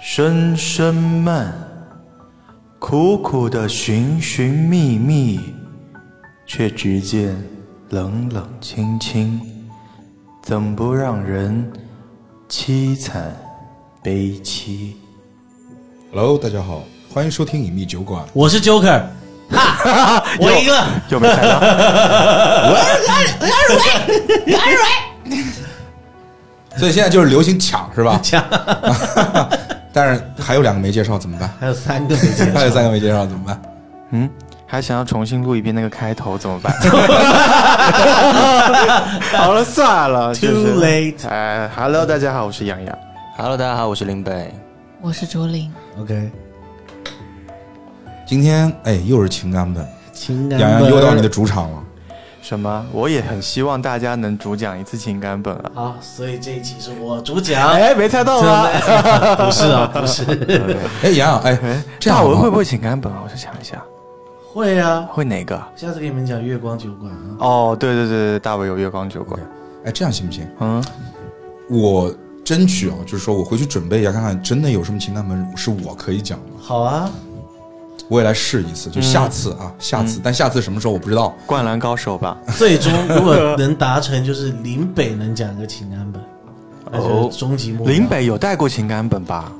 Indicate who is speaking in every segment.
Speaker 1: 深深闷，苦苦的寻寻觅觅，却只见冷冷清清，怎不让人凄惨悲戚？
Speaker 2: Hello，大家好，欢迎收听隐秘酒馆。
Speaker 3: 我是 Joker，哈，我一个
Speaker 1: 又没猜到，
Speaker 2: 所以现在就是流行抢是 吧？
Speaker 3: 抢，
Speaker 2: 但是还有两个没介绍怎 么办？
Speaker 3: 还有三个没见，
Speaker 2: 还有三个没介绍怎么办？
Speaker 1: 嗯，还想要重新录一遍那个开头怎么 办？好了，算了
Speaker 3: Too late
Speaker 1: 哎，Hello，大家好，我是杨洋。
Speaker 4: Hello，大家好，我是林北。
Speaker 5: 我是卓林，
Speaker 3: OK，
Speaker 2: 今天哎，又是情感本，
Speaker 3: 情感
Speaker 2: 洋洋又到你的
Speaker 3: 本
Speaker 2: 主场了。
Speaker 1: 什么？我也很希望大家能主讲一次情感本啊！
Speaker 3: 好，所以这一期是我主讲，
Speaker 1: 哎，没猜到哎
Speaker 3: 真
Speaker 1: 吗？
Speaker 3: 的不是 啊，不是，
Speaker 2: 哎，洋洋，哎
Speaker 1: 哎，，
Speaker 2: 这样
Speaker 1: 大文会
Speaker 2: 好
Speaker 1: 不
Speaker 2: 不
Speaker 1: 会情感本啊？我想想一下，
Speaker 3: 会啊，
Speaker 1: 会哪个？
Speaker 3: 下次给你们讲月光酒馆啊，
Speaker 1: 哦，对对对对，大文有月光酒馆。
Speaker 2: 好哎，这样行不行？
Speaker 1: 嗯，
Speaker 2: 我争取哦，就是说我回去准备一下，看看真的有什么情感本是我可以讲的，
Speaker 3: 好啊，
Speaker 2: 我也来试一
Speaker 1: 嗯
Speaker 2: 次，就下次啊，下次，但下次什么时候我不知道。
Speaker 1: 灌篮高手吧。
Speaker 3: 最终如果能达成，就是林北能讲个情感本，那
Speaker 1: 哦
Speaker 3: 就是终极目标。
Speaker 1: 林北有带过情感本 吧？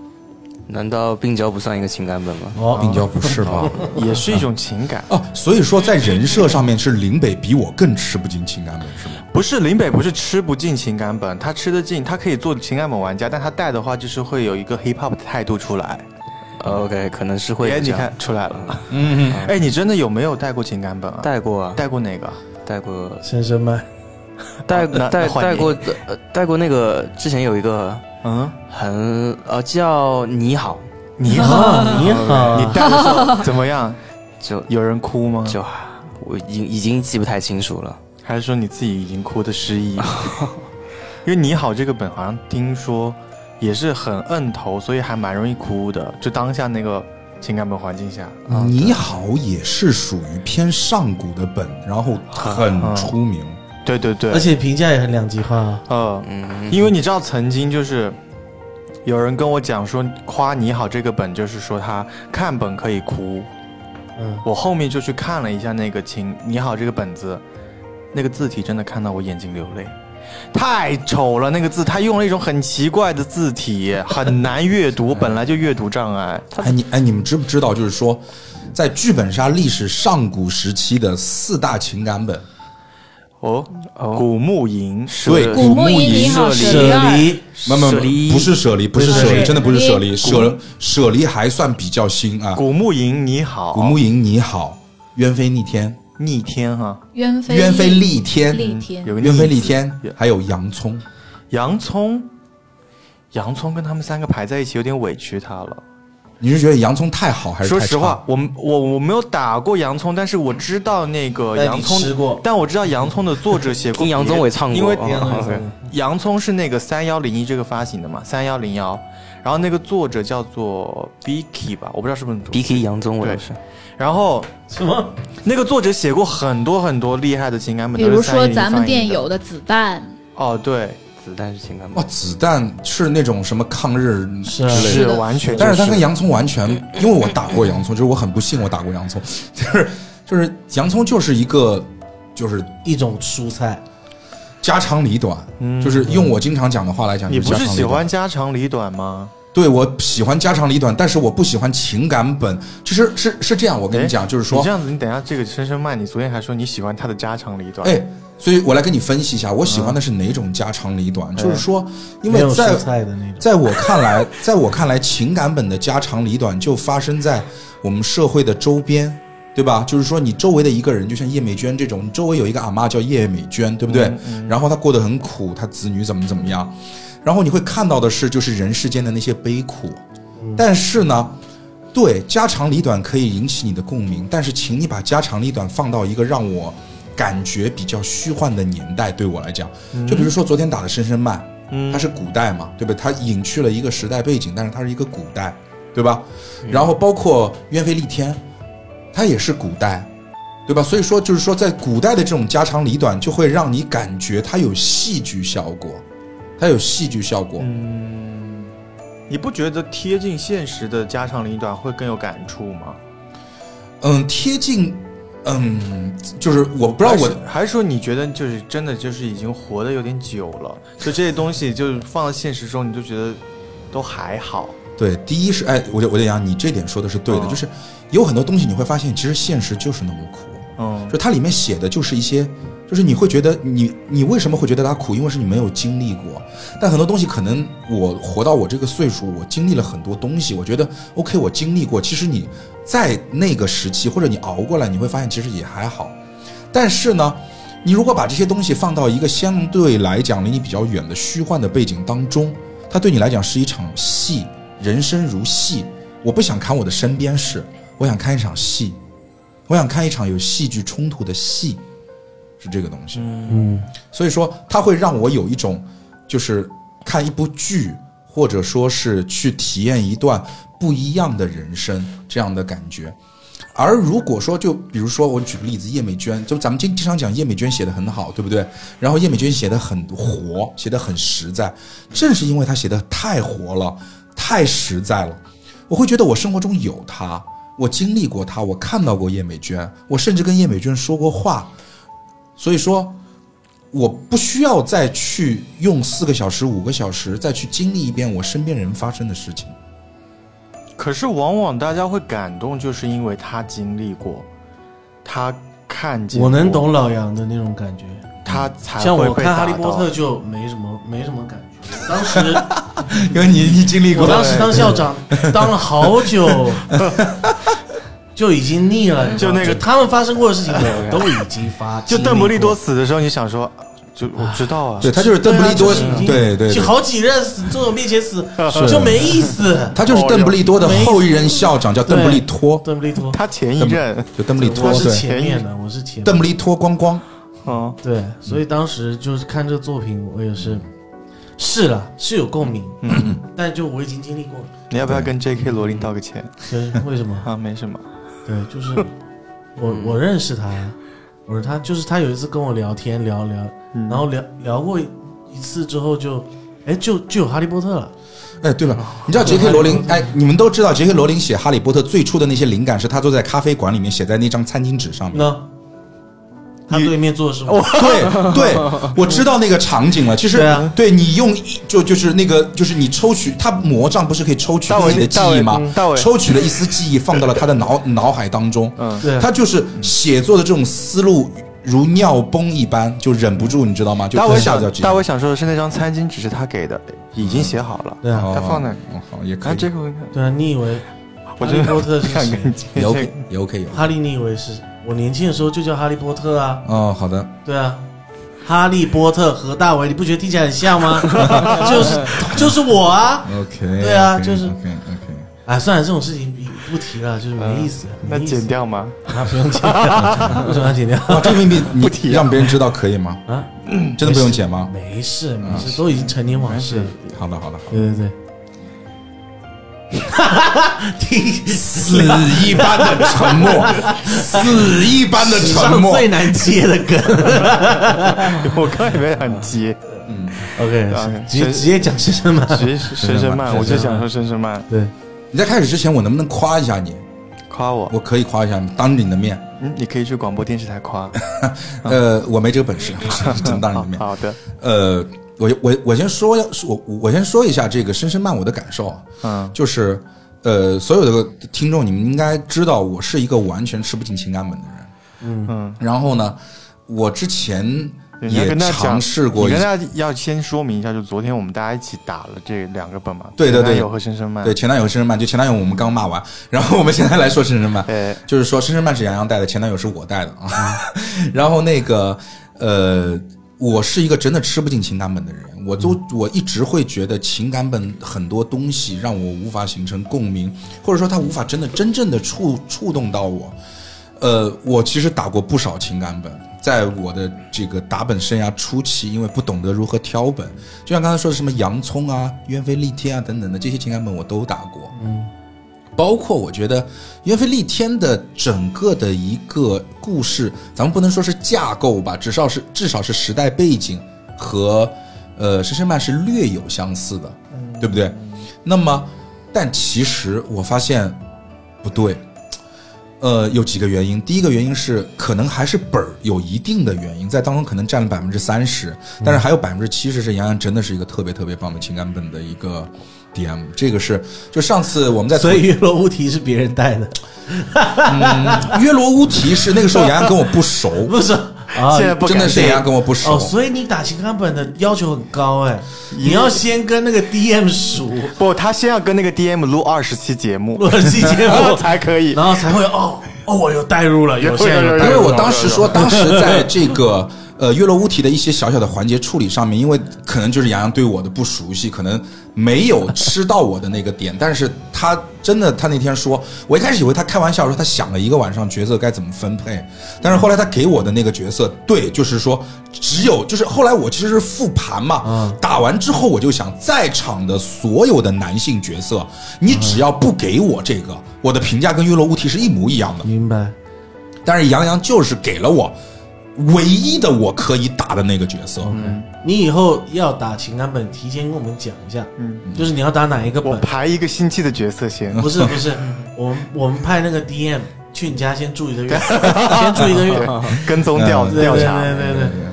Speaker 4: 难道病娇不算一个情感本吗？
Speaker 2: 病
Speaker 3: 哦，
Speaker 2: 娇不是 吧？
Speaker 1: 也是一种情感，
Speaker 2: 哦，所以说在人设上面是林北比我更吃不进情感本是吗？
Speaker 1: 不是林北不是吃不进情感本，他吃得进，他可以做情感本玩家，但他带的话就是会有一个 hip hop 的态度出来。
Speaker 4: 呃 OK，可能是会
Speaker 1: 嗯哎，
Speaker 4: 这
Speaker 1: 你
Speaker 4: 样。
Speaker 1: 看出来了。嗯，哎，你真的有没有带过情感本啊？
Speaker 4: 带过啊，带
Speaker 1: 带过哪个？
Speaker 4: 带过，
Speaker 3: 先生们，
Speaker 4: 带
Speaker 1: 那
Speaker 4: 带
Speaker 1: 那换你
Speaker 4: 带过，呃带过那个之前有一个
Speaker 1: 嗯，
Speaker 4: 很呃叫你好，
Speaker 1: 你 好，
Speaker 3: 你好
Speaker 1: 你带的时候怎么样？
Speaker 4: 就
Speaker 1: 有人哭吗？
Speaker 4: 就我已经已经记不太清楚了。
Speaker 1: 还是说你自己已经哭的失忆？因为你好这个本好像听说也是很摁头，所以还蛮容易哭的。就当下那个情感本环境下，
Speaker 2: 你好也是属于偏上古的本，然后很出名。
Speaker 1: 对对对，
Speaker 3: 而且评价也很两极化啊。
Speaker 1: 呃，
Speaker 4: 嗯，
Speaker 1: 因为你知道曾经就是有人跟我讲说夸你好这个本，就是说他看本可以哭。
Speaker 3: 嗯，
Speaker 1: 我后面就去看了一下那个情你好这个本子，那个字体真的看到我眼睛流泪，太丑了那个字，他用了一种很奇怪的字体，很难阅读，本来就阅读障碍。
Speaker 2: 哎，你哎，你们知不知道？就是说，在剧本杀历史上古时期的四大情感本，
Speaker 1: 哦，古墓吟是
Speaker 2: 对，
Speaker 5: 古
Speaker 2: 墓
Speaker 5: 墓吟你
Speaker 2: 吟，
Speaker 5: 好舍
Speaker 3: 舍
Speaker 5: 离
Speaker 3: 离，
Speaker 2: 没有没有
Speaker 4: 舍离
Speaker 2: 不是舍离，不是舍离，
Speaker 5: 对
Speaker 2: 真的不是舍离，
Speaker 5: 舍
Speaker 2: 舍舍离还算比较新啊。
Speaker 1: 古墓吟你好，
Speaker 2: 古墓吟你好，鸢飞逆天，
Speaker 1: 逆天哈、
Speaker 5: 鸢飞
Speaker 2: 鸢飞戾
Speaker 5: 戾
Speaker 2: 天，嗯
Speaker 5: 天
Speaker 1: 有个
Speaker 2: 鸢飞
Speaker 1: 逆
Speaker 2: 戾
Speaker 1: 字
Speaker 2: 天，还有洋葱。
Speaker 1: 洋葱，洋葱跟他们三个排在一起有点委屈他了。
Speaker 2: 你是觉得洋葱太好还是
Speaker 1: 说
Speaker 2: 太差？
Speaker 1: 实话，我我我没有打过洋葱，但是我知道那个
Speaker 3: 但你
Speaker 1: 洋葱
Speaker 3: 吃过
Speaker 1: 但我知道洋葱的作者 写过
Speaker 4: 听
Speaker 1: 别，
Speaker 4: 杨宗纬唱过，
Speaker 1: 因为嗯
Speaker 4: 哦
Speaker 3: 杨宗纬唱
Speaker 4: OK
Speaker 3: 过
Speaker 1: 洋葱是那个三幺零一这个发行的嘛，三幺零幺，然后那个作者叫做 Bicky 吧，我不知道是不是读。
Speaker 4: 比起杨宗纬
Speaker 1: 对
Speaker 4: 是，
Speaker 1: 然后
Speaker 3: 什么？
Speaker 1: 那个作者写过很多很多厉害的情感本，
Speaker 5: 比如
Speaker 1: 都是
Speaker 5: 说
Speaker 1: 310
Speaker 5: 咱们店有
Speaker 1: 翻译
Speaker 5: 的子弹，
Speaker 1: 的哦，对，
Speaker 4: 子弹是情感
Speaker 2: 哦，
Speaker 4: 本。
Speaker 2: 子弹是那种什么抗日
Speaker 3: 是啊
Speaker 2: 之类的
Speaker 5: 是的
Speaker 1: 完全、就
Speaker 2: 但是它跟洋葱完全，因为我打过洋葱，就是 我很不幸我打过洋葱， 就是就是洋葱就是一个就是
Speaker 3: 一种蔬菜，
Speaker 2: 家长里短，
Speaker 1: 嗯
Speaker 2: 就是用我经常讲的话来讲，
Speaker 1: 你
Speaker 2: 就
Speaker 1: 不
Speaker 2: 家
Speaker 1: 是
Speaker 2: 长
Speaker 1: 喜
Speaker 2: 里短
Speaker 1: 欢？家长里短吗？
Speaker 2: 对，我喜欢家长里短，但是我不喜欢情感本。其实是是这样，我跟你讲，就是
Speaker 1: 哎你
Speaker 2: 说
Speaker 1: 这，样子，你等一下这个深深麦，你昨天还说你喜欢他的家长里短，
Speaker 2: 哎，所以我来跟你分析一下，我喜欢的是哪种家长里
Speaker 1: 哎
Speaker 2: 短？就是说，因
Speaker 3: 没
Speaker 2: 为
Speaker 3: 有
Speaker 2: 在
Speaker 3: 蔬菜的那种。
Speaker 2: 在我看来，在我看来，情感本的家长里短就发生在我们社会的周边，对吧？就是说，你周围的一个人，就像叶美娟这种，你周围有一个阿妈叫叶美娟，对不对？然后她过得很苦，她子女怎么怎么样，然后你会看到的是，就是人世间的那些悲苦。但是呢，对家长里短可以引起你的共鸣，但是请你把家长里短放到一个让我感觉比较虚幻的年代，对我来讲，就比如说昨天打的深深漫，它是古代嘛，对不对？它隐去了一个时代背景，但是它是一个古代，对吧？然后包括鸢飞戾天，它也是古代。对吧？所以说，就是说，在古代的这种家长里短，就会让你感觉它有戏剧效果，它有戏剧效果。
Speaker 1: 你不觉得贴近现实的家长里短会更有感触吗？
Speaker 2: 嗯，贴近，嗯，就是我不知道
Speaker 1: 还
Speaker 2: 我
Speaker 1: 是还是说你觉得就是真的就是已经活得有点久了，就这些东西就是放到现实中你就觉得都还好。
Speaker 2: 对，第一是哎，我就我就讲你这点说的是对的，
Speaker 1: 嗯
Speaker 2: 就是有很多东西你会发现，其实现实就是那么苦，
Speaker 1: 嗯
Speaker 2: 就它里面写的就是一些，就是你会觉得你你为什么会觉得它苦，因为是你没有经历过。但很多东西可能我活到我这个岁数，我经历了很多东西，我觉得 OK，我经历过。其实你在那个时期或者你熬过来，你会发现其实也还好。但是呢，你如果把这些东西放到一个相对来讲离你比较远的虚幻的背景当中，它对你来讲是一场戏，人生如戏。我不想看我的身边事，我想看一场戏，我想看一场有戏剧冲突的戏，是这个东西。
Speaker 6: 嗯，
Speaker 2: 所以说，它会让我有一种就是看一部剧，或者说是去体验一段不一样的人生这样的感觉。而如果说，就比如说，我举个例子，叶美娟，就咱们经经常讲叶美娟写的很好，对不对？然后叶美娟写的很活，写的很实在，正是因为她写的太活了，太实在了，我会觉得我生活中有她，我经历过她，我看到过叶美娟，我甚至跟叶美娟说过话，所以说我不需要再去用四个小时、五个小时再去经历一遍我身边人发生的事情。
Speaker 1: 可是往往大家会感动，就是因为他经历过，他看见，
Speaker 6: 我能，懂老杨的那种感觉。
Speaker 1: 他才
Speaker 6: 像
Speaker 1: 会
Speaker 6: 我
Speaker 1: 被
Speaker 6: 看《哈利
Speaker 1: 打
Speaker 6: 波
Speaker 1: 到
Speaker 6: 特》就没什么没什么感觉，当时
Speaker 2: 因为你你经历
Speaker 6: 我当时当 校长当了好久，就已经腻了。你知道吗
Speaker 1: 就那个
Speaker 6: 他们发生过的事情，我都已经发。
Speaker 1: 就邓布利多
Speaker 6: 经历
Speaker 1: 死的时候，你想说，啊就我知道啊，
Speaker 2: 对他就是邓布利多，
Speaker 6: 对啊就是已经
Speaker 2: 对对
Speaker 6: 过就
Speaker 2: 对，
Speaker 6: 好几任死，坐我面前死就没 意思。
Speaker 2: 他就是邓布利多的后一任校长，叫邓布利托，
Speaker 6: 邓布利多，
Speaker 1: 他前一
Speaker 2: 邓布
Speaker 1: 任，
Speaker 2: 就邓布利
Speaker 6: 我
Speaker 2: 托，
Speaker 6: 是
Speaker 2: 对，
Speaker 6: 前面的，我是前面的
Speaker 2: 邓布利托光光，
Speaker 1: 嗯，
Speaker 6: 对，所以当时就是看这个作品，我也是是了，是有共鸣，
Speaker 2: 嗯
Speaker 6: 但就我已经经历过了，
Speaker 1: 你要不要跟 J.K. 罗琳道个歉
Speaker 6: 就是为什么？
Speaker 1: 啊？没什么，
Speaker 6: 对， 就是我
Speaker 1: 嗯
Speaker 6: 我认识他呀，我是他，就是他有一次跟我聊天聊聊，
Speaker 1: 嗯
Speaker 6: 然后聊聊过一次之后就，哎，就就有哈利波特了，
Speaker 2: 哎，对了，你知道杰克罗琳？哎，你们都知道杰克罗琳写《哈利波特》最初的那些灵感是他坐在咖啡馆里面写在那张餐巾纸上
Speaker 1: 嗯
Speaker 2: 面。
Speaker 6: 那他对面坐的是
Speaker 1: 哦
Speaker 6: 我，
Speaker 2: 对对，我知道那个场景了。其实
Speaker 6: 对啊，
Speaker 2: 对你用一就就是那个就是你抽取他魔杖不是可以抽取
Speaker 1: 大
Speaker 2: 自
Speaker 1: 伟
Speaker 2: 己的记忆吗
Speaker 1: 大伟嗯大？伟
Speaker 2: 抽取了一丝记忆放到了他的脑 脑海当中。
Speaker 1: 嗯，
Speaker 6: 对，啊
Speaker 2: 他就是写作的这种思路如尿崩一般，就忍不住，你知道吗？就
Speaker 1: 大伟
Speaker 2: 一下子要
Speaker 1: 想，
Speaker 2: 记
Speaker 1: 大伟想说的是那张餐巾纸是他给的，已经写好了，
Speaker 6: 对啊，
Speaker 1: 他放那里
Speaker 2: 哦，好也可
Speaker 1: 看
Speaker 2: 以，
Speaker 1: 这个，
Speaker 6: 对啊，你以为
Speaker 1: 我
Speaker 6: 哈
Speaker 1: 真
Speaker 6: 利
Speaker 1: 的
Speaker 6: 波特
Speaker 1: 不
Speaker 6: 是
Speaker 1: 想
Speaker 6: 谁
Speaker 1: 跟你？接
Speaker 2: 也
Speaker 1: 这
Speaker 2: OK，
Speaker 1: 个。
Speaker 2: 也 OK 有。
Speaker 6: 哈利，你以为是我年轻的时候就叫哈利波特啊？
Speaker 2: 哦，好的，
Speaker 6: 对啊，哈利波特和大为，你不觉得听起来很 像吗？就是就是我啊！
Speaker 2: OK，
Speaker 6: 对啊 OK，就是
Speaker 2: OK OK。
Speaker 6: 哎，算了，这种事情不提了，就是没意思。
Speaker 1: 嗯那
Speaker 6: 没意思
Speaker 1: 剪，掉吗？
Speaker 6: 啊，不用剪掉，为什么要剪掉？
Speaker 2: 啊，这个秘密 你
Speaker 1: 不提啊
Speaker 2: 让别人知道可以吗？
Speaker 6: 啊，
Speaker 2: 真的不用剪吗？
Speaker 6: 没事没事，都已经成年往事了。
Speaker 2: 好的好的，好的
Speaker 6: 对对对。听
Speaker 2: 死一般的沉 默，死一般的
Speaker 6: 史
Speaker 2: 沉
Speaker 6: 上
Speaker 2: 默。
Speaker 6: 最难接的梗。
Speaker 1: 我刚也没想 接，
Speaker 6: OK，
Speaker 1: 啊
Speaker 6: 直接
Speaker 1: 谁
Speaker 6: 直接讲是什么？
Speaker 1: 谁深深
Speaker 2: 慢
Speaker 1: 慢，我就想说深深慢，
Speaker 6: 对，
Speaker 2: 你在开始之前，我能不能夸一下你？
Speaker 1: 哦夸我，
Speaker 2: 我可以夸一下你，当着你的面。
Speaker 1: 嗯，你可以去广播电视台夸。
Speaker 2: 嗯呃，我没这个本事，真
Speaker 1: 嗯
Speaker 2: 当着
Speaker 1: 好
Speaker 2: 你的面。
Speaker 1: 好的，
Speaker 2: 呃，我我我先说，我我先说一下这个深深漫我的感受啊，
Speaker 1: 嗯
Speaker 2: 就是呃，所有的听众你们应该知道，我是一个完全吃不进情感本的人。
Speaker 1: 嗯，
Speaker 2: 然后呢，我之前
Speaker 1: 你要
Speaker 2: 也
Speaker 1: 跟大家
Speaker 2: 尝
Speaker 1: 讲，
Speaker 2: 试过
Speaker 1: 你
Speaker 2: 一
Speaker 1: 跟大家要先说明一下，就昨天我们大家一起打了这两个本嘛，
Speaker 2: 对对对
Speaker 1: 前男友和深深慢，
Speaker 2: 对，前男友和深深漫，就前男友我们刚骂完，然后我们现在来说深深漫，
Speaker 1: 哎，
Speaker 2: 就是说深深漫是洋洋带的，前男友是我带的啊。 然后那个呃，我是一个真的吃不进情感本的人，我都我一直会觉得情感本很多东西让我无法形成共鸣，或者说它无法真的真正的触触动到我。呃，我其实打过不少情感本，在我的这个打本生涯初期，因为不懂得如何挑本，就像刚才说的什么洋葱啊、鸢飞戾天啊等等的这些情感本，我都打过。嗯，包括我觉得鸢飞戾天的整个的一个故事，咱们不能说是架构吧，至少是至少是时
Speaker 3: 嗯
Speaker 2: 代背景和呃《深深漫》是略有相似的，对不对？那么，但其实我发现不对，呃，有几个原因。第一个原因是，可能还是本儿有一定的原因，在当中可能占了百分之三十，
Speaker 3: 嗯
Speaker 2: 但是还有百分之七十是杨洋真的是一个特别特别棒的情感本的一个 DM。这个是就上次我们在
Speaker 3: 所以月落乌啼是别人带的，
Speaker 2: 嗯约罗乌提是那个时候杨洋跟我不熟，
Speaker 3: 不是啊？
Speaker 4: 现在不
Speaker 2: 真
Speaker 4: 敢
Speaker 2: 的是
Speaker 4: 这
Speaker 2: 杨
Speaker 4: 样
Speaker 2: 洋跟我不熟。
Speaker 3: 哦，所以你打情感本的要求很高哎，你要先跟那个 DM 熟，
Speaker 1: 不，他先要跟那个 DM 录二十期节目，
Speaker 3: 录期节 目
Speaker 1: 才可以。
Speaker 3: 然后才会哦哦，我有代入了，有现在有代
Speaker 2: 因为
Speaker 3: 入
Speaker 2: 我
Speaker 3: 了。
Speaker 2: 当时说，当时在这个呃月落乌啼的一些小小的环节处理上面，因为可能就是杨洋对我的不熟悉，可能没有吃到我的那个点，但是他真的，他那天说，我一开始以为他开玩笑说他想了一个晚上角色该怎么分配，但是后来他给我的那个角色，对，就是说只有就是后来我其实是复盘嘛，打完之后我就想，在场的所有的男性角色，你只要不给我这个，我的评价跟月落乌啼是一模一样的。
Speaker 3: 明白，
Speaker 2: 但是杨洋就是给了我唯一的我可以打的那个角色。
Speaker 3: 你以后要打情感本，提前跟我们讲一下，嗯，就是你要打哪一个
Speaker 1: 我
Speaker 3: 本，
Speaker 1: 排一个星期的角 色先，
Speaker 3: 不是不 是，我们我们派那个 DM 去你家先住一个 月，先住一个月，
Speaker 1: 对跟踪调
Speaker 3: 嗯对
Speaker 1: 调
Speaker 3: 对
Speaker 1: 查。
Speaker 3: 对对对，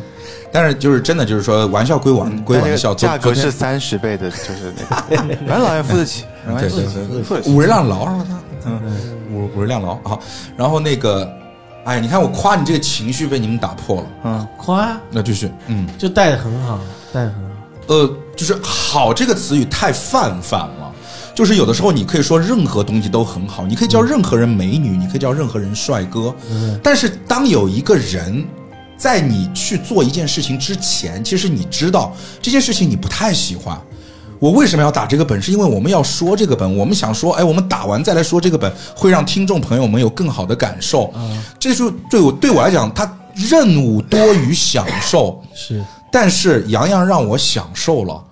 Speaker 2: 但是就是真的就是说，玩笑归玩归
Speaker 1: 但
Speaker 2: 玩
Speaker 1: 这
Speaker 2: 笑，
Speaker 1: 个
Speaker 2: 昨
Speaker 1: 价格是三十倍的，就是 那个，反正老人付得起，老人
Speaker 2: 嗯对
Speaker 1: 付得
Speaker 2: 对
Speaker 1: 起
Speaker 2: 对，
Speaker 1: 付得
Speaker 2: 对，
Speaker 1: 起。
Speaker 2: 五十辆劳啊，嗯，五五十辆劳好，然后那个，哎，你看我夸你这个情绪被你们打破了，
Speaker 1: 嗯，
Speaker 3: 夸
Speaker 2: 那就是嗯
Speaker 3: 就带的很好，带的很好，
Speaker 2: 呃，就是好这个词语太泛泛了。就是有的时候，你可以说任何东西都很好，你可以叫任何人美女，你可以叫任何人帅哥，
Speaker 3: 嗯
Speaker 2: 但是当有一个人在你去做一件事情之前，其实你知道这件事情你不太喜欢。我为什么要打这个本？是因为我们要说这个本，我们想说，哎，我们打完再来说这个本，会让听众朋友们有更好的感受。这是对我对我来讲，它任务多于享受。
Speaker 3: 是
Speaker 2: 但是洋洋让我享受了，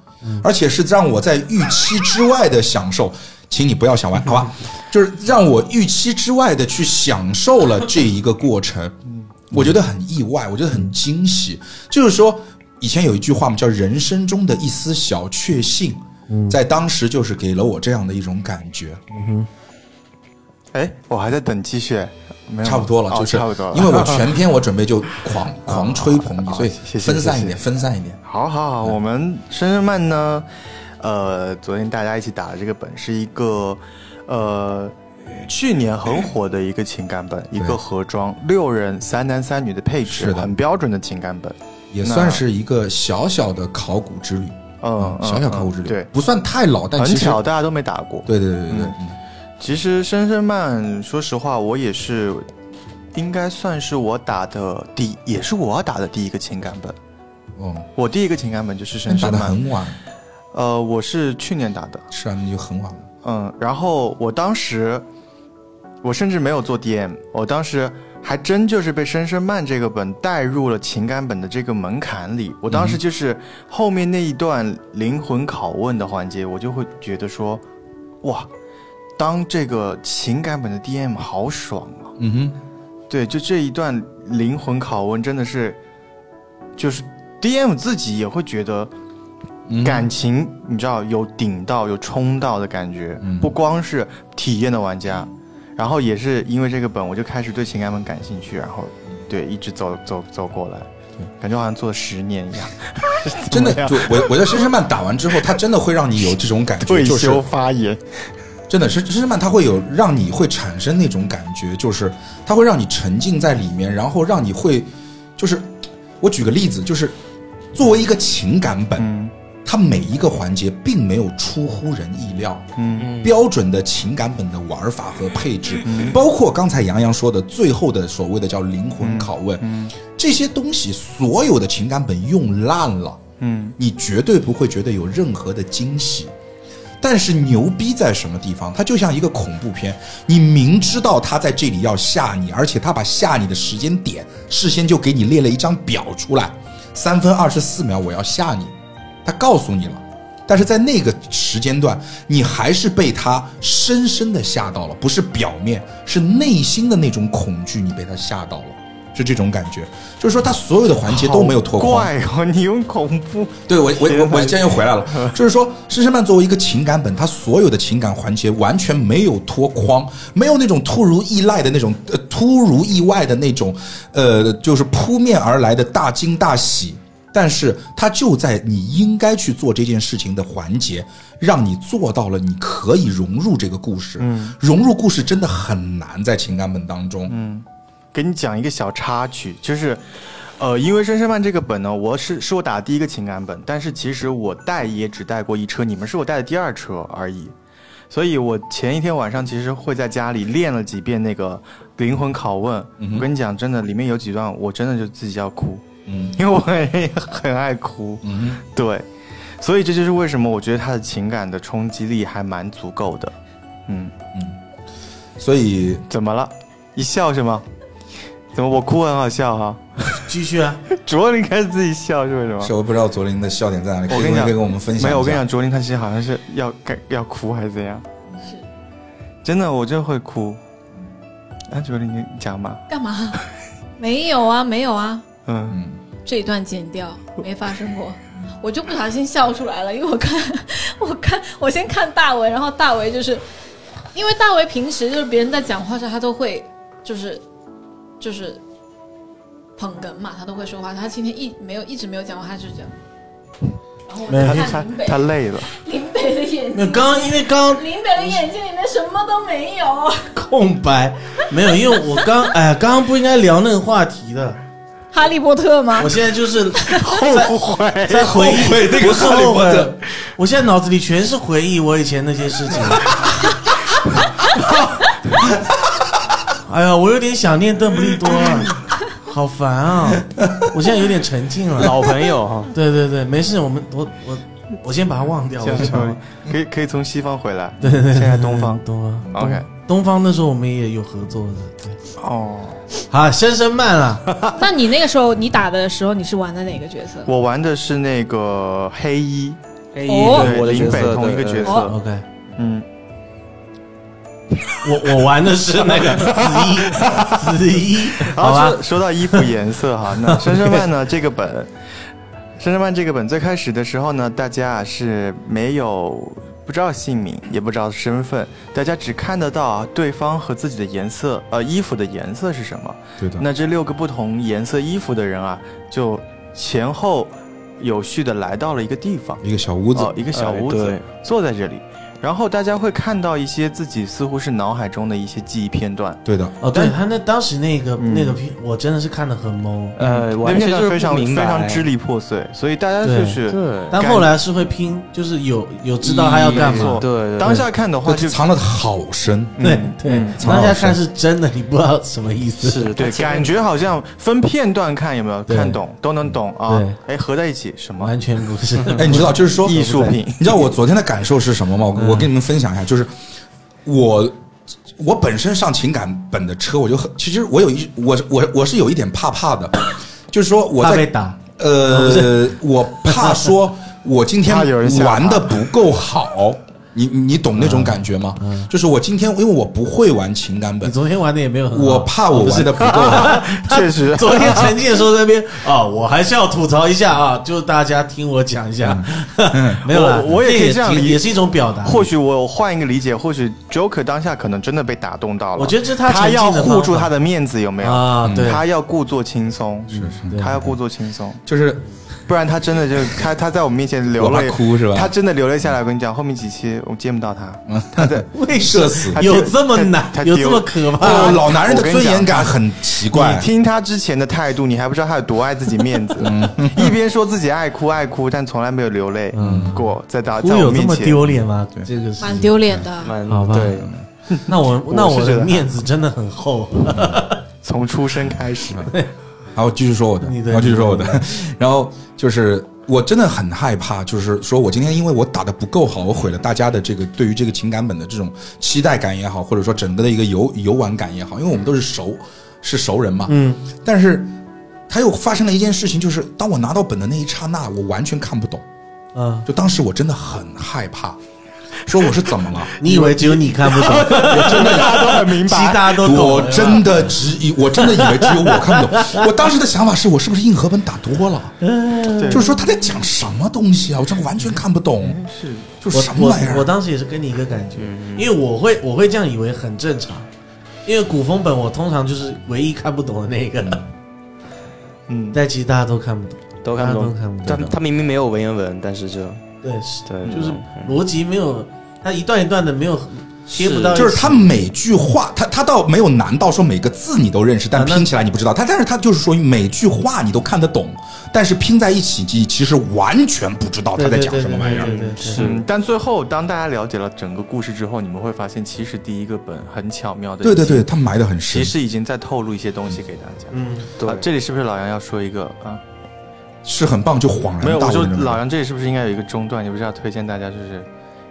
Speaker 2: 而且是让我在预期之外的享受，请你不要想 歪，好吧？就是让我预期之外的去享受了这一个过程，我觉得很意外，我觉得很惊喜。就是说，以前有一句话嘛，叫“人生中的一丝小确幸”，
Speaker 1: 嗯
Speaker 2: 在当时就是给了我这样的一种感觉。
Speaker 1: 哎，我还在等继续，没有
Speaker 2: 差不多了，
Speaker 1: 哦
Speaker 2: 就是
Speaker 1: 差不多了，
Speaker 2: 因为我全篇我准备就 狂狂吹捧你，所以
Speaker 1: 谢谢
Speaker 2: 分散一
Speaker 1: 谢
Speaker 2: 点，分散一点。
Speaker 1: 好好好，我们生日漫呢，呃，昨天大家一起打的这个本是一个，呃，去年很火的一个情感本，一个盒装，六人三男三女的配置，
Speaker 2: 是的
Speaker 1: 很标准的情感本。
Speaker 2: 也
Speaker 1: 那
Speaker 2: 算是一个小小的考古之旅，
Speaker 1: 嗯，
Speaker 2: 啊小小考古
Speaker 1: 物
Speaker 2: 之旅，
Speaker 1: 对，
Speaker 2: 不算太老，但
Speaker 1: 很
Speaker 2: 其实
Speaker 1: 巧，大家都没打过。
Speaker 2: 对对对对对，
Speaker 1: 嗯其实深深漫，说实话，我也是，应该算是我打的第，也是我打的第一个情感本。
Speaker 2: 嗯，哦
Speaker 1: 我第一个情感本就是
Speaker 2: 但
Speaker 1: 深
Speaker 2: 打
Speaker 1: 深
Speaker 2: 的
Speaker 1: 漫，
Speaker 2: 很晚，
Speaker 1: 呃，我是去年打的，
Speaker 2: 是啊，那就很晚了，
Speaker 1: 嗯，然后我当时，我甚至没有做 DM，我当时还真就是被《深深漫》这个本带入了情感本的这个门槛里。我当时就是后面那一段灵魂拷问的环节，我就会觉得说，哇，当这个情感本的 DM 好爽啊！
Speaker 2: 嗯哼，
Speaker 1: 对，就这一段灵魂拷问真的是，就是 DM 自己也会觉得
Speaker 2: 嗯
Speaker 1: 感情，你知道有顶到有冲到的感觉，
Speaker 2: 嗯
Speaker 1: 不光是体验的玩家，然后也是因为这个本，我就开始对情感本感兴趣，然后对一直走走走过来，感觉好像做了十年一样，
Speaker 2: 真的，就我我觉得深深漫打完之后，它真的会让你有这种感觉，
Speaker 1: 退
Speaker 2: 就是
Speaker 1: 休发 言，
Speaker 2: 真的，深深深漫它会有让你会产生那种感觉，就是它会让你沉浸在里面，然后让你会，就是我举个例子，就是作为一个情感本，
Speaker 1: 嗯
Speaker 2: 它每一个环节并没有出乎人意料，
Speaker 1: 嗯
Speaker 2: 标准的情感本的玩法和配置，包括刚才杨洋说的最后的所谓的叫灵魂拷问，这些东西所有的情感本用烂了，
Speaker 1: 嗯
Speaker 2: 你绝对不会觉得有任何的惊喜。但是牛逼在什么地方？它就像一个恐怖片，你明知道他在这里要吓你，而且他把吓你的时间点事先就给你列了一张表出来，三分二十四秒我要吓你，他告诉你了。但是在那个时间段，你还是被他深深的吓到了，不是表面，是内心的那种恐惧，你被他吓到了。是这种感觉，就是说他所有的环节都没有脱
Speaker 1: 好
Speaker 2: 框。
Speaker 1: 怪哦，你用恐怖
Speaker 2: 对我我我我现在又回来
Speaker 1: 嗯
Speaker 2: 了，就是说，施曼作为一个情感本，他所有的情感环节完全没有脱框，没有那种突如意外的那种呃突如意外的那种呃，就是扑面而来的大惊大喜。但是他就在你应该去做这件事情的环节，让你做到了，你可以融入这个故事。嗯，融入故事真的很难在情感本当中。嗯，
Speaker 1: 给你讲一个小插曲，就是，呃，因为《深深漫》这个本呢，我是是我打的第一个情感本，但是其实我带也只带过一车，你们是我带的第二车而已。所以我前一天晚上其实会在家里练了几遍那个灵魂拷问。我跟你讲，真的，里面有几段我真的就自己要哭，
Speaker 2: 嗯
Speaker 1: 因为我很很爱哭。
Speaker 2: 嗯，
Speaker 1: 对，所以这就是为什么我觉得他的情感的冲击力还蛮足够的。嗯，
Speaker 2: 所以
Speaker 1: 怎么了？一笑是吗？怎么我哭很好笑哈、
Speaker 6: 继续啊，
Speaker 1: 卓林开始自己笑是为什么？
Speaker 2: 是我不知道左琳的笑点在哪里，可
Speaker 1: 我
Speaker 2: 以
Speaker 1: 跟你
Speaker 2: 可以
Speaker 1: 讲
Speaker 2: 跟我们分享一下。
Speaker 1: 没有，我跟你讲，卓林他其实好像是要该要哭还是怎样？是，真的，我就会哭。啊，卓林，你讲嘛？
Speaker 5: 干嘛？ 没有啊，没有啊，
Speaker 1: 嗯，
Speaker 2: 嗯。
Speaker 5: 这一段剪掉，没发生过。我就不小心笑出来了，因为我看，我看，我先看大为，然后大为就是，因为大为平时就是别人在讲话时，他都会就是就是捧哏嘛，他都会说话。他今天一没有一直没有讲话，他就这样。然后我
Speaker 6: 没有
Speaker 5: 在
Speaker 1: 他
Speaker 5: 看林
Speaker 1: 他
Speaker 5: 北，
Speaker 1: 他累了，
Speaker 5: 林北的眼
Speaker 6: 那
Speaker 5: 睛，
Speaker 6: 刚刚因为刚
Speaker 5: 林北的眼睛里面什么都没有。
Speaker 6: 刚空白，没有，因为我刚哎，刚刚不应该聊那个话题的，
Speaker 5: 哈利波特吗
Speaker 6: 我？现在就是
Speaker 1: 后悔。
Speaker 6: 在回忆，
Speaker 2: 悔那个
Speaker 6: 不是
Speaker 2: 哈利
Speaker 6: 后
Speaker 2: 波特
Speaker 6: 悔，我现在脑子里全是回忆我以前那些事情。 哎呀，我有点想念邓布利多了，好烦啊！我现在有点沉 浸了。
Speaker 4: 老朋友哈，
Speaker 6: 对对对，没事，我们我我我先把它忘掉。
Speaker 1: 现
Speaker 6: 我
Speaker 1: 在
Speaker 6: 先把它
Speaker 1: 卓
Speaker 6: 忘
Speaker 1: 林
Speaker 6: 掉
Speaker 1: 可以可以从西方回来，
Speaker 6: 对对对，
Speaker 1: 现在东方
Speaker 6: 对对对东方
Speaker 1: OK
Speaker 6: 东东方那时候我们也有合作的。对，
Speaker 1: 哦。
Speaker 6: 好，深深慢了，
Speaker 5: 那你那个时候你打的时候，你是玩的哪个角色？
Speaker 1: 我玩的是那个黑衣，
Speaker 4: 黑
Speaker 5: 哦
Speaker 4: 我哎的角
Speaker 1: 林北
Speaker 4: 色
Speaker 1: 同一个角
Speaker 5: 哦
Speaker 1: 色，
Speaker 6: OK。
Speaker 1: 嗯，
Speaker 6: 我我玩的是那个紫衣，紫 衣，
Speaker 1: 然
Speaker 6: 好
Speaker 1: 后
Speaker 6: 吧
Speaker 1: 说，说到衣服颜色哈，那《深深漫》呢这个本，《深深漫》这个本最开始的时候呢，大家啊是没有不知道姓名，也不知道身份，大家只看得到啊对方和自己的颜色，呃，衣服的颜色是什么。
Speaker 2: 对的，
Speaker 1: 那这六个不同颜色衣服的人啊，就前后有序的来到了一个地方。
Speaker 2: 一个小屋子，
Speaker 1: 哦，一个小屋子、
Speaker 4: 哎对
Speaker 1: 坐在这里，然后大家会看到一些自己似乎是脑海中的一些记忆片段，
Speaker 2: 对的，
Speaker 6: 哦，对他那当时那个、
Speaker 1: 嗯
Speaker 6: 那个片，我真的是看得很懵，
Speaker 4: 呃，
Speaker 1: 那
Speaker 4: 完
Speaker 1: 片
Speaker 4: 全就
Speaker 1: 段
Speaker 4: 是
Speaker 1: 非常
Speaker 4: 不明
Speaker 1: 非
Speaker 4: 白
Speaker 1: 常支离破碎，所以大家就
Speaker 6: 对
Speaker 1: 是
Speaker 4: 对，
Speaker 6: 但后来是会拼，就是有有知道他要干嘛
Speaker 1: 错，
Speaker 4: 对对，对
Speaker 1: 当下看的话就
Speaker 2: 对藏的好深。
Speaker 1: 嗯
Speaker 6: 对对
Speaker 1: 嗯，
Speaker 6: 当下看是真的，你不知道什么意思，
Speaker 4: 是
Speaker 1: 对，
Speaker 4: 他前面
Speaker 1: 感觉好像分片段看有没有
Speaker 6: 对
Speaker 1: 看懂都能懂啊
Speaker 6: 对，
Speaker 1: 哎，合在一起什么
Speaker 6: 完全不是。
Speaker 2: 哎，你知道，就是说
Speaker 1: 嗯艺术品， 嗯
Speaker 2: 你知道我昨天的感受是什么吗？我我跟你们分享一下，就是我我本身上情感本的车，我就很，其实我有一我我我是有一点怕怕的，就是说我
Speaker 6: 怕被
Speaker 2: 在
Speaker 6: 打，
Speaker 2: 呃，我怕说我今天
Speaker 1: 哦 怕有人吓他嗯
Speaker 2: 玩的不够好。你你你懂那种感觉吗？就是我今天因为我不会玩情感
Speaker 1: 呃
Speaker 6: 你
Speaker 2: 本，
Speaker 6: 昨天玩的也没有很好。哦
Speaker 2: 我怕
Speaker 1: 哦
Speaker 2: 我玩的不够好。
Speaker 1: 确 实
Speaker 6: 昨天沉浸的时候在那边啊、我还是要吐槽一下啊，就大家听我讲一下， 没有啦，
Speaker 1: 嗯我我也可以
Speaker 6: 这也
Speaker 1: 这样
Speaker 6: 挺
Speaker 1: 理
Speaker 6: 也是一种表达。
Speaker 1: 或许我换一个理解，或许 Joker 当下可能真的被打动到了。
Speaker 6: 我觉得这是他
Speaker 1: 他
Speaker 6: 沉浸的
Speaker 1: 要
Speaker 6: 方法
Speaker 1: 护住他的面子，有没有？
Speaker 6: 啊，对，
Speaker 1: 嗯他要故作轻松，是
Speaker 6: 对
Speaker 1: 他要故作轻松，
Speaker 2: 就是
Speaker 1: 不然他真的就他他在我们面前流
Speaker 2: 我怕
Speaker 1: 泪
Speaker 2: 哭是吧
Speaker 1: 他真的流泪下来，我跟你讲，后面几期我见不到他，他在
Speaker 6: 为什
Speaker 2: 社死
Speaker 6: 么有这么难
Speaker 1: 他，丢
Speaker 6: 有这么可
Speaker 2: 哦
Speaker 6: 怕？
Speaker 2: 老男人的
Speaker 1: 我跟你
Speaker 2: 尊严
Speaker 1: 讲
Speaker 2: 感很奇怪。
Speaker 1: 你听他之前的态度，你还不知道他有多爱自己面子，
Speaker 2: 嗯
Speaker 1: 一边说自己爱哭爱哭，但从来没有流泪
Speaker 2: 嗯
Speaker 1: 过，在大
Speaker 6: 哭
Speaker 1: 在我
Speaker 6: 有这
Speaker 1: 面
Speaker 6: 么
Speaker 1: 前
Speaker 6: 丢脸吗？这个是
Speaker 5: 蛮丢脸的。
Speaker 4: 蛮
Speaker 6: 好吧
Speaker 4: 对，
Speaker 6: 那我
Speaker 1: 我
Speaker 6: 那
Speaker 1: 是
Speaker 6: 我
Speaker 1: 觉
Speaker 6: 的
Speaker 1: 得
Speaker 6: 面子真的很厚。
Speaker 3: 啊
Speaker 1: 从出生开 始，
Speaker 2: 好，我继续说我的，
Speaker 6: 你的
Speaker 2: 然后继续说我的， 然后就是我真的很害怕，就是说我今天因为我打的不够好，我毁了大家的这个对于这个情感本的这种期待感也好，或者说整个的一个游游玩感也好，因为我们都是熟是熟人嘛，
Speaker 6: 嗯，
Speaker 2: 但是他又发生了一件事情，就是当我
Speaker 3: 嗯
Speaker 2: 拿到本的那一刹那，我完全看不懂，
Speaker 6: 啊，
Speaker 2: 就当时我真的很害怕，说我是怎么了？
Speaker 3: 你以为只有你看不懂？我真的
Speaker 1: 大家都很明
Speaker 3: 其实大家都懂。
Speaker 2: 我真的只以我真的以为只有我看不懂。我当时的想法是我是不是硬核本打多了？
Speaker 1: 对
Speaker 2: 就是说他在讲什么东西啊？我真的完全看不懂，
Speaker 1: 是
Speaker 2: 就是什么
Speaker 3: 我
Speaker 2: 玩意
Speaker 3: 我我
Speaker 2: 儿？
Speaker 3: 当时也是跟你一个感觉，
Speaker 4: 嗯
Speaker 3: 因为我会我会这样以为很正常，因为古风本我通常就是唯一看不懂的那一个，
Speaker 1: 嗯，
Speaker 3: 但其实大家都看不懂，
Speaker 4: 都看不
Speaker 3: 大
Speaker 4: 懂。
Speaker 3: 家都看不
Speaker 4: 他
Speaker 3: 懂。
Speaker 4: 他明明没有文言文，但是就
Speaker 3: 对，是
Speaker 4: 对，
Speaker 3: 就是逻辑没有，它一段一段的没有贴不到一起，
Speaker 2: 就是他每句话，他他倒没有难到说每个字你都认识，但
Speaker 3: 啊那
Speaker 2: 拼起来你不知道。他但是他就是说每句话你都看得懂，但是拼在一起你其实完全不知道
Speaker 3: 对
Speaker 2: 他在
Speaker 3: 对
Speaker 2: 讲
Speaker 3: 对
Speaker 2: 什么玩意儿
Speaker 3: 对。对对对
Speaker 4: 是
Speaker 1: 嗯，但最后当大家了解了整个故事之后，你们会发现，其实第一个本很巧妙的，
Speaker 2: 对对对，，他埋得很
Speaker 1: 其。
Speaker 2: 深
Speaker 1: 实已经在透露一些东西给大家。
Speaker 3: 嗯，
Speaker 4: 对
Speaker 1: 啊，这里是不是老杨要说一个啊？
Speaker 2: 是很棒，就恍
Speaker 1: 没有，
Speaker 2: 然嗯大
Speaker 1: 我
Speaker 2: 悟
Speaker 1: 说
Speaker 2: 的那种
Speaker 1: 老杨这里是不是应该有一个中断？你不是要推荐大家就是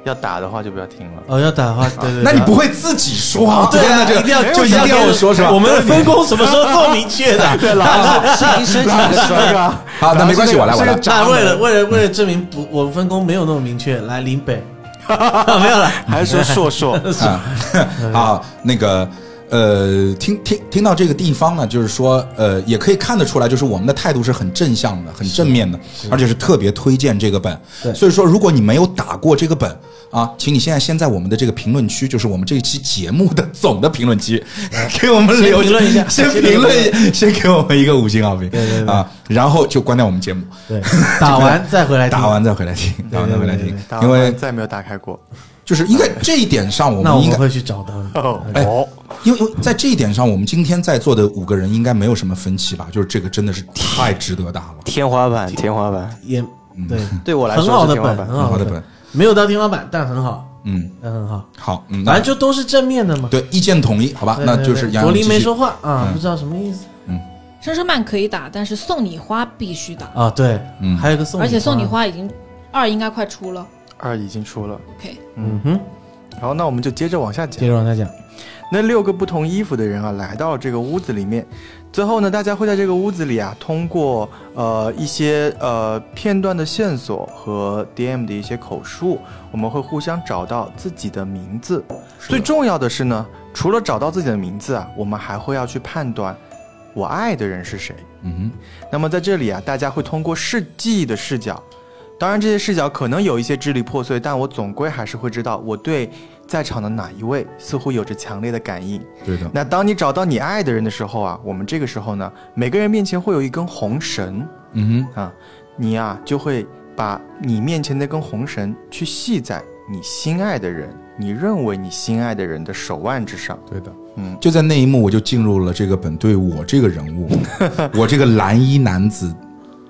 Speaker 1: 要打的话就不要听 了。
Speaker 3: 哦，要打的话，对对，
Speaker 2: 那
Speaker 3: 对
Speaker 2: 你不会自己说啊？
Speaker 3: 对啊，
Speaker 2: 天哪
Speaker 3: 一定要
Speaker 2: 就一定要我说是吧？
Speaker 3: 我们的分工什么时候做明确的？对了，
Speaker 4: 是是
Speaker 1: 帅哥，
Speaker 2: 好，那没关系，我来，我来。
Speaker 3: 那为了为了为了证明不，我们分工没有那么明确，来林 北，啊没有了，
Speaker 1: 还是说硕 硕？
Speaker 2: 啊，好，那个。呃，听听听到这个地方呢，就是说，呃，也可以看得出来，就是我们的态度是很正向的，很正面的，而且是特别推荐这个本。
Speaker 3: 对
Speaker 2: 所以说，如果你没有打过这个本啊，请你现在先在我们的这个评论区，就是我们这一期节目的总的评论区，给我们
Speaker 3: 先
Speaker 2: 留
Speaker 3: 评论一下
Speaker 2: 先
Speaker 3: 先
Speaker 2: 评
Speaker 3: 评
Speaker 2: 论
Speaker 3: 论
Speaker 2: 一下，先给我们一个五星好评，
Speaker 3: 对对对
Speaker 2: 啊，然后就关掉我们节目，
Speaker 3: 对，打完再回来听
Speaker 2: 打，完再回来听，打完再回来听，因
Speaker 1: 大
Speaker 2: 为
Speaker 1: 家再没有打开过。
Speaker 2: 就是因为这一点上，我
Speaker 3: 那
Speaker 2: 们
Speaker 3: 我
Speaker 2: 应
Speaker 3: 们嗯
Speaker 2: 该
Speaker 3: 会去找他们。
Speaker 2: 哎
Speaker 1: 哦，
Speaker 2: 因为因为在这一点上，我们今天在座的五个人应该没有什么分歧吧？就是这个真的是太值得打了，
Speaker 4: 天花板，天花板。
Speaker 3: 也对，
Speaker 4: 对我来
Speaker 3: 很
Speaker 4: 说
Speaker 3: 好的
Speaker 4: 是天花
Speaker 3: 本，
Speaker 4: 板
Speaker 3: 很。
Speaker 2: 好
Speaker 3: 好
Speaker 2: 的
Speaker 3: 的
Speaker 2: 本，，
Speaker 3: 没有到天花板，但很好，
Speaker 2: 嗯，
Speaker 3: 但很好，
Speaker 2: 好，嗯，
Speaker 3: 反
Speaker 2: 那
Speaker 3: 正就都是正面的嘛。
Speaker 2: 对意见统一，好吧？
Speaker 3: 对啊
Speaker 2: 那
Speaker 3: 对
Speaker 2: 就是
Speaker 3: 对
Speaker 2: 杨
Speaker 3: 卓
Speaker 2: 洋
Speaker 3: 林
Speaker 2: 继
Speaker 3: 没
Speaker 2: 续
Speaker 3: 说话啊
Speaker 2: 嗯，
Speaker 3: 不知道什么意思
Speaker 5: 佘诗曼可以打，但是送你花必须打，
Speaker 3: 啊。对
Speaker 2: 嗯，
Speaker 3: 还有一个送，
Speaker 5: 而且送你，花已经二应该快出了。
Speaker 1: 二已经出了，
Speaker 5: OK，
Speaker 3: 嗯哼，
Speaker 1: 好，那我们就接着往下
Speaker 3: 接
Speaker 1: 讲。
Speaker 3: 着往下讲。
Speaker 1: 那六个不同衣服的人啊，来到这个屋子里面，最后呢，大家会在这个屋子里啊，通过呃一些呃片段的线索和 DM 的一些口述，我们会互相找到自己的名字。最重要的是呢，除了找到自己的名字啊，我们还会要去判断我爱的人是谁。
Speaker 2: 嗯
Speaker 1: 那么在这里啊，大家会通过事迹的视角，当然这些视角可能有一些支离破碎，但我总归还是会知道我对在场的哪一位似乎有着强烈的感应。
Speaker 2: 哼，对的，
Speaker 1: 那当你找到你爱的人的时候啊，我们这个时候呢，每个人面前会有一根红绳
Speaker 2: 嗯哼，
Speaker 1: 啊，你啊就会把你面前那根红绳去系在你心爱的人，你认为你心爱的人的手腕之上。
Speaker 2: 对的。
Speaker 1: 嗯，
Speaker 2: 就在那一幕，我就进入了这个本对我这个人 物，我这个蓝衣男子，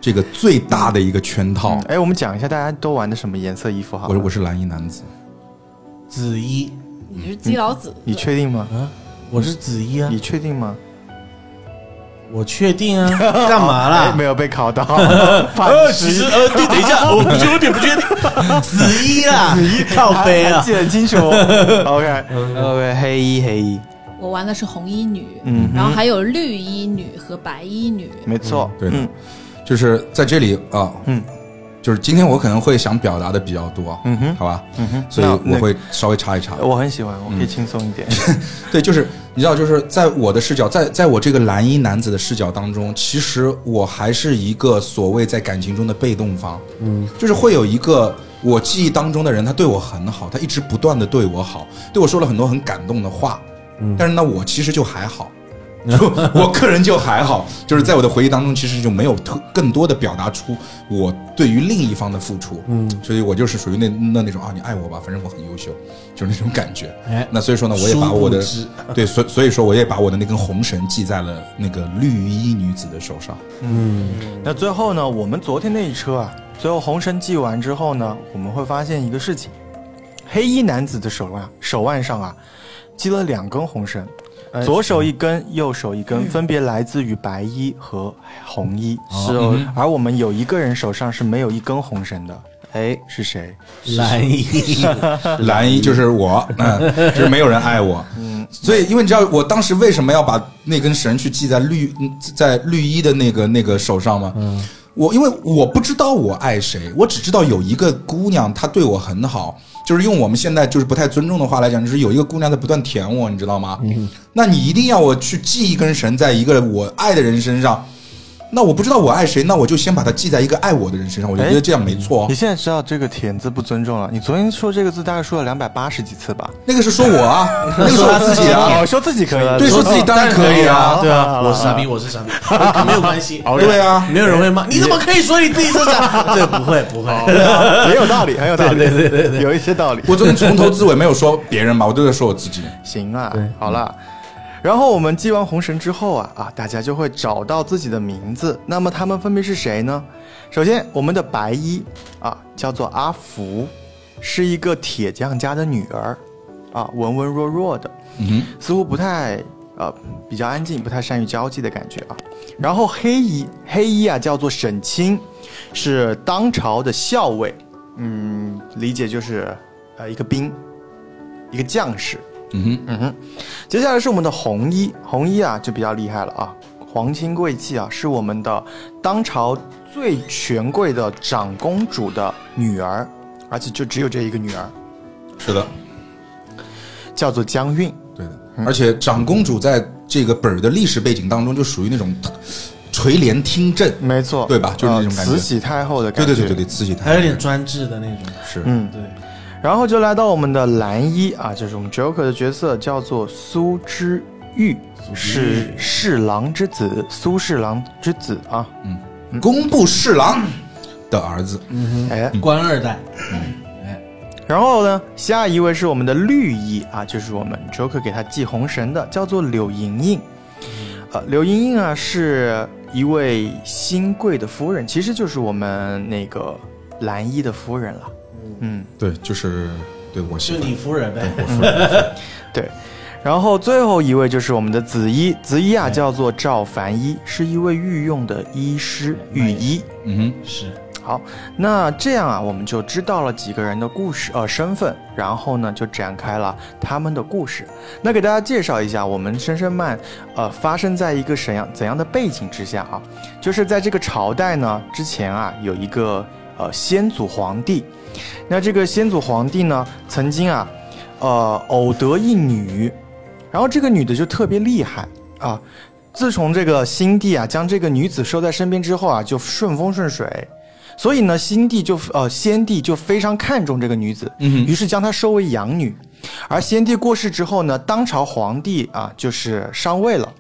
Speaker 2: 这个最大的一个圈套。
Speaker 3: 嗯
Speaker 1: 哎，我们讲一下大家都玩的什么颜色衣服好
Speaker 2: 哦我
Speaker 1: 了？
Speaker 2: 我是蓝衣男子，
Speaker 3: 子衣，
Speaker 5: 你是基佬子，
Speaker 1: 嗯你确定吗？
Speaker 3: 我是子衣啊
Speaker 1: 你，确定吗？
Speaker 3: 我确定 啊，干嘛啦
Speaker 1: 哎？没有被考到，
Speaker 3: 呃，其实呃，对，等一 下，我不是有点不确定，子衣 啦，子衣靠背
Speaker 1: 还
Speaker 3: 啊
Speaker 1: 记，得很清楚。OK，
Speaker 2: 嗯
Speaker 4: OK，黑衣黑衣，
Speaker 5: 我玩的是红衣女，
Speaker 1: 嗯哼
Speaker 5: 然后还有绿衣女和白衣女。
Speaker 1: 没错，
Speaker 2: 对的
Speaker 1: 嗯
Speaker 2: 就是在这里啊，
Speaker 1: 嗯，
Speaker 2: 就是今天我可能会想表达的比较多，
Speaker 1: 嗯哼，
Speaker 2: 好吧？
Speaker 1: 嗯哼，
Speaker 2: 所以
Speaker 1: 那
Speaker 2: 我会稍微插一插
Speaker 1: 那。我很喜欢，我可以轻松一点。
Speaker 2: 对，就是你知道，就是在我的视角，在在我这个蓝衣男子的视角当中，其实我还是一个所谓在感情中的被动方，嗯，就是会有一个我记忆当中的人，他对我很好，他一直不断的对我好，对我说了很多很感动的话，嗯，但是呢，我其实就还好。就我个人就还好，就是在我的回忆当中，其实就没有特更多的表达出我对于另一方的付出，嗯，所以我就是属于那那那种啊，你爱我吧，反正我很优秀，就是那种感觉。
Speaker 3: 哎，
Speaker 2: 那所以说呢，我也把我的
Speaker 3: 殊
Speaker 2: 对，所所以说我也把我的那根红绳系在了那个绿衣女子的手上。
Speaker 1: 那最后呢，我们昨天那一车啊，最后红绳系完之后呢，我们会发现一个事情：黑衣男子的手腕手腕上啊，系了两根红绳，
Speaker 3: 哎
Speaker 1: 左手一根，右手一根，分别来自于白衣和红衣。
Speaker 4: 是哦，
Speaker 1: 而我们有一个人手上是没有一根红绳的，
Speaker 4: 哎，
Speaker 1: 是谁？
Speaker 3: 蓝衣，
Speaker 2: 蓝衣就是我，嗯，就是没有人爱我。嗯，所以因为你知道我当时为什么要把那根绳去系在绿嗯在绿衣的那个那个手上吗？
Speaker 3: 嗯
Speaker 2: 我因为我不知道我爱谁，我只知道有一个姑娘她对我很好，就是用我们现在就是不太尊重的话来讲，就是有一个姑娘在不断舔我，你知道吗？那你一定要我去系一根绳在一个我爱的人身上，那我不知道我爱谁，那我就先把它系在一个爱我的人身上，我就觉得
Speaker 1: 哎
Speaker 2: 这样没错
Speaker 1: 你。现在知道这个“舔”字不尊重了。你昨天说这个字大概说了两百八十几次吧？
Speaker 2: 那个是说我啊，那个是我自己啊
Speaker 1: 哦，，说自己可以，哦
Speaker 2: 对，说自己当然可以啊，
Speaker 3: 对啊，我是傻逼，我是 傻逼，没有关系，
Speaker 2: 对啊，
Speaker 3: 没有人会骂你怎么可以说你自己是 傻，这不会不 会，
Speaker 1: 也有道理，很有道理，对对对有一些道理。
Speaker 2: 我昨天从头至尾没有说别人嘛，我都在说我自己。
Speaker 1: 行啊，好了。然后我们系完红绳之后啊啊，大家就会找到自己的名字。那么他们分别是谁呢？首先，我们的白衣啊，叫做阿福，是一个铁匠家的女儿，啊，文文弱弱的，
Speaker 2: 嗯
Speaker 1: 似乎不太呃比较安静，不太善于交际的感觉啊。然后黑衣黑衣啊叫做沈清，是当朝的校尉，嗯，理解就是呃一个兵，一个将士。
Speaker 2: 哼，嗯哼，
Speaker 1: 嗯哼，接下来是我们的红衣，红衣啊就比较厉害了啊，皇亲贵戚啊是我们的当朝最权贵的长公主的女儿，而且就只有这一个女儿，
Speaker 2: 是的，
Speaker 1: 叫做江韵。
Speaker 2: 对的。而且长公主在这个本儿的历史背景当中，就属于那种垂帘听政，
Speaker 1: 没错，
Speaker 2: 对吧就是那种
Speaker 1: 呃
Speaker 2: 感觉
Speaker 1: 慈禧太后的感
Speaker 2: 对
Speaker 1: 觉。
Speaker 2: 对对对
Speaker 1: 对。
Speaker 2: 对，慈禧太
Speaker 3: 还有点专制的那种，
Speaker 2: 是，
Speaker 1: 嗯，
Speaker 3: 对，
Speaker 1: 然后就来到我们的蓝衣啊，就是我们 Joker 的角色，叫做苏之玉，是侍郎之子，苏侍郎之子啊。
Speaker 2: 工部嗯侍郎的儿子，
Speaker 1: 哎，
Speaker 2: 嗯
Speaker 3: 官二代，
Speaker 1: 然后呢，下一位是我们的绿衣啊，就是我们 Joker 给他系红绳的，叫做柳莹莹。呃，柳莹莹啊，是一位新贵的夫人，其实就是我们那个蓝衣的夫人了。嗯，
Speaker 2: 对，就是对我媳
Speaker 3: 就
Speaker 2: 妇
Speaker 3: 你夫人呗，
Speaker 1: 对。然后最后一位就是我们的紫衣，紫衣啊叫做赵凡医，是一位御用的医师御医。
Speaker 2: 嗯
Speaker 3: 是
Speaker 1: 好，那这样啊，我们就知道了几个人的故事呃身份，然后呢就展开了他们的故事。那给大家介绍一下，我们深深漫呃发生在一个怎样怎样的背景之下啊？就是在这个朝代呢之前啊，有一个呃先祖皇帝，那这个先祖皇帝呢曾经啊，呃偶得一女，然后这个女的就特别厉害啊。自从这个新帝啊将这个女子收在身边之后啊，就顺风顺水，所以呢，新帝就呃先帝就非常看重这个女子，
Speaker 2: 嗯
Speaker 1: 于是将她收为养女。而先帝过世之后呢，当朝皇帝啊就是上位了。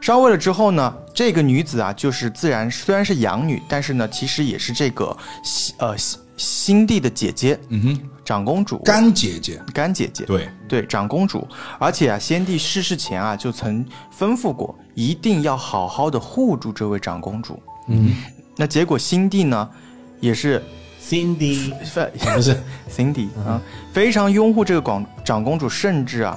Speaker 1: 上位了之后呢，这个女子啊，就是自然虽然是养女，但是呢，其实也是这个西呃西新帝的姐姐，
Speaker 2: 哼，嗯哼，
Speaker 1: 长公主
Speaker 2: 干姐姐，
Speaker 1: 干姐姐，
Speaker 2: 对，
Speaker 1: 对长公主。而且啊，先帝逝世前啊，就曾吩咐过，一定要好好的护住这位长公主。
Speaker 2: 嗯，
Speaker 1: 那结果新帝呢，也是
Speaker 3: Cindy，
Speaker 1: 非
Speaker 3: 不是
Speaker 1: Cindy 啊，非常拥护这个广长公主，甚至啊，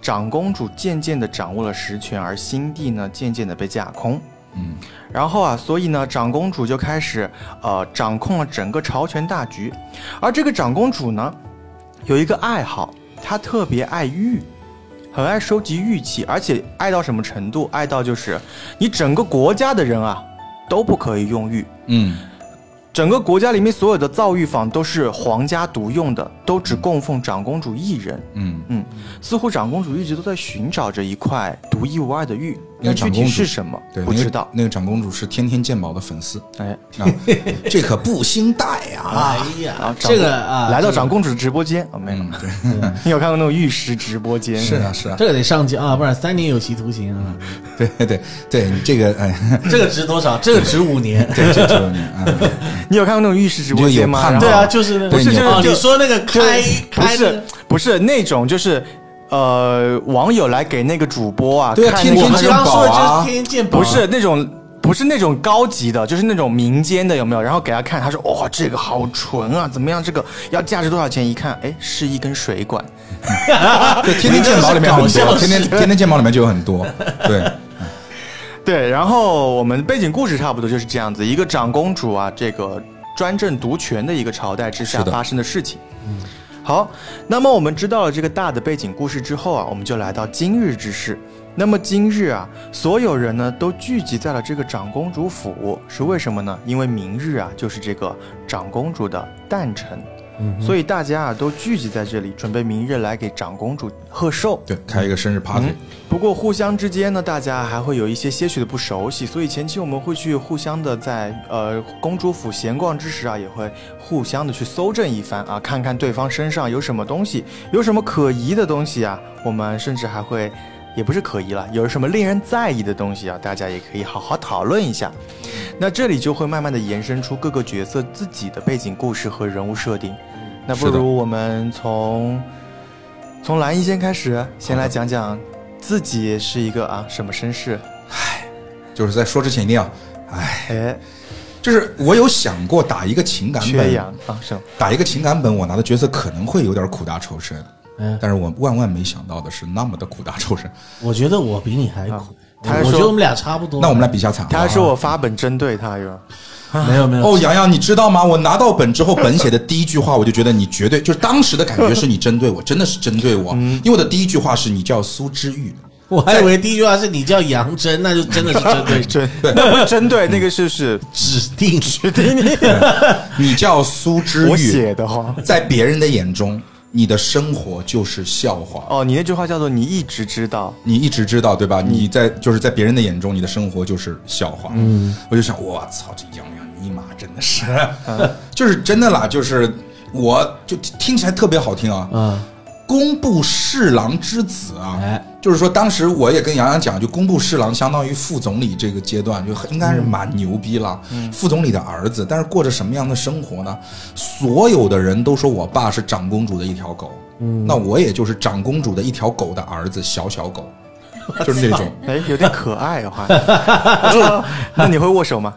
Speaker 1: 长公主渐渐的掌握了实权，而新帝呢，渐渐的被架空。
Speaker 2: 嗯，
Speaker 1: 然后啊，所以呢，长公主就开始呃掌控了整个朝权大局，而这个长公主呢，有一个爱好，她特别爱玉，很爱收集玉器，而且爱到什么程度？爱到就是你整个国家的人啊都不可以用玉，
Speaker 2: 嗯，
Speaker 1: 整个国家里面所有的造玉坊都是皇家独用的，都只供奉长公主一人。
Speaker 2: 嗯，
Speaker 1: 嗯，似乎长公主一直都在寻找着一块独一无二的玉，
Speaker 2: 那
Speaker 1: 但
Speaker 2: 个
Speaker 1: 具
Speaker 2: 长
Speaker 1: 体
Speaker 2: 公主
Speaker 1: 是什么
Speaker 2: 对，
Speaker 1: 不
Speaker 2: 那个
Speaker 1: 知道。
Speaker 2: 那个长公主是天天鉴宝的粉丝
Speaker 1: 哎，
Speaker 2: 啊，这可不兴代
Speaker 3: 哎
Speaker 2: 啊，
Speaker 1: 啊
Speaker 3: 呀，，
Speaker 1: 长
Speaker 3: 这个啊，
Speaker 1: 来到长
Speaker 3: 这
Speaker 1: 公主的直播间啊，没有，
Speaker 2: 嗯，对，
Speaker 1: 你有看过那种玉石直播间？
Speaker 2: 是啊，是啊
Speaker 3: 个，这个得上去啊，不然三年有期徒刑啊，
Speaker 2: 对对对，你这个哎，
Speaker 3: 这个值多少？这个值五年。
Speaker 2: 对，这就是你啊，
Speaker 1: 你有看过那种玉石直播间吗？
Speaker 2: 你就有判
Speaker 1: 然后
Speaker 2: 断
Speaker 3: 对啊，就是那个
Speaker 2: 不是就是
Speaker 3: 哦，
Speaker 1: 就
Speaker 3: 你说那个开
Speaker 1: 不
Speaker 3: 开
Speaker 1: 是
Speaker 3: 的，
Speaker 1: 不是那种，就是呃，网友来给那个主播啊，
Speaker 2: 对啊
Speaker 1: 看
Speaker 2: 天
Speaker 1: 那
Speaker 2: 天
Speaker 1: 个
Speaker 3: 我们
Speaker 2: 鉴
Speaker 3: 刚
Speaker 2: 宝
Speaker 3: 说的就
Speaker 2: 啊
Speaker 3: 是天天鉴宝，
Speaker 1: 不是那种，不是那种高级的，就是那种民间的，有没有？然后给他看，他说：“哇、这个好纯啊，怎么样？这个要价值多少钱？”一看，哎，是一根水管。
Speaker 2: 对，天天鉴宝里面很
Speaker 3: 搞笑
Speaker 2: 多，天天天天鉴宝里面就有很 多，对，
Speaker 1: 对，然后我们背景故事差不多就是这样子，一个长公主啊，这个专政独权的一个朝代之下
Speaker 2: 是的
Speaker 1: 发生的事情。好，那么我们知道了这个大的背景故事之后啊，我们就来到今日之事。那么今日啊，所有人呢都聚集在了这个长公主府，是为什么呢？因为明日啊就是这个长公主的诞辰，所以大家啊都聚集在这里，准备明日来给长公主贺寿。
Speaker 2: 对，开一个生日 party，、
Speaker 1: 不过互相之间呢，大家还会有一些些许的不熟悉，所以前期我们会去互相的在呃公主府闲逛之时啊，也会互相的去搜证一番啊，看看对方身上有什么东西，有什么可疑的东西啊。我们甚至还会，也不是可疑了，有什么令人在意的东西啊，大家也可以好好讨论一下。那这里就会慢慢的延伸出各个角色自己的背景故事和人物设定。那不
Speaker 2: 是的
Speaker 1: 如我们从从蓝衣先开始，先来讲讲自己是一个啊什么身世？
Speaker 2: 就是在说之前一定要，哎，
Speaker 1: 哎，
Speaker 2: 就是我有想过打一个情感
Speaker 1: 缺
Speaker 2: 本，
Speaker 1: 氧啊什么？
Speaker 2: 打一个情感本，我拿的角色可能会有点苦大仇深，
Speaker 3: 嗯
Speaker 2: 但是我万万没想到的是那么的苦大仇深。
Speaker 1: 嗯
Speaker 3: 我觉得我比你还苦，
Speaker 1: 他还
Speaker 3: 我
Speaker 1: 说
Speaker 3: 觉得我们俩差不多。
Speaker 2: 啊那我们来比一下惨，啊
Speaker 1: 他还说我发本针对他哟，
Speaker 3: 没有没有
Speaker 2: 哦，洋洋，你知道吗？我拿到本之后，本写的第一句话，我就觉得你绝对就是当时的感觉是你针对我，真的是针对我，
Speaker 1: 嗯
Speaker 2: 因为我的第一句话是你叫苏之玉，
Speaker 3: 我还以为第一句话是你叫杨真，那就真的是针 对
Speaker 1: 针 那不是针对，那个是是
Speaker 3: 指定
Speaker 1: 指 定你
Speaker 2: 你叫苏之
Speaker 1: 我
Speaker 2: 玉，
Speaker 1: 写的 哈。
Speaker 2: 在别人的眼中，你的生活就是笑话。
Speaker 1: 哦，你那句话叫做你一直知道，
Speaker 2: 你一直知道对吧？你在就是在别人的眼中，你的生活就是笑话。嗯，我就想，我操，这洋洋你妈真的是， 就是真的啦，就是我就听起来特别好听啊，
Speaker 3: 啊，
Speaker 2: 工部侍郎之子啊，
Speaker 3: 哎
Speaker 2: 就是说当时我也跟杨洋讲，就工部侍郎相当于副总理这个阶段，就很应该是蛮牛逼了。副总理的儿子，但是过着什么样的生活呢？所有的人都说我爸是长公主的一条狗，那我也就是长公主的一条狗的儿子，小小狗，就是那种。
Speaker 1: 哎，有点可爱啊。哈那你会握手吗？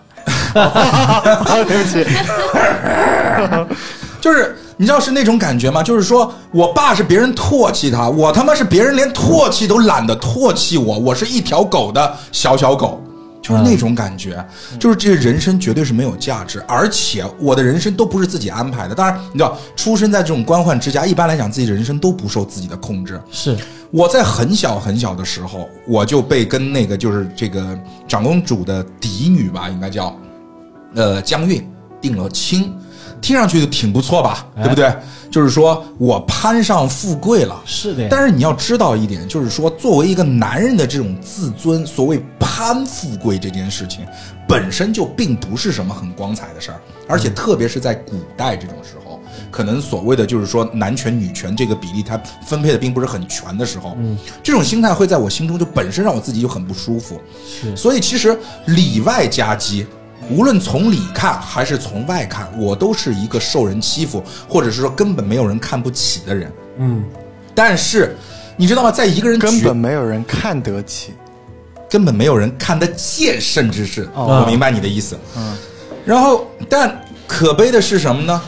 Speaker 1: 对不起，
Speaker 2: 就是你知道是那种感觉吗？就是说我爸是别人唾弃他，我他妈是别人连唾弃都懒得唾弃我，我是一条狗的小小狗。就是那种感觉，就是这人生绝对是没有价值，而且我的人生都不是自己安排的。当然，你知道，出生在这种官宦之家，一般来讲，自己人生都不受自己的控制。
Speaker 3: 是
Speaker 2: 我在很小很小的时候，我就被跟那个就是这个长公主的嫡女吧，应该叫，呃，江韵定了亲，听上去就挺不错吧，对不对？就是说我攀上富贵了。
Speaker 3: 是的呀，
Speaker 2: 但是你要知道一点，就是说，作为一个男人的这种自尊，所谓攀富贵这件事情，本身就并不是什么很光彩的事儿，而且特别是在古代这种时候，可能所谓的就是说男权女权这个比例，它分配的并不是很全的时候，嗯，这种心态会在我心中就本身让我自己就很不舒服，
Speaker 3: 是
Speaker 2: 所以其实里外夹击。无论从里看还是从外看，我都是一个受人欺负，或者是说根本没有人看不起的人。
Speaker 3: 嗯，
Speaker 2: 但是你知道吗？在一个人
Speaker 1: 根
Speaker 2: 绝
Speaker 1: 本没有人看得起。
Speaker 2: 根本没有人看得见，甚至是、
Speaker 3: 哦
Speaker 2: 我明白你的意思。嗯，然后但可悲的是什么呢？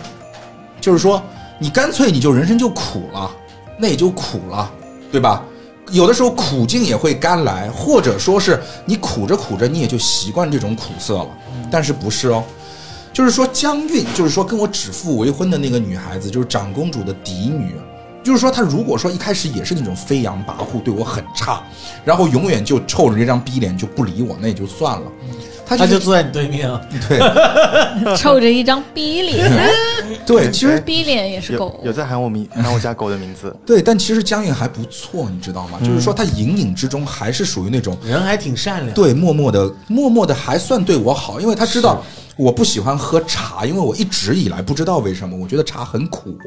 Speaker 2: 就是说你干脆你就人生就苦了，那也就苦了，对吧？有的时候苦尽也会甘来，或者说是你苦着苦着你也就习惯这种苦涩了。但是不是哦？就是说江韵，就是说跟我指腹为婚的那个女孩子，就是长公主的嫡女。就是说，她如果说一开始也是那种飞扬跋扈，对我很差，然后永远就臭着这张逼脸就不理我，那也就算了。她
Speaker 3: 他
Speaker 2: 就
Speaker 3: 就坐在你对面啊，
Speaker 2: 对
Speaker 5: 臭着一张逼 脸，
Speaker 2: 对，其实，
Speaker 5: 逼脸也是
Speaker 1: 有
Speaker 5: 狗
Speaker 1: 有。在喊我名喊我家狗的名字
Speaker 2: 对，但其实江韵还不错，你知道吗？就是说，她隐隐之中还是属于那种
Speaker 3: 人还挺善良。
Speaker 2: 对，默默的，默默的还算对我好，因为他知道我不喜欢喝茶，因为我一直以来不知道为什么，我觉得茶很苦，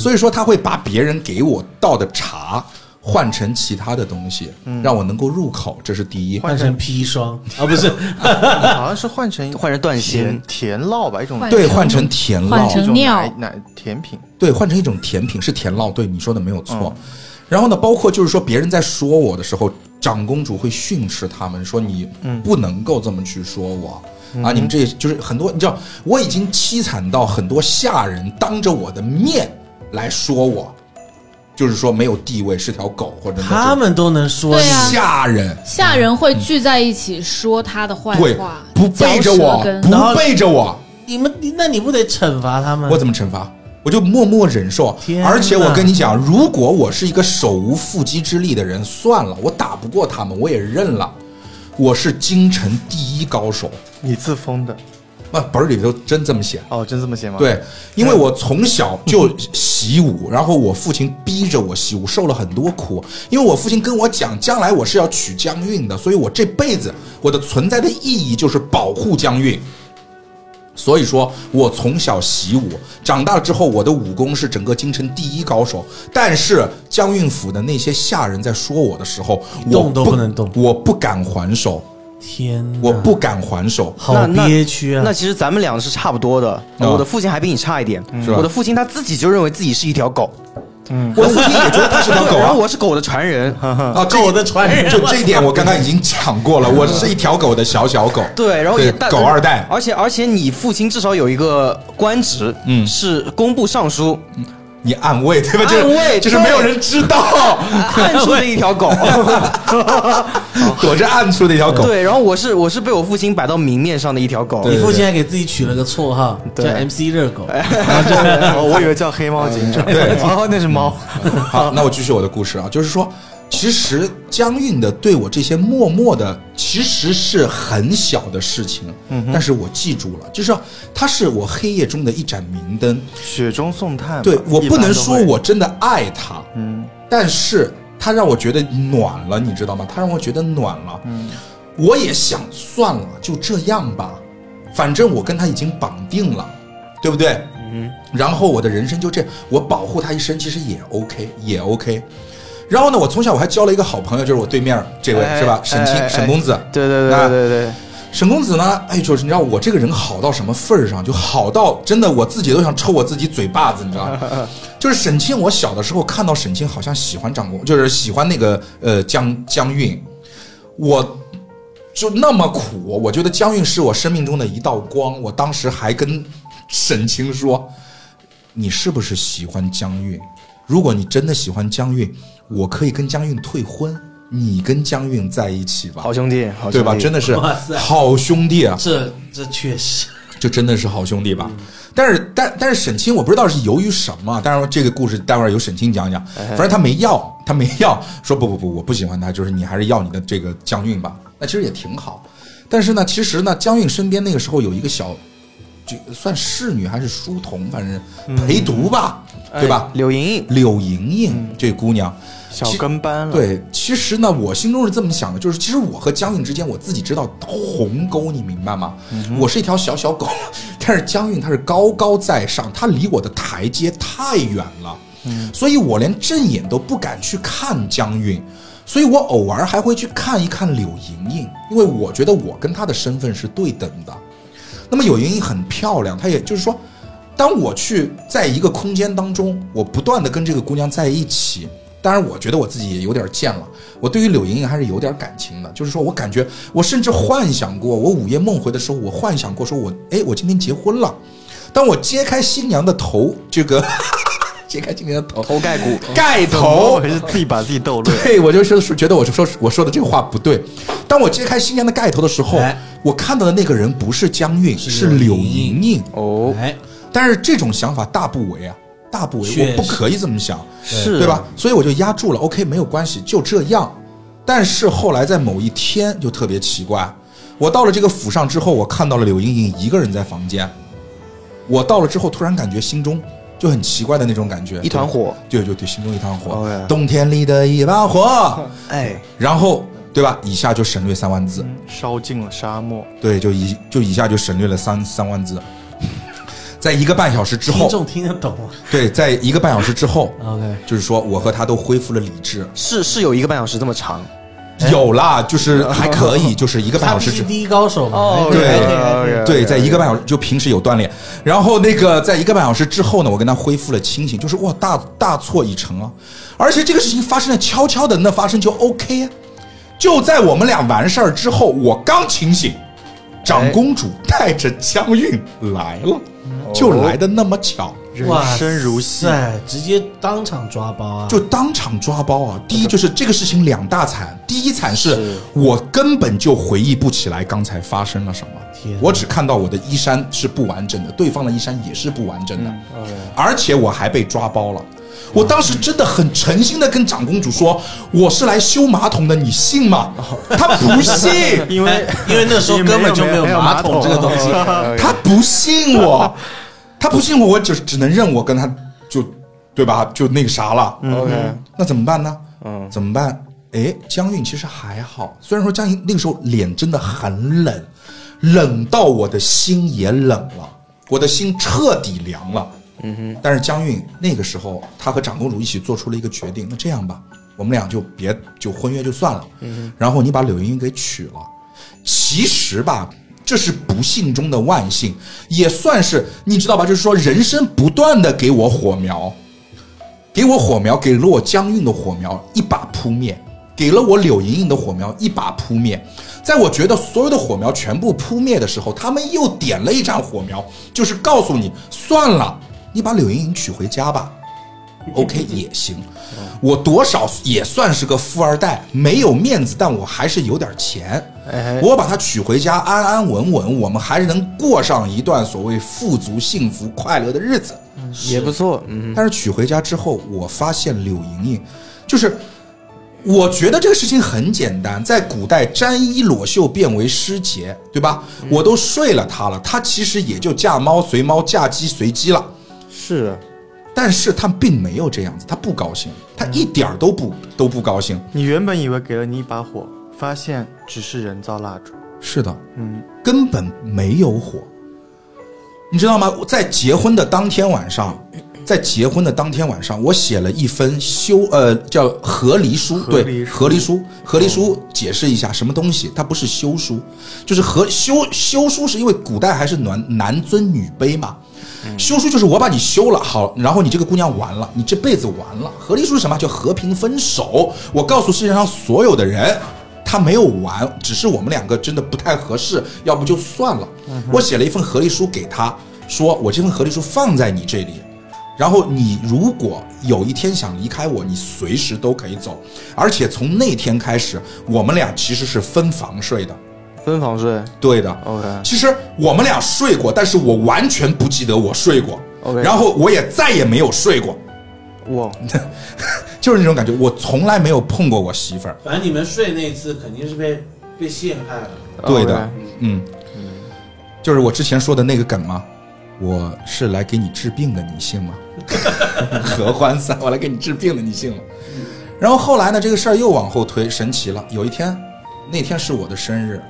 Speaker 2: 所以说他会把别人给我倒的茶换成其他的东西，让我能够入口，这是第一。
Speaker 3: 换成砒霜啊，不是
Speaker 1: 好像是换成
Speaker 4: 换成段
Speaker 1: 甜
Speaker 4: 心，
Speaker 1: 甜酪吧，一种
Speaker 5: 换
Speaker 2: 对，换成甜
Speaker 5: 换
Speaker 2: 酪
Speaker 5: 成，
Speaker 1: 一种
Speaker 5: 尿
Speaker 1: 奶奶甜品。
Speaker 2: 对，换成一种甜品是甜酪，对你说的没有
Speaker 5: 嗯
Speaker 2: 错。然后呢，包括就是说别人在说我的时候，长公主会训斥他们说你
Speaker 5: 嗯
Speaker 2: 不能够这么去说我。啊！你们这就是很多，你知道，我已经凄惨到很多下人当着我的面来说我，就是说没有地位是条狗或者
Speaker 3: 他们都能说
Speaker 5: 对啊
Speaker 3: 你，
Speaker 2: 下人
Speaker 5: 下人会聚在一起说他的坏
Speaker 2: 对
Speaker 5: 话，
Speaker 2: 不背着
Speaker 5: 嚼舌
Speaker 2: 我，
Speaker 5: 根
Speaker 3: 然后
Speaker 2: 不背着我，
Speaker 3: 你们你那你不得惩罚他们？
Speaker 2: 我怎么惩罚？我就默默忍受
Speaker 3: 嗯
Speaker 2: 啊
Speaker 3: 天。哪
Speaker 2: 而且我跟你讲，如果我是一个手无缚鸡之力的人，算了，我打不过他们，我也认了。我是京城第一高手，
Speaker 1: 你自封的，
Speaker 2: 不，本儿里头真这么写。
Speaker 1: 哦，真这么写吗？，
Speaker 2: 对，因
Speaker 3: 嗯
Speaker 2: 为我从小就习武，然后我父亲逼着我习武，受了很多苦。因为我父亲跟我讲，将来我是要娶江韵的，所以我这辈子我的存在的意义就是保护江韵。所以说我从小习武，长大了之后我的武功是整个京城第一高手。但是江韵府的那些下人在说我的时候，
Speaker 3: 一
Speaker 2: 我
Speaker 3: 动都不能动
Speaker 2: 我不敢还手，
Speaker 3: 天哪，
Speaker 2: 我不敢还手。
Speaker 3: 好
Speaker 4: 那
Speaker 3: 憋屈啊
Speaker 4: 那！其实咱们俩是差不多的，
Speaker 2: 嗯
Speaker 4: 我的父亲还比你差一点。
Speaker 2: 是吧
Speaker 4: 我的父亲他自己就认为自己是一条狗，
Speaker 3: 嗯
Speaker 2: 我父亲也觉得他 是条狗
Speaker 4: 然
Speaker 2: 啊
Speaker 4: 后。我是狗的传人。
Speaker 2: 啊，这
Speaker 3: 狗的传人
Speaker 2: 就这一点我刚刚已经讲过 了，我是一条狗的小小狗，
Speaker 4: 对，然后哦也带
Speaker 2: 狗二代，
Speaker 4: 而且而且你父亲至少有一个官职，
Speaker 2: 嗯
Speaker 4: 是工部尚书，
Speaker 2: 你暗卫对吧？
Speaker 4: 暗
Speaker 2: 就是
Speaker 4: 卫
Speaker 2: 就是
Speaker 4: 对
Speaker 2: 没有人知道，
Speaker 4: 暗出的一 条狗。
Speaker 2: 躲着暗处的一条狗。
Speaker 4: 对，然后我是我是被我父亲摆到明面上的一条狗。
Speaker 2: 对哎
Speaker 3: 你父亲还给自己取了个绰号叫
Speaker 4: 对
Speaker 3: MC 热狗，
Speaker 1: 哦，我以为叫黑猫警长。
Speaker 2: 对 嗯
Speaker 1: 哦，那是猫。
Speaker 2: 好，那我继续我的故事啊，就是说，其实江韵的对我这些默默的，其实是很小的事情，
Speaker 4: 嗯
Speaker 2: 但是我记住了，就是它是我黑夜中的一盏明灯，
Speaker 1: 雪中送炭吧。
Speaker 2: 对我
Speaker 1: 一
Speaker 2: 不
Speaker 1: 般
Speaker 2: 能
Speaker 1: 都
Speaker 2: 说
Speaker 1: 会
Speaker 2: 我真的爱他，嗯，但是他让我觉得暖了，你知道吗？他让我觉得暖了，嗯，我也想算了，就这样吧，反正我跟他已经绑定了，对不对？嗯，然后我的人生就这，我保护他一生其实也 OK，也 OK。然后呢，我从小我还交了一个好朋友，就是我对面这位、
Speaker 4: 哎
Speaker 2: 是吧？沈清、
Speaker 4: 哎哎
Speaker 2: 沈公子，
Speaker 4: 对对
Speaker 2: 那
Speaker 4: 对对对
Speaker 2: 沈公子呢？哎，就是你知道我这个人好到什么份儿上，就好到真的我自己都想抽我自己嘴巴子，你知道吗？就是沈清，我小的时候看到沈清好像喜欢张公，就是喜欢那个呃江江韵，我就那么苦，我觉得江韵是我生命中的一道光。我当时还跟沈清说：“你是不是喜欢江韵？如果你真的喜欢江韵，我可以跟江韵退婚，你跟江韵在一起吧。”
Speaker 4: 好兄弟，好兄弟
Speaker 2: 对吧？真的是
Speaker 3: 哇塞
Speaker 2: 好兄弟啊，
Speaker 3: 这这确实
Speaker 2: 就真的是好兄弟吧。
Speaker 3: 嗯
Speaker 2: 但是，但但是沈清，我不知道是由于什么，啊当然这个故事待会儿由沈清讲讲。
Speaker 4: 哎
Speaker 2: 反正他没要，他没要，说不不不，我不喜欢他，就是你还是要你的这个江韵吧。那其实也挺好。但是呢，其实呢，江韵身边那个时候有一个小，就算侍女还是书童，反正陪读吧，
Speaker 4: 哎
Speaker 2: 对吧？
Speaker 4: 柳莹莹，
Speaker 2: 柳莹
Speaker 4: 嗯
Speaker 2: 莹这姑娘，
Speaker 1: 小跟班了。，
Speaker 2: 对，其实呢，我心中是这么想的，就是其实我和江韵之间，我自己知道鸿沟，你明白吗？我是一条小小狗，但是江韵她是高高在上，她离我的台阶太远了，所以我连正眼都不敢去看江韵。所以我偶尔还会去看一看柳莹莹，因为我觉得我跟她的身份是对等的。那么柳莹莹很漂亮，她也就是说，当我去在一个空间当中，我不断的跟这个姑娘在一起。当然，我觉得我自己也有点贱了。我对于柳莹莹还是有点感情的，就是说我感觉，我甚至幻想过，我午夜梦回的时候，我幻想过，说我，哎，我今天结婚了。当我揭开新娘的头，这个揭开新娘的头，
Speaker 4: 头盖骨，
Speaker 2: 盖
Speaker 1: 头
Speaker 2: 头
Speaker 1: 还是自己把自己逗乐。
Speaker 2: 对，我就是说觉得我是说我说的这个话不对。当我揭开新娘的盖头的时候
Speaker 3: 哎，
Speaker 2: 我看到的那个人不是江韵，
Speaker 3: 是
Speaker 2: 是
Speaker 3: 柳
Speaker 2: 柳
Speaker 3: 莹
Speaker 2: 莹莹。
Speaker 4: 哦，
Speaker 3: 哎，
Speaker 2: 但是这种想法大不为啊，大不
Speaker 3: 确
Speaker 2: 为，
Speaker 3: 实
Speaker 2: 我不可以这么想，
Speaker 4: 是
Speaker 2: 对吧？？所以我就压住了，OK，没有关系，就这样。但是后来在某一天就特别奇怪，我到了这个府上之后，我看到了柳莹莹一个人在房间。我到了之后，突然感觉心中就很奇怪的那种感觉，
Speaker 4: 一团火，
Speaker 2: 对，对对对，心中一团火
Speaker 4: OK
Speaker 2: 冬天里的一把火。
Speaker 4: 哎，
Speaker 2: 然后对吧？以下就省略三万字，
Speaker 1: 烧尽了沙漠，
Speaker 2: 对，就以就以下就省略了三三万字，在一个半小时之
Speaker 3: 听
Speaker 2: 后，
Speaker 3: 众听得懂啊吗
Speaker 2: 对，在一个半小时之后，
Speaker 3: ？OK，
Speaker 2: 就是说我和他都恢复了理智，
Speaker 4: 是是有一个半小时这么长
Speaker 2: 有啦，就是还可以，就是一个半
Speaker 3: 他
Speaker 2: 小
Speaker 3: 不
Speaker 2: 时之
Speaker 3: 是第一高手
Speaker 6: 哦
Speaker 3: 嘛？
Speaker 2: 哦对
Speaker 3: 哎
Speaker 2: 对，在一个半小时就平时有锻炼，然后那个在一个半小时之后呢，我跟他恢复了清醒，就是哇大大错已成啊！而且这个事情发生的悄悄的，那发生就 OK 啊。就在我们俩完事儿之后，我刚清醒，长公主带着江韵来了，就
Speaker 3: 哦
Speaker 2: 来的那么巧，
Speaker 1: 人
Speaker 3: 哇
Speaker 1: 生如戏。
Speaker 3: 塞，直接当场抓包啊！
Speaker 2: 就当场抓包啊！第一就是这个事情两大惨，第一惨是
Speaker 4: 是
Speaker 2: 我根本就回忆不起来刚才发生了什么
Speaker 3: 天哪，
Speaker 2: 我只看到我的衣
Speaker 3: 嗯哎
Speaker 2: 衫是不完整的，对方的衣衫也是不完整的，而且我还被抓包了。我当时真的很诚心的跟长公主说，我是来修马桶的，你信吗？
Speaker 3: 哦
Speaker 2: 她不信，
Speaker 1: 因为
Speaker 3: 因为那时候根本就没有马桶这个东 西。
Speaker 2: 他不信 我，他不信我，我只只能认我跟他就对吧？就那个啥了。
Speaker 4: OK，
Speaker 2: 那怎么办呢？
Speaker 4: 嗯，
Speaker 2: 怎么办？哎，江韵其实还好，虽然说江韵那个时候脸真的很冷，冷到我的心也冷了，我的心彻底凉了。嗯哼。但是江韵那个时候，她和长公主一起做出了一个决定，那这样吧，我们俩就别就婚约就算了。嗯然后你把柳莹莹给娶了，其实吧。这是不幸中的万幸，也算是你知道吧？就是说，人生不断的给我火苗，给我火苗，给了我江韵的火苗一把扑灭，给了我柳莹莹的火苗一把扑灭。在我觉得所有的火苗全部扑灭的时候，他们又点了一盏火苗，就是告诉你，算了，你把柳莹莹娶回家吧。OK 也行，我多少也算是个富二代，没有面子，但我还是有点钱。我把她娶回家，安安稳稳，我们还能过上一段所谓富足、幸福、快乐的日子。
Speaker 4: 也不错，嗯，
Speaker 2: 但是娶回家之后，我发现柳莹莹，就是我觉得这个事情很简单，在古代沾衣裸袖变为失节，对吧？我都睡了她了，她其实也就嫁猫随猫，嫁鸡随鸡了。
Speaker 4: 是的，
Speaker 2: 但是她并没有这样子，她不高兴，她一点儿都不都不高兴。
Speaker 1: 你原本以为给了你一把火，发现只是人造蜡烛。
Speaker 2: 是的，
Speaker 1: 嗯，
Speaker 2: 根本没有火，你知道吗？我在结婚的当天晚上，
Speaker 1: 嗯
Speaker 2: 在结婚的当天晚上，我写了一封修呃叫和离书，
Speaker 1: 和离
Speaker 2: 对，
Speaker 1: 书哦
Speaker 2: 和离书，和离书解释一下什么东西，它不是休书，就是和休休书是因为古代还是男男尊女卑嘛。休书就是我把你休了，好，然后你这个姑娘完了，你这辈子完了。和离书是什么？叫和平分手。我告诉世界上所有的人，他没有完，只是我们两个真的不太合适，要不就算了。我写了一份和离书给他，说我这份和离书放在你这里，然后你如果有一天想离开我，你随时都可以走。而且从那天开始，我们俩其实是分房睡的，
Speaker 4: 分房睡
Speaker 2: 对的。
Speaker 4: ，OK，
Speaker 2: 其实我们俩睡过，但是我完全不记得我睡过
Speaker 4: OK
Speaker 2: 然后我也再也没有睡过，
Speaker 4: 哇，
Speaker 2: 就是那种感觉，我从来没有碰过我媳妇儿。
Speaker 3: 反正你们睡那一次肯定是被被陷害了。
Speaker 4: 哦
Speaker 2: 对的
Speaker 4: OK，
Speaker 2: 嗯，就是我之前说的那个梗嘛，我是来给你治病的，你信吗？ 合欢散，我来给你治病的，你信吗？然后后来呢，这个事儿又往后推，神奇了。有一天，那天是我的生日，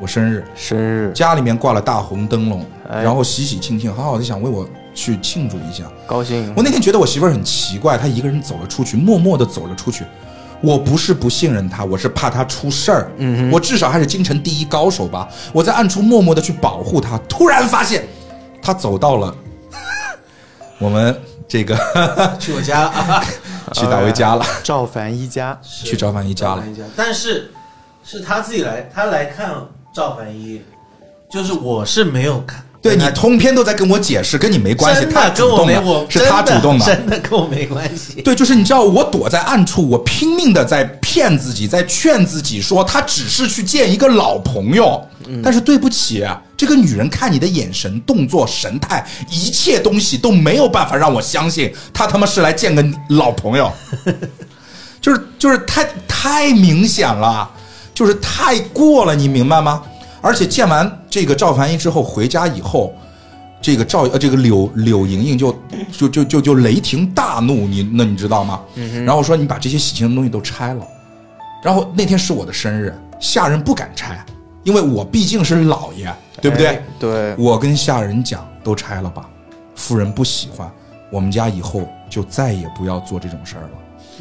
Speaker 2: 我生日，
Speaker 4: 生日
Speaker 2: 家里面挂了大红灯笼，
Speaker 4: 哎
Speaker 2: 然后喜喜庆庆，好好的想为我去庆祝一下。
Speaker 4: 高兴，
Speaker 2: 我那天觉得我媳妇儿很奇怪，她一个人走了出去，默默的走了出去。我不是不信任她，我是怕她出事儿。嗯，我至少还是京城第一高手吧。我在暗处默默的去保护她，突然发现她走到了我们这个
Speaker 3: 去我家啊，
Speaker 2: 去大卫家了，
Speaker 1: 赵凡一家，
Speaker 2: 去赵凡一家了。
Speaker 3: 但是是他自己来，他来看赵凡一，就是我是没有看。
Speaker 2: 对你
Speaker 3: 跟他
Speaker 2: 通篇都在跟我解释，跟你没关系，
Speaker 3: 哎真
Speaker 2: 她
Speaker 3: 的跟
Speaker 2: 主
Speaker 3: 我
Speaker 2: 动
Speaker 3: 没我
Speaker 2: 的，是她主动的，
Speaker 3: 真的跟我没关系。
Speaker 2: 对，就是你知道，我躲在暗处，我拼命的在骗自己，在劝自己说，她只是去见一个老朋友。但是对不起，啊这个女人看你的眼神、动作、神态，一切东西都没有办法让我相信，她他妈是来见个老朋友。 就是就是太太明显了，就是太过了，你明白吗？而且见完这个赵凡一之后，回家以后，这个赵呃这个柳柳莹莹就就就就就雷霆大怒，你那你知道吗？然后说你把这些喜庆的东西都拆了，然后那天是我的生日，下人不敢拆，因为我毕竟是老爷，对不对？
Speaker 4: 哎对，
Speaker 2: 我跟下人讲，都拆了吧，夫人不喜欢，我们家以后就再也不要做这种事儿了。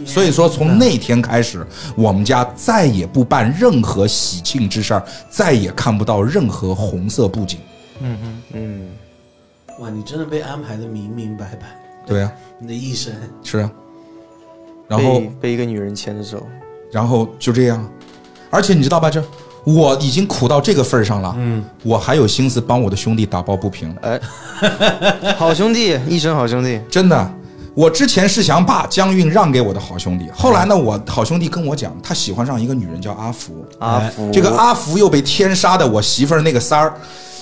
Speaker 2: 所以说，
Speaker 6: 嗯
Speaker 2: 从那天开始，我们家再也不办任何喜庆之事儿，再也看不到任何红色布景。
Speaker 4: 嗯，
Speaker 3: 哇，你真的被安排的明明白白，
Speaker 2: 对啊呀、
Speaker 3: 你的一生。
Speaker 2: 是啊。然后
Speaker 4: 被被一个女人牵着手，
Speaker 2: 然后就这样，而且你知道吧，这我已经苦到这个份儿上了，嗯，我还有心思帮我的兄弟打抱不平，
Speaker 4: 哎，好兄弟，一生好兄弟，
Speaker 2: 真的。我之前是想把江韵让给我的好兄弟，后来呢，我好兄弟跟我讲，他喜欢上一个女人叫阿福，
Speaker 4: 阿福，
Speaker 2: 这个阿福又被天杀的我媳妇儿那个三儿，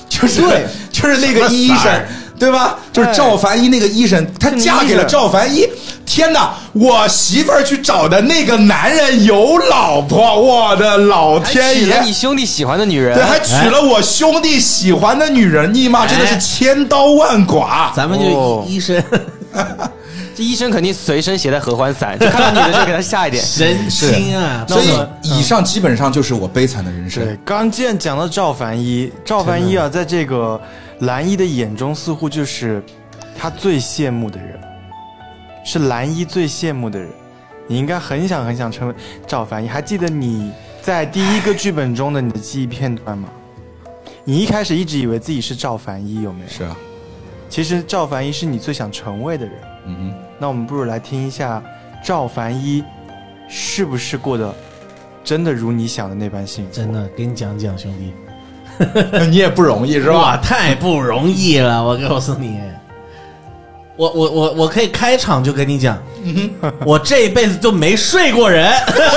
Speaker 2: 就是
Speaker 4: 对
Speaker 2: 就是那个医
Speaker 3: 什么三
Speaker 2: 生
Speaker 3: 儿，
Speaker 2: 对吧？就是赵凡一那个医生，她
Speaker 4: 是那
Speaker 2: 嫁给了
Speaker 4: 医生
Speaker 2: 赵凡一，天哪，我媳妇儿去找的那个男人有老婆，我的老
Speaker 4: 还
Speaker 2: 天
Speaker 4: 娶了
Speaker 2: 爷！
Speaker 4: 你兄弟喜欢的女人
Speaker 2: 对，，还娶了我兄弟喜欢的女人，你妈真的是千刀万剐！
Speaker 6: 咱们就
Speaker 4: 哦
Speaker 6: 医医生
Speaker 4: 这医生肯定随身携带合欢散，就看到女的就给她吓一点。
Speaker 6: 神经啊，
Speaker 2: 所以
Speaker 6: 那我
Speaker 2: 以上基本上就是我悲惨的人
Speaker 1: 对
Speaker 2: 生。，
Speaker 1: 刚见讲到赵凡一，赵凡一啊，在这个蓝一的眼中，似乎就是他最羡慕的人，是蓝一最羡慕的人。你应该很想很想成为赵凡一。还记得你在第一个剧本中的你的记忆片段吗？你一开始一直以为自己是赵凡一，有没有？
Speaker 2: 是啊，
Speaker 1: 其实赵凡一是你最想成为的人。
Speaker 2: 嗯哼，
Speaker 1: 那我们不如来听一下赵凡一是不是过得真的如你想的那般幸福？
Speaker 3: 真的给你讲讲，兄弟，
Speaker 2: 你也不容易是吧？
Speaker 6: 哇，太不容易了，我告诉你，我我我我可以开场就跟你讲，我这一辈子就没睡过人，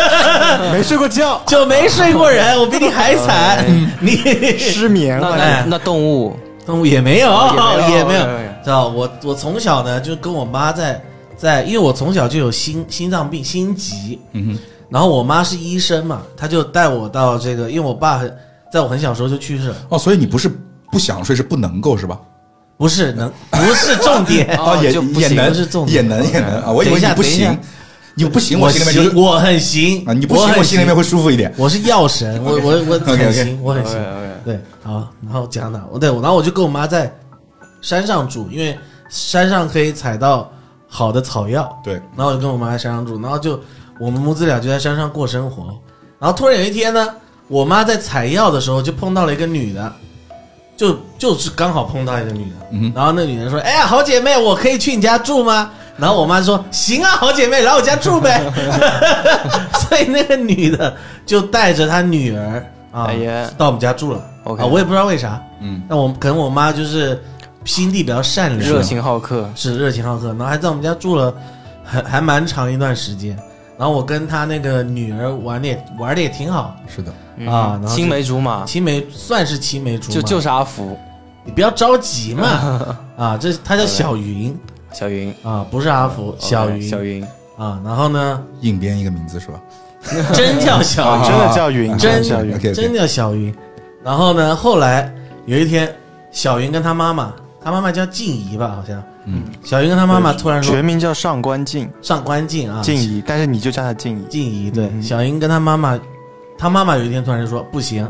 Speaker 1: 没睡过觉，
Speaker 6: 就没睡过人，我比你还惨，你
Speaker 1: 失眠
Speaker 4: 那
Speaker 1: 了。
Speaker 4: 那那动物，
Speaker 6: 动物也没有，
Speaker 4: 哦也没有
Speaker 6: 也没有
Speaker 4: 哦也没有，
Speaker 6: 知道我我从小呢就跟我妈在在，因为我从小就有心心脏病心疾，
Speaker 2: 嗯
Speaker 6: 然后我妈是医生嘛，她就带我到这个，因为我爸很在 我很小时候就去世了，
Speaker 2: 哼，哦，所以你不是不想睡，是不能够是吧？
Speaker 6: 不是能不是重点，
Speaker 4: 哦
Speaker 2: 也
Speaker 4: 就不
Speaker 2: 也
Speaker 4: 行
Speaker 2: 能
Speaker 6: 啊不是重点
Speaker 2: 也能也能啊！我以为
Speaker 6: 等一
Speaker 2: 你
Speaker 6: 下
Speaker 2: 不行
Speaker 6: 等一，
Speaker 2: 你不行，
Speaker 6: 我
Speaker 2: 心里面就是
Speaker 6: 行，我很行
Speaker 2: 啊，你不行，我
Speaker 6: 很
Speaker 2: 心里面会舒服一点。
Speaker 6: 我是药 神，我我我
Speaker 2: OK，OK
Speaker 6: 很行，我很行
Speaker 4: OK，OK。
Speaker 6: 对，好，然后讲哪？我对，然后我就跟我妈在山上住，因为山上可以采到好的草药。
Speaker 2: 对，
Speaker 6: 然后我就跟我妈在山上住，然后就我们母子俩就在山上过生活。然后突然有一天呢，我妈在采药的时候就碰到了一个女的，就就是刚好碰到一个女的，
Speaker 2: 嗯哼
Speaker 6: 然后那女人说：“哎呀，好姐妹，我可以去你家住吗？”然后我妈说：“行啊，好姐妹，来我家住 呗。” 所以那个女的就带着她女儿啊、
Speaker 4: 哎呀
Speaker 6: 到我们家住了。
Speaker 4: OK
Speaker 6: 啊，我也不知道为啥，
Speaker 2: 嗯，
Speaker 6: 那我可能我妈就是心地比较善良，
Speaker 4: 热情好客，
Speaker 6: 是热情好客，然后还在我们家住了很还蛮长一段时间。然后我跟他那个女儿玩的也玩的也挺好，
Speaker 2: 是的，
Speaker 4: 嗯
Speaker 6: 啊然后就
Speaker 4: 青梅竹马，
Speaker 6: 青梅算是青梅竹马，
Speaker 4: 就就是阿福、
Speaker 6: 你不要着急嘛啊！这她叫小云
Speaker 4: 小云、
Speaker 6: 啊，不是阿福，小
Speaker 4: OK，
Speaker 6: 云
Speaker 4: 小云，
Speaker 6: 啊。然后呢，
Speaker 2: 硬编一个名字是吧？
Speaker 6: 真叫小
Speaker 1: 真的叫云，
Speaker 6: 真
Speaker 1: 啊的叫云。
Speaker 2: OK，
Speaker 6: 云，真叫小云。然后呢，后来有一天，小云跟她妈妈，她妈妈叫静怡吧，好像，
Speaker 2: 嗯，
Speaker 6: 小云跟她妈妈突然说
Speaker 1: 全名叫上官静
Speaker 6: 上官静啊，
Speaker 1: 静怡，但是你就叫她静怡。
Speaker 6: 静怡对、
Speaker 1: 嗯
Speaker 6: 小英跟她妈妈，她妈妈有一天突然就说不行，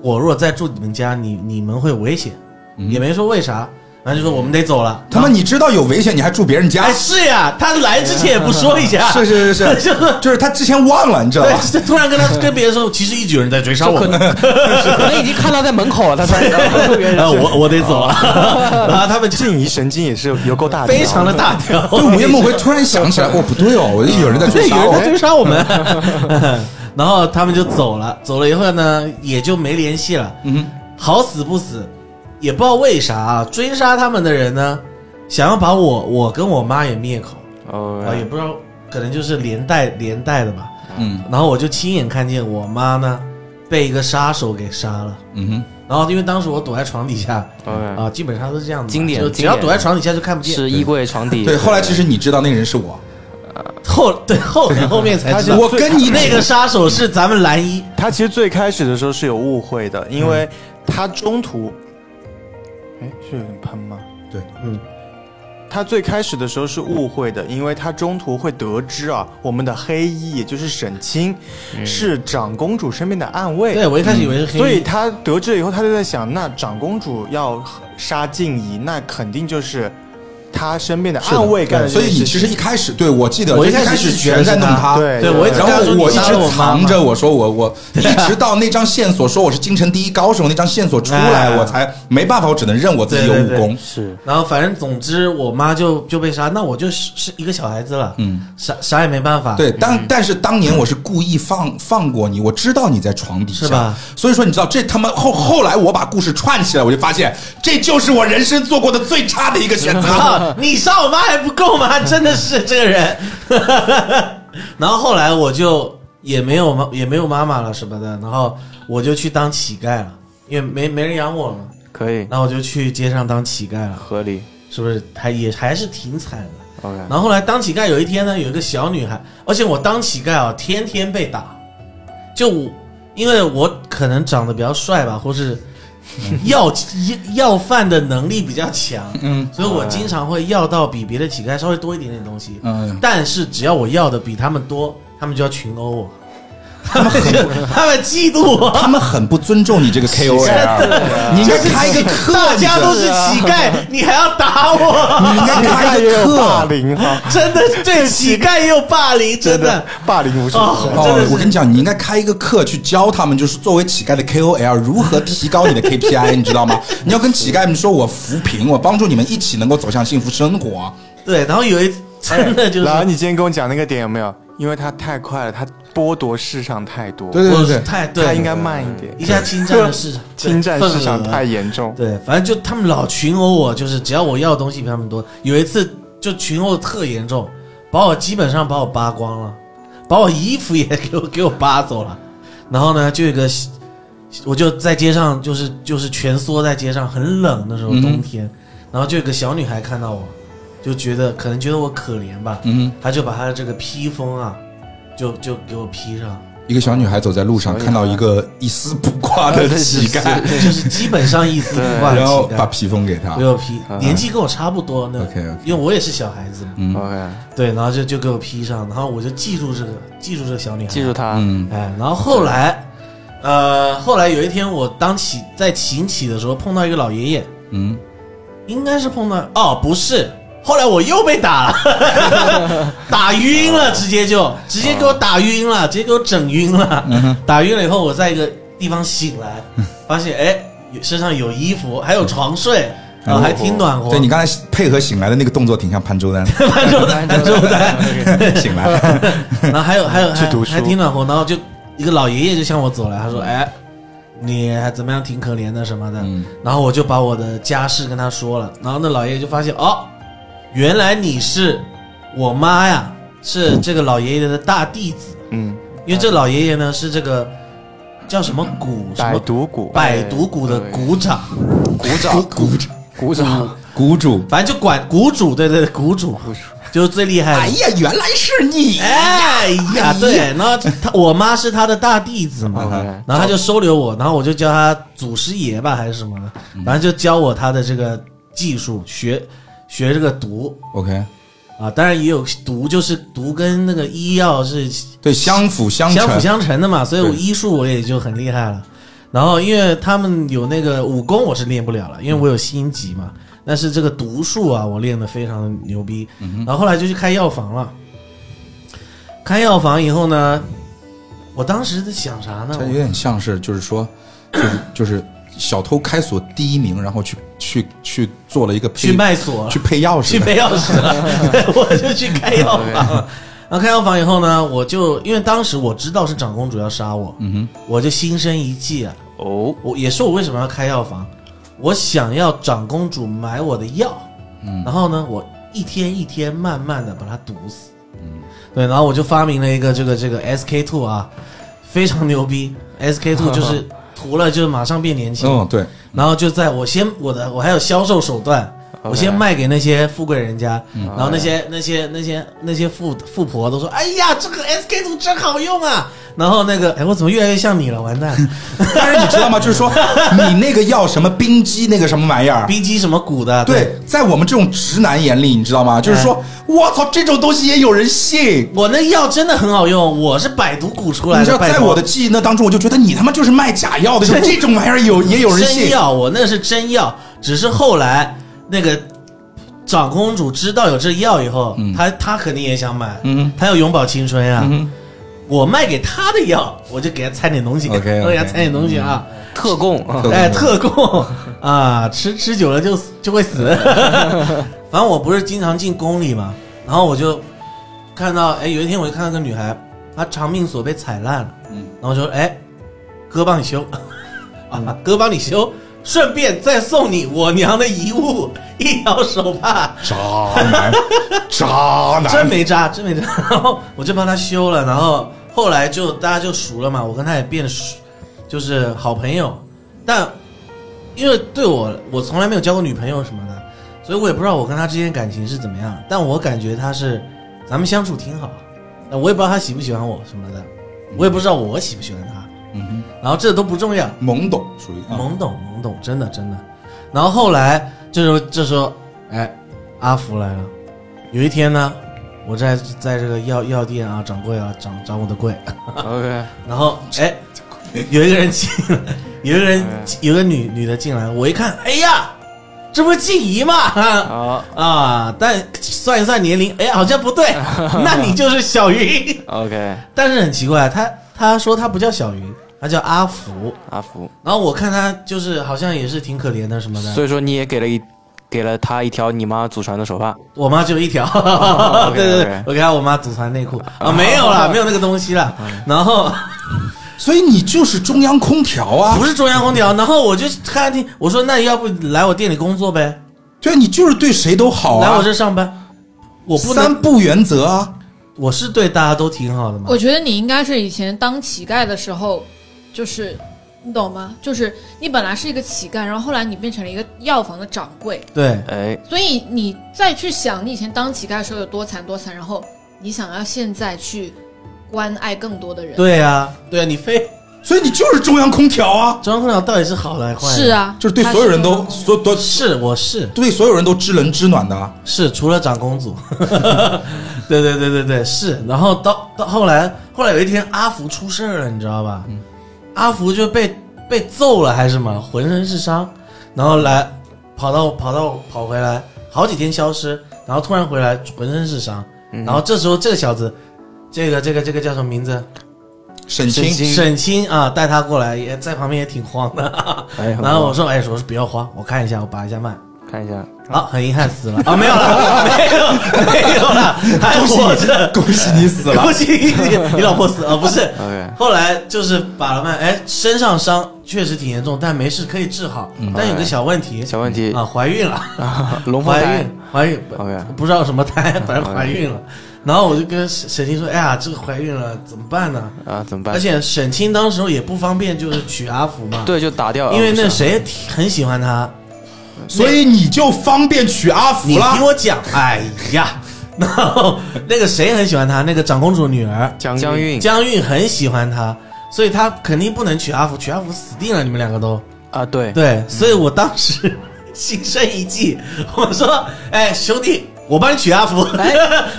Speaker 6: 我若再住你们家，你你们会危险，
Speaker 2: 嗯
Speaker 6: 也没说为啥，然后就说我们得走了。
Speaker 2: 他妈，你知道有危险，你还住别人家
Speaker 6: 哎？是呀，他来之前也不说一 下，
Speaker 2: 是是是，
Speaker 6: 哎 就是
Speaker 2: 就是他之前忘了，你知道
Speaker 6: 对
Speaker 2: 吧？，
Speaker 6: 就突 然跟他跟别人说，其实一直有人在追杀我们，
Speaker 4: 可能已经看到在门口了，他 才
Speaker 6: 呃，我我 得走了，然后他们就
Speaker 1: 静怡神经也是有够大的，
Speaker 6: 非常的大条，
Speaker 2: 对，我夜梦回突然想起来，哦，不对哦，我有人在追
Speaker 6: 对，
Speaker 2: 杀
Speaker 6: 有人在
Speaker 2: 我。
Speaker 6: 追杀我们。 然后他们就走了，走了以后呢，也就没联系了。
Speaker 2: 嗯哼，
Speaker 6: 好死不死，也不知道为啥啊，追杀他们的人呢，想要把我我跟我妈也灭口啊，也
Speaker 4: 哦，
Speaker 6: 不知道，可能就是连带连带的吧。
Speaker 2: 嗯
Speaker 6: 然后我就亲眼看见我妈呢被一个杀手给杀了。
Speaker 2: 嗯哼，
Speaker 6: 然后因为当时我躲在床底下
Speaker 4: OK
Speaker 6: 啊，基本上都是这样子嘛，
Speaker 4: 经典
Speaker 6: 就只要
Speaker 4: 经典
Speaker 6: 躲在床底下就看不见。
Speaker 4: 是衣柜床底。
Speaker 2: 对，后来其实你知道那个人是我，
Speaker 6: 后 对后后面才知道，
Speaker 2: 我跟你
Speaker 6: 那个杀手是咱们蓝衣。
Speaker 1: 他其实最开始的时候是有误会的，因为他中途，哎，嗯是有点喷吗？
Speaker 2: 对，
Speaker 6: 嗯，
Speaker 1: 他最开始的时候是误会的，因为他中途会得知啊，我们的黑衣也就是沈清、是长公主身边的暗卫，
Speaker 6: 嗯对，我一开始以为是黑衣，
Speaker 1: 所以他得知了以后，他就在想，那长公主要杀静怡，那肯定就是他身边的
Speaker 6: 的
Speaker 1: 暗卫干的这
Speaker 2: 所
Speaker 1: 件事
Speaker 2: 以
Speaker 1: 情。
Speaker 2: 你其实一开始对我记得，
Speaker 6: 我
Speaker 2: 一
Speaker 6: 一开始
Speaker 2: 始
Speaker 6: 是
Speaker 2: 全在弄他，
Speaker 1: 对
Speaker 6: 对我一直
Speaker 2: 然
Speaker 6: 告
Speaker 2: 后
Speaker 6: 诉
Speaker 2: 我
Speaker 6: 你
Speaker 2: 一
Speaker 6: 杀
Speaker 2: 直
Speaker 6: 了我妈
Speaker 2: 藏
Speaker 6: 妈
Speaker 2: 着，我说我我一直到那张线索说我是京城第一高手那张线索出来，
Speaker 6: 哎
Speaker 2: 我才没办法，我只能认我自己有
Speaker 6: 对
Speaker 2: 武
Speaker 6: 对
Speaker 2: 功。
Speaker 1: 是
Speaker 6: 然后反正总之我妈就就被杀，那我就是是一个小孩子了，
Speaker 2: 嗯，
Speaker 6: 啥啥也没办法。
Speaker 2: 对，但但是当年我是故意放放过你，我知道你在床底下，
Speaker 6: 是吧？
Speaker 2: 所以说你知道这他妈后后来我把故事串起来，我就发现这就是我人生做过的最差的一个选 择。
Speaker 6: 操，你杀我妈还不够吗？真的是这个人。 然后后来我就也没有妈也没有妈妈了什么的，然后我就去当乞丐了，因为没没人养我嘛，
Speaker 4: 可以
Speaker 6: 然后我就去街上当乞丐了，
Speaker 4: 合理，
Speaker 6: 是不是？还也还是挺惨的。
Speaker 4: OK，
Speaker 6: 然后后来当乞丐有一天呢，有一个小女孩，而且我当乞丐啊，天天被打，就我因为我可能长得比较帅吧，或是要 要饭的能力比较强，
Speaker 2: 嗯
Speaker 6: 所以我经常会要到比别的乞丐稍微多一点点东西。
Speaker 2: 嗯，
Speaker 6: 但是只要我要的比他们多，他们就要群殴我，他们就他们嫉妒我，
Speaker 2: 他们很不尊重你这个 KOL，你应该开一个课，
Speaker 6: 大家都是乞丐，你还要 打我，
Speaker 2: 你应该开一
Speaker 1: 也
Speaker 2: 个
Speaker 1: 有霸
Speaker 2: 课。
Speaker 1: 凌哈，
Speaker 6: 真的对乞丐又霸凌，真的。
Speaker 1: 霸凌无处不在。
Speaker 6: 真的
Speaker 2: 哦
Speaker 6: 是，
Speaker 2: 我跟你讲，你应该开一个课去教他们，就是作为乞丐的 KOL 如何提高你的 KPI，你知道吗？ 你要跟乞丐们说，我扶贫，我帮助你们一起能够走向幸福生活。
Speaker 6: 对，然后有一次真的就是，
Speaker 1: 然后你今天跟我讲那个点有没有？因为他太快了，他剥夺市场太多，
Speaker 2: 对对对对，
Speaker 6: 太对，嗯
Speaker 1: 他应该慢一点
Speaker 6: 一。下侵占了市场，对
Speaker 1: 侵占市场
Speaker 6: 份额
Speaker 1: 太严重，
Speaker 6: 对，反正就他们老群殴我，就是只要我要的东西比他们多。有一次就群殴得特严重，把我基本上把我扒光了，把我衣服也给我给我扒走了。然后呢，就有一个，我就在街上，就是就是蜷缩在街上，很冷那时候
Speaker 2: 嗯
Speaker 6: 冬天，然后就有个小女孩看到我，就觉得可能觉得我可怜吧，
Speaker 2: 嗯，
Speaker 6: 她就把她的这个披风啊，就就给我披上，
Speaker 2: 一个小女孩走在路上，看到一个一丝不挂的乞丐，
Speaker 6: 就是基本上一丝不挂的
Speaker 2: 然后
Speaker 6: 乞丐
Speaker 2: 把。披风给她
Speaker 6: 给。我披
Speaker 1: 啊，
Speaker 6: 年纪跟我差不多那
Speaker 2: OK，OK
Speaker 6: 因为我也是小孩子嘛，
Speaker 2: 嗯
Speaker 1: OK，
Speaker 6: 对，然后就就给我披上，然后我就记住这个，记住这个小女孩，
Speaker 4: 记住，他，
Speaker 2: 嗯
Speaker 6: 哎，然后后来，呃，后来有一天我当起在行乞的时候碰到一个老爷爷，
Speaker 2: 嗯，
Speaker 6: 应该是碰到哦，不是，后来我又被打了， 打晕了，直接就直接给我打晕了，直接给我整晕了，
Speaker 2: 嗯
Speaker 6: 打晕了以后，我在一个地方醒来，发现哎，有身上有衣服，还有 床睡。啊、还挺暖和。
Speaker 2: 哎对你刚才配合醒来的那个动作，挺像潘周丹
Speaker 6: 潘周丹，潘周丹，
Speaker 2: 醒来。
Speaker 6: 然后还有还有还
Speaker 1: 去读书嗯
Speaker 6: 还挺暖和，然后就一个老爷爷就向我走来，他说：“哎，你还怎么样，挺可怜的什么的。
Speaker 2: 嗯
Speaker 6: 然后我就把我的家事跟他说了，然后那老爷爷就发现哦，原来你是我妈呀，是这个老爷爷的大弟子，
Speaker 1: 嗯，
Speaker 6: 因为这老爷爷呢是这个叫什么谷什
Speaker 1: 百
Speaker 6: 么
Speaker 1: 毒谷，
Speaker 6: 百毒谷的
Speaker 1: 对
Speaker 6: 谷长，
Speaker 1: 鼓掌，
Speaker 2: 谷主，
Speaker 1: 鼓掌，
Speaker 2: 谷主，
Speaker 6: 反正就管谷主，对对对，谷主就是最厉害的。
Speaker 2: 哎呀，原来是你！
Speaker 6: 哎呀，对，然后他我妈是他的大弟子嘛
Speaker 1: OK，
Speaker 6: 然后他就收留我，然后我就叫他祖师爷吧，还是什么的，反正就教我他的这个技术，学学这个毒
Speaker 2: OK，
Speaker 6: 啊，当然也有毒，就是毒跟那个医药是
Speaker 2: 对，相辅相成，
Speaker 6: 相辅相成的嘛，所以我
Speaker 2: 对
Speaker 6: 医术我也就很厉害了。然后因为他们有那个武功，我是练不了了，因为我有心疾嘛。但是这个毒术啊，我练得非常的牛逼。
Speaker 2: 嗯
Speaker 6: 然后后来就去开药房了。开药房以后呢，我当时在想啥呢？
Speaker 2: 这有
Speaker 6: 我
Speaker 2: 点像是就是说，就是就是小偷开锁第一名，然后去去去做了一个配
Speaker 6: 去卖锁，
Speaker 2: 去配钥匙
Speaker 6: 去
Speaker 2: 的，
Speaker 6: 配钥匙 了，我就去开药房了。然后开药房以后呢，我就因为当时我知道是长公主要杀我，
Speaker 2: 嗯
Speaker 6: 我就心生一计啊，
Speaker 4: 哦，
Speaker 6: 我也是我为什么要开药房，我想要长公主买我的药，然后呢，我一天一天慢慢的把它毒死，对，然后我就发明了一个这个这个 SK two 啊，非常牛逼，SK two 就是涂了就是马上变年
Speaker 2: 哼，
Speaker 6: 轻，
Speaker 2: 嗯，对，
Speaker 6: 然后就在我先我的我还有销售手段。我先卖给那些富贵人家，然后那些那些那些那些富富婆都说：“哎呀，这个 SK two 真好用啊！”然后那个，哎，我怎么越来越像你了？完蛋！
Speaker 2: 但是你知道吗？就是说你那个药什么冰激那个什么玩意儿。
Speaker 6: 冰激什么谷的，
Speaker 2: 对，在我们这种直男眼里，你知道吗？就是
Speaker 6: 哎
Speaker 2: 说，我操，这种东西也有人信。
Speaker 6: 我那药真的很好用，我是百毒谷出来
Speaker 2: 你知
Speaker 6: 的，
Speaker 2: 道，
Speaker 6: 拜
Speaker 2: 在
Speaker 6: 托
Speaker 2: 我的记忆那当中，我就觉得你他妈就是卖假药的，就这种玩意儿有也有人
Speaker 6: 真
Speaker 2: 信。
Speaker 6: 药，我那是真药，只是后来那个长公主知道有这药以后，她她肯定也想买，
Speaker 2: 嗯
Speaker 6: 她要永葆青春呀、
Speaker 2: 嗯
Speaker 6: 我卖给她的药，我就给她掺点东西，
Speaker 2: OK，OK
Speaker 6: 我给她掺点东西啊，
Speaker 4: 特供，
Speaker 2: 特供
Speaker 6: 哎， 特供啊，吃吃久了就死就 会死。反正我不是经常进宫里嘛，然后我就看到，哎，有一天我就看到个女孩，她长命锁被踩烂了，
Speaker 2: 嗯
Speaker 6: 然后我就说，哎，哥帮你修， 啊，哥帮你修，顺便再送你我娘的遗物一条手帕，
Speaker 2: 渣男，渣男，
Speaker 6: 真没扎，真没扎。 然后我就帮他修了，然后后来就大家就熟了嘛，我跟他也变熟，就是好朋友。但因为对我，我从来没有交过女朋友什么的，所以我也不知道我跟他之间感情是怎么样，但我感觉他是咱们相处挺好，那我也不知道他喜不喜欢我什么的，我也不知道我喜不喜欢他，
Speaker 2: 嗯哼，
Speaker 6: 然后这都不重要，
Speaker 2: 懵懂属于啊
Speaker 6: 懵懂懵懂，真的真的。然后后来这时候这时候，哎，阿福来了。有一天呢，我在在这个药药店啊，掌柜啊，掌掌我的柜，
Speaker 4: OK，
Speaker 6: 然后哎，有一个人进， 有一个人有个女女的进来，我一看，哎呀，这不是静怡吗？
Speaker 4: 好
Speaker 6: 啊，但算一算年龄，哎呀，好像不对，那你就是小云。
Speaker 4: ，OK，
Speaker 6: 但是很奇怪，啊她她说她不叫小云，她叫阿福。
Speaker 4: 阿福，
Speaker 6: 然后我看她就是好像也是挺可怜的什么的，
Speaker 4: 所以说你也给了一给了他一条你妈祖传的手帕，
Speaker 6: 我妈只有一条，
Speaker 4: 哦
Speaker 6: 对对对
Speaker 4: OK，OK，
Speaker 6: 我给她我妈祖传内裤啊，没有啦，没有那个东西啦。然后
Speaker 2: 所以你就是中央空调啊
Speaker 6: 不，是中央空调，然后我就看听，我说那要不来我店里工作呗，
Speaker 2: 对啊，你就是对谁都好啊，
Speaker 6: 来我这上班，我不能，
Speaker 2: 三不原则啊，
Speaker 6: 我是对大家都挺好的嘛
Speaker 5: 我。觉得你应该是以前当乞丐的时候，就是你懂吗？就是你本来是一个乞丐，然后后来你变成了一个药房的掌柜，
Speaker 6: 对，
Speaker 4: 哎，
Speaker 5: 所以你再去想你以前当乞丐的时候有多惨多惨，然后你想要现在去关爱更多的人，
Speaker 6: 对呀，对啊，你非
Speaker 2: 所以你就是中央空调啊，
Speaker 6: 中央空调到底是好的还是坏的？
Speaker 5: 是，啊，
Speaker 2: 就是对
Speaker 5: 他
Speaker 2: 所有人
Speaker 5: 这
Speaker 2: 都
Speaker 5: 样
Speaker 2: 所都
Speaker 6: 是我是
Speaker 2: 对所有人都知冷知暖的啊。
Speaker 6: 是，除了长公主， 对对对对对是。然后到到后来，后来有一天阿福出事儿了，你知道吧？
Speaker 2: 嗯
Speaker 6: 阿福就被被揍了还是什么，浑身是伤，然后来跑到跑到跑回来，好几天消失，然后突然回来浑身是伤，
Speaker 2: 嗯
Speaker 6: 然后这时候这个小子，这个这个这个叫什么名字？
Speaker 2: 沈
Speaker 4: 沈
Speaker 2: 清
Speaker 4: 清
Speaker 6: 沈清啊，带他过来也在旁边也挺慌的，
Speaker 4: 哎，
Speaker 6: 然后我说哎，我说不要慌，我看一下，我把一下脉。
Speaker 4: 看一下，
Speaker 6: 好，很遗憾死了啊，没有了，没有没有了，还活着，
Speaker 2: 恭喜你死了
Speaker 6: 哎恭！喜 你，你老婆死了，哦不是。
Speaker 4: OK
Speaker 6: 后来就是把了脉，哎，身上伤确实挺严重，但没事可以治好，但有个小问题，
Speaker 4: 小问题，
Speaker 6: 啊，怀孕了，
Speaker 4: 龙凤
Speaker 6: 怀
Speaker 4: 胎
Speaker 6: 孕，怀孕不
Speaker 4: OK
Speaker 6: 不知道什么 胎，反正怀孕了。然后我就跟沈沈清说，哎呀，这个怀孕了怎么办呢？
Speaker 4: 啊，怎么办
Speaker 6: 而？且沈清当时候也不方便，就是娶阿福嘛，，
Speaker 4: 对，就打掉，
Speaker 6: 因为
Speaker 4: 啊
Speaker 6: 那
Speaker 4: 不是
Speaker 6: 谁挺很喜欢他，
Speaker 2: 所以你就方便娶阿
Speaker 6: 你
Speaker 2: 福
Speaker 6: 听
Speaker 2: 啦。
Speaker 6: 我讲，哎呀， 然后那个谁很喜欢他，那个长公主女儿
Speaker 4: 江江韵
Speaker 6: 江韵很喜欢他，所以他肯定不能娶阿福，娶阿福死定了，你们两个都
Speaker 4: 啊，对，
Speaker 6: 对，所以我当时 心生一计，我说，哎，兄弟，我帮你娶阿福，
Speaker 4: 哎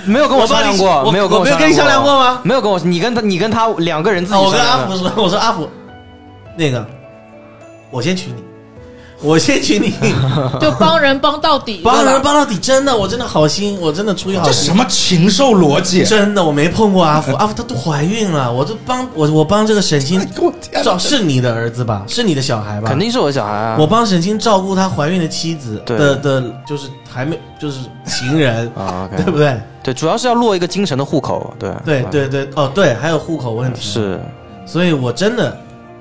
Speaker 4: 没有跟我商量
Speaker 6: 我帮你
Speaker 4: 过，没有跟
Speaker 6: 我没有
Speaker 4: 商
Speaker 6: 跟你商量过吗啊
Speaker 4: 没有跟我，你跟他，你跟他两个人自己
Speaker 6: 我
Speaker 4: 商
Speaker 6: 跟阿
Speaker 4: 量
Speaker 6: 福
Speaker 4: 的。
Speaker 6: 说，我说阿福，那个，我先娶你，我先娶 你，
Speaker 5: 就帮人帮到底，
Speaker 6: 帮
Speaker 5: 对
Speaker 6: 人
Speaker 5: 吧
Speaker 6: 帮到底，真的，我真的好心，我真的出于好
Speaker 2: 这
Speaker 6: 心
Speaker 2: 什。么禽兽逻辑？
Speaker 6: 真的，我没碰过阿福，阿福她都怀孕了，我就帮我我帮这个沈清
Speaker 2: 哎呦我天
Speaker 6: 照
Speaker 2: 哪！
Speaker 6: 是你的儿子吧？是你的小孩吧？
Speaker 4: 肯，定是我的小孩啊！
Speaker 6: 我帮沈清照顾她怀孕的妻子
Speaker 4: 对，
Speaker 6: 的的，就是还没就是情人
Speaker 4: 啊
Speaker 6: 对
Speaker 4: ，OK，
Speaker 6: 不对？
Speaker 4: 对，主要是要落一个精神的户口，对，
Speaker 6: 对对对，哦对，还有户口问题，
Speaker 4: 是，
Speaker 6: 所以我真的，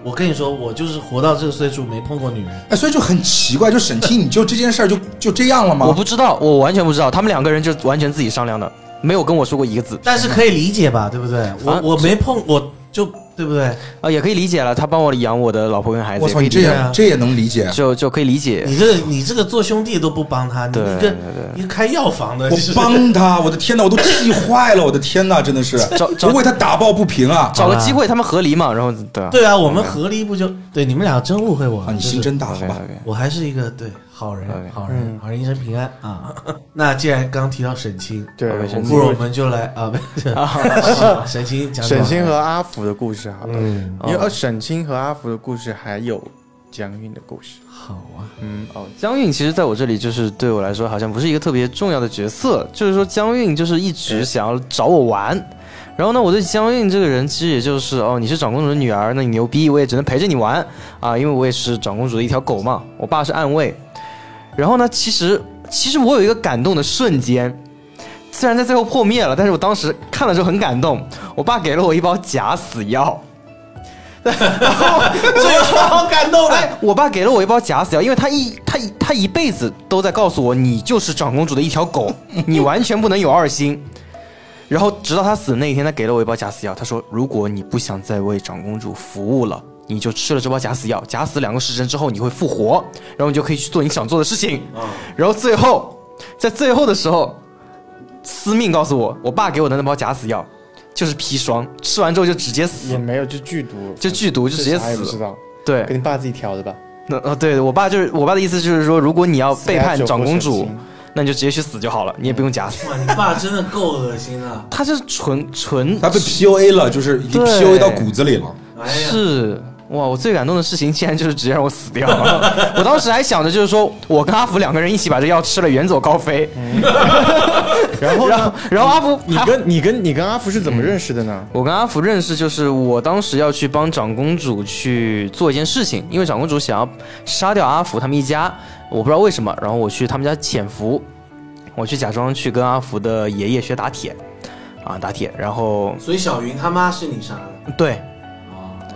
Speaker 6: 我跟你说，我就是活到这个岁数没碰过女人，
Speaker 2: 哎，所以就很奇怪，就沈清，你就这件事儿就就这样了
Speaker 4: 我
Speaker 2: 吗？
Speaker 4: 不知道，我完全不知道，他们两个人就完全自己商量的，没有跟我说过一个字
Speaker 6: 但是可以理解吧？对不对？我
Speaker 4: 啊
Speaker 6: 我没碰，我就对不对？
Speaker 4: 啊，也可以理解了，他帮我养我的老婆跟孩子，
Speaker 2: 我
Speaker 4: 也
Speaker 2: 操，
Speaker 4: 可以
Speaker 2: 你
Speaker 4: 理
Speaker 2: 这
Speaker 4: 解
Speaker 6: 对啊
Speaker 2: 也这也能理解？
Speaker 4: 就就可以理解。
Speaker 6: 你这个你这个做兄弟都不帮他，你
Speaker 4: 对
Speaker 6: 一
Speaker 4: 对
Speaker 6: 个
Speaker 4: 对
Speaker 6: 一个开药房的，
Speaker 2: 我
Speaker 6: 就是
Speaker 2: 帮他，我的天哪，我都气坏了，我的天哪，真的是，
Speaker 4: 找
Speaker 2: 我为他打抱不平啊！
Speaker 4: 找个机会，他们和离嘛，然后对啊
Speaker 6: 对啊，我们合力不就对？你们俩真误会我
Speaker 2: 啊，
Speaker 6: 了。
Speaker 2: 你心
Speaker 6: 就是
Speaker 2: 真大，好
Speaker 4: OK
Speaker 2: 吧？
Speaker 4: OK，
Speaker 6: 我还是一个对好
Speaker 4: 对
Speaker 6: 人，好
Speaker 4: 嗯
Speaker 6: 人，好人一生平安啊。 那既然刚提到沈清，啊
Speaker 4: 对啊
Speaker 1: 对，
Speaker 4: 我
Speaker 6: 不如我
Speaker 1: 们
Speaker 6: 们就来啊， 不是沈清讲
Speaker 1: 沈
Speaker 6: 讲
Speaker 1: 星和阿福的故事好了，
Speaker 6: 嗯
Speaker 1: 因为呃沈清和阿福的故事还有江韵的故事，
Speaker 6: 好啊，
Speaker 1: 嗯，哦，
Speaker 4: 江韵其实在我这里就是对我来说好像不是一个特别重要的角色，就是说江韵就是一直想要找我玩，然后呢，我对江韵这个人其实也就是哦，你是长公主的女儿，那你牛逼，我也只能陪着你玩啊，因为我也是长公主的一条狗嘛，我爸是暗卫。然后呢，其实其实我有一个感动的瞬间，虽然在最后破灭了，但是我当时看了之后很感动，我爸给了我一包假死药。
Speaker 6: 这有什么好感动的？
Speaker 4: 哎，我爸给了我一包假死药，因为他一他一他一辈子都在告诉我，你就是长公主的一条 狗，你完全不能有二心。然后直到他死的那一天，他给了我一包假死药，他说如果你不想再为长公主服务了，你就吃了这包假
Speaker 1: 嗯
Speaker 4: 死药，假死两个时辰之后你会复活，然后你就可以去做你想做的事情。然后最后在最后的时候，司命告诉我，我爸给我的那包假死药就是砒霜，吃完之后就直接
Speaker 1: 也
Speaker 4: 死。
Speaker 1: 没有，就剧毒，
Speaker 4: 就剧毒就直接
Speaker 1: 是啥也不
Speaker 4: 死
Speaker 1: 知道，
Speaker 4: 对
Speaker 1: 给，你爸自己调的吧？
Speaker 4: 那呃，对我爸就是我爸的意思就是说，如果你要背叛长公
Speaker 1: 死
Speaker 4: 主
Speaker 1: 了，
Speaker 4: 那你就直接去死就好了，你也不用假死。
Speaker 6: 哇，你爸真的够恶心啊的。
Speaker 4: 他是纯纯
Speaker 2: 他被 PUA 了，就是已经
Speaker 4: 对
Speaker 2: PUA 到骨子里了。
Speaker 6: 哎呀，
Speaker 4: 是哇，我最感动的事情竟然就是直接让我死掉了。 我当时还想着就是说我跟阿福两个人一起把这药吃了，远走高飞。
Speaker 1: 然后
Speaker 4: 然后
Speaker 1: 呢？
Speaker 4: 然后阿福
Speaker 1: 你
Speaker 4: 还
Speaker 1: 跟你跟你跟阿福是怎么认识的呢？
Speaker 4: 我跟阿福认识，就是我当时要去帮长公主去做一件事情，因为长公主想要杀掉阿福他们一家，我不知道为什么。然后我去他们家潜伏，我去假装去跟阿福的爷爷学打铁，啊打铁。然后
Speaker 6: 所以小云他妈是你杀的哦
Speaker 4: 对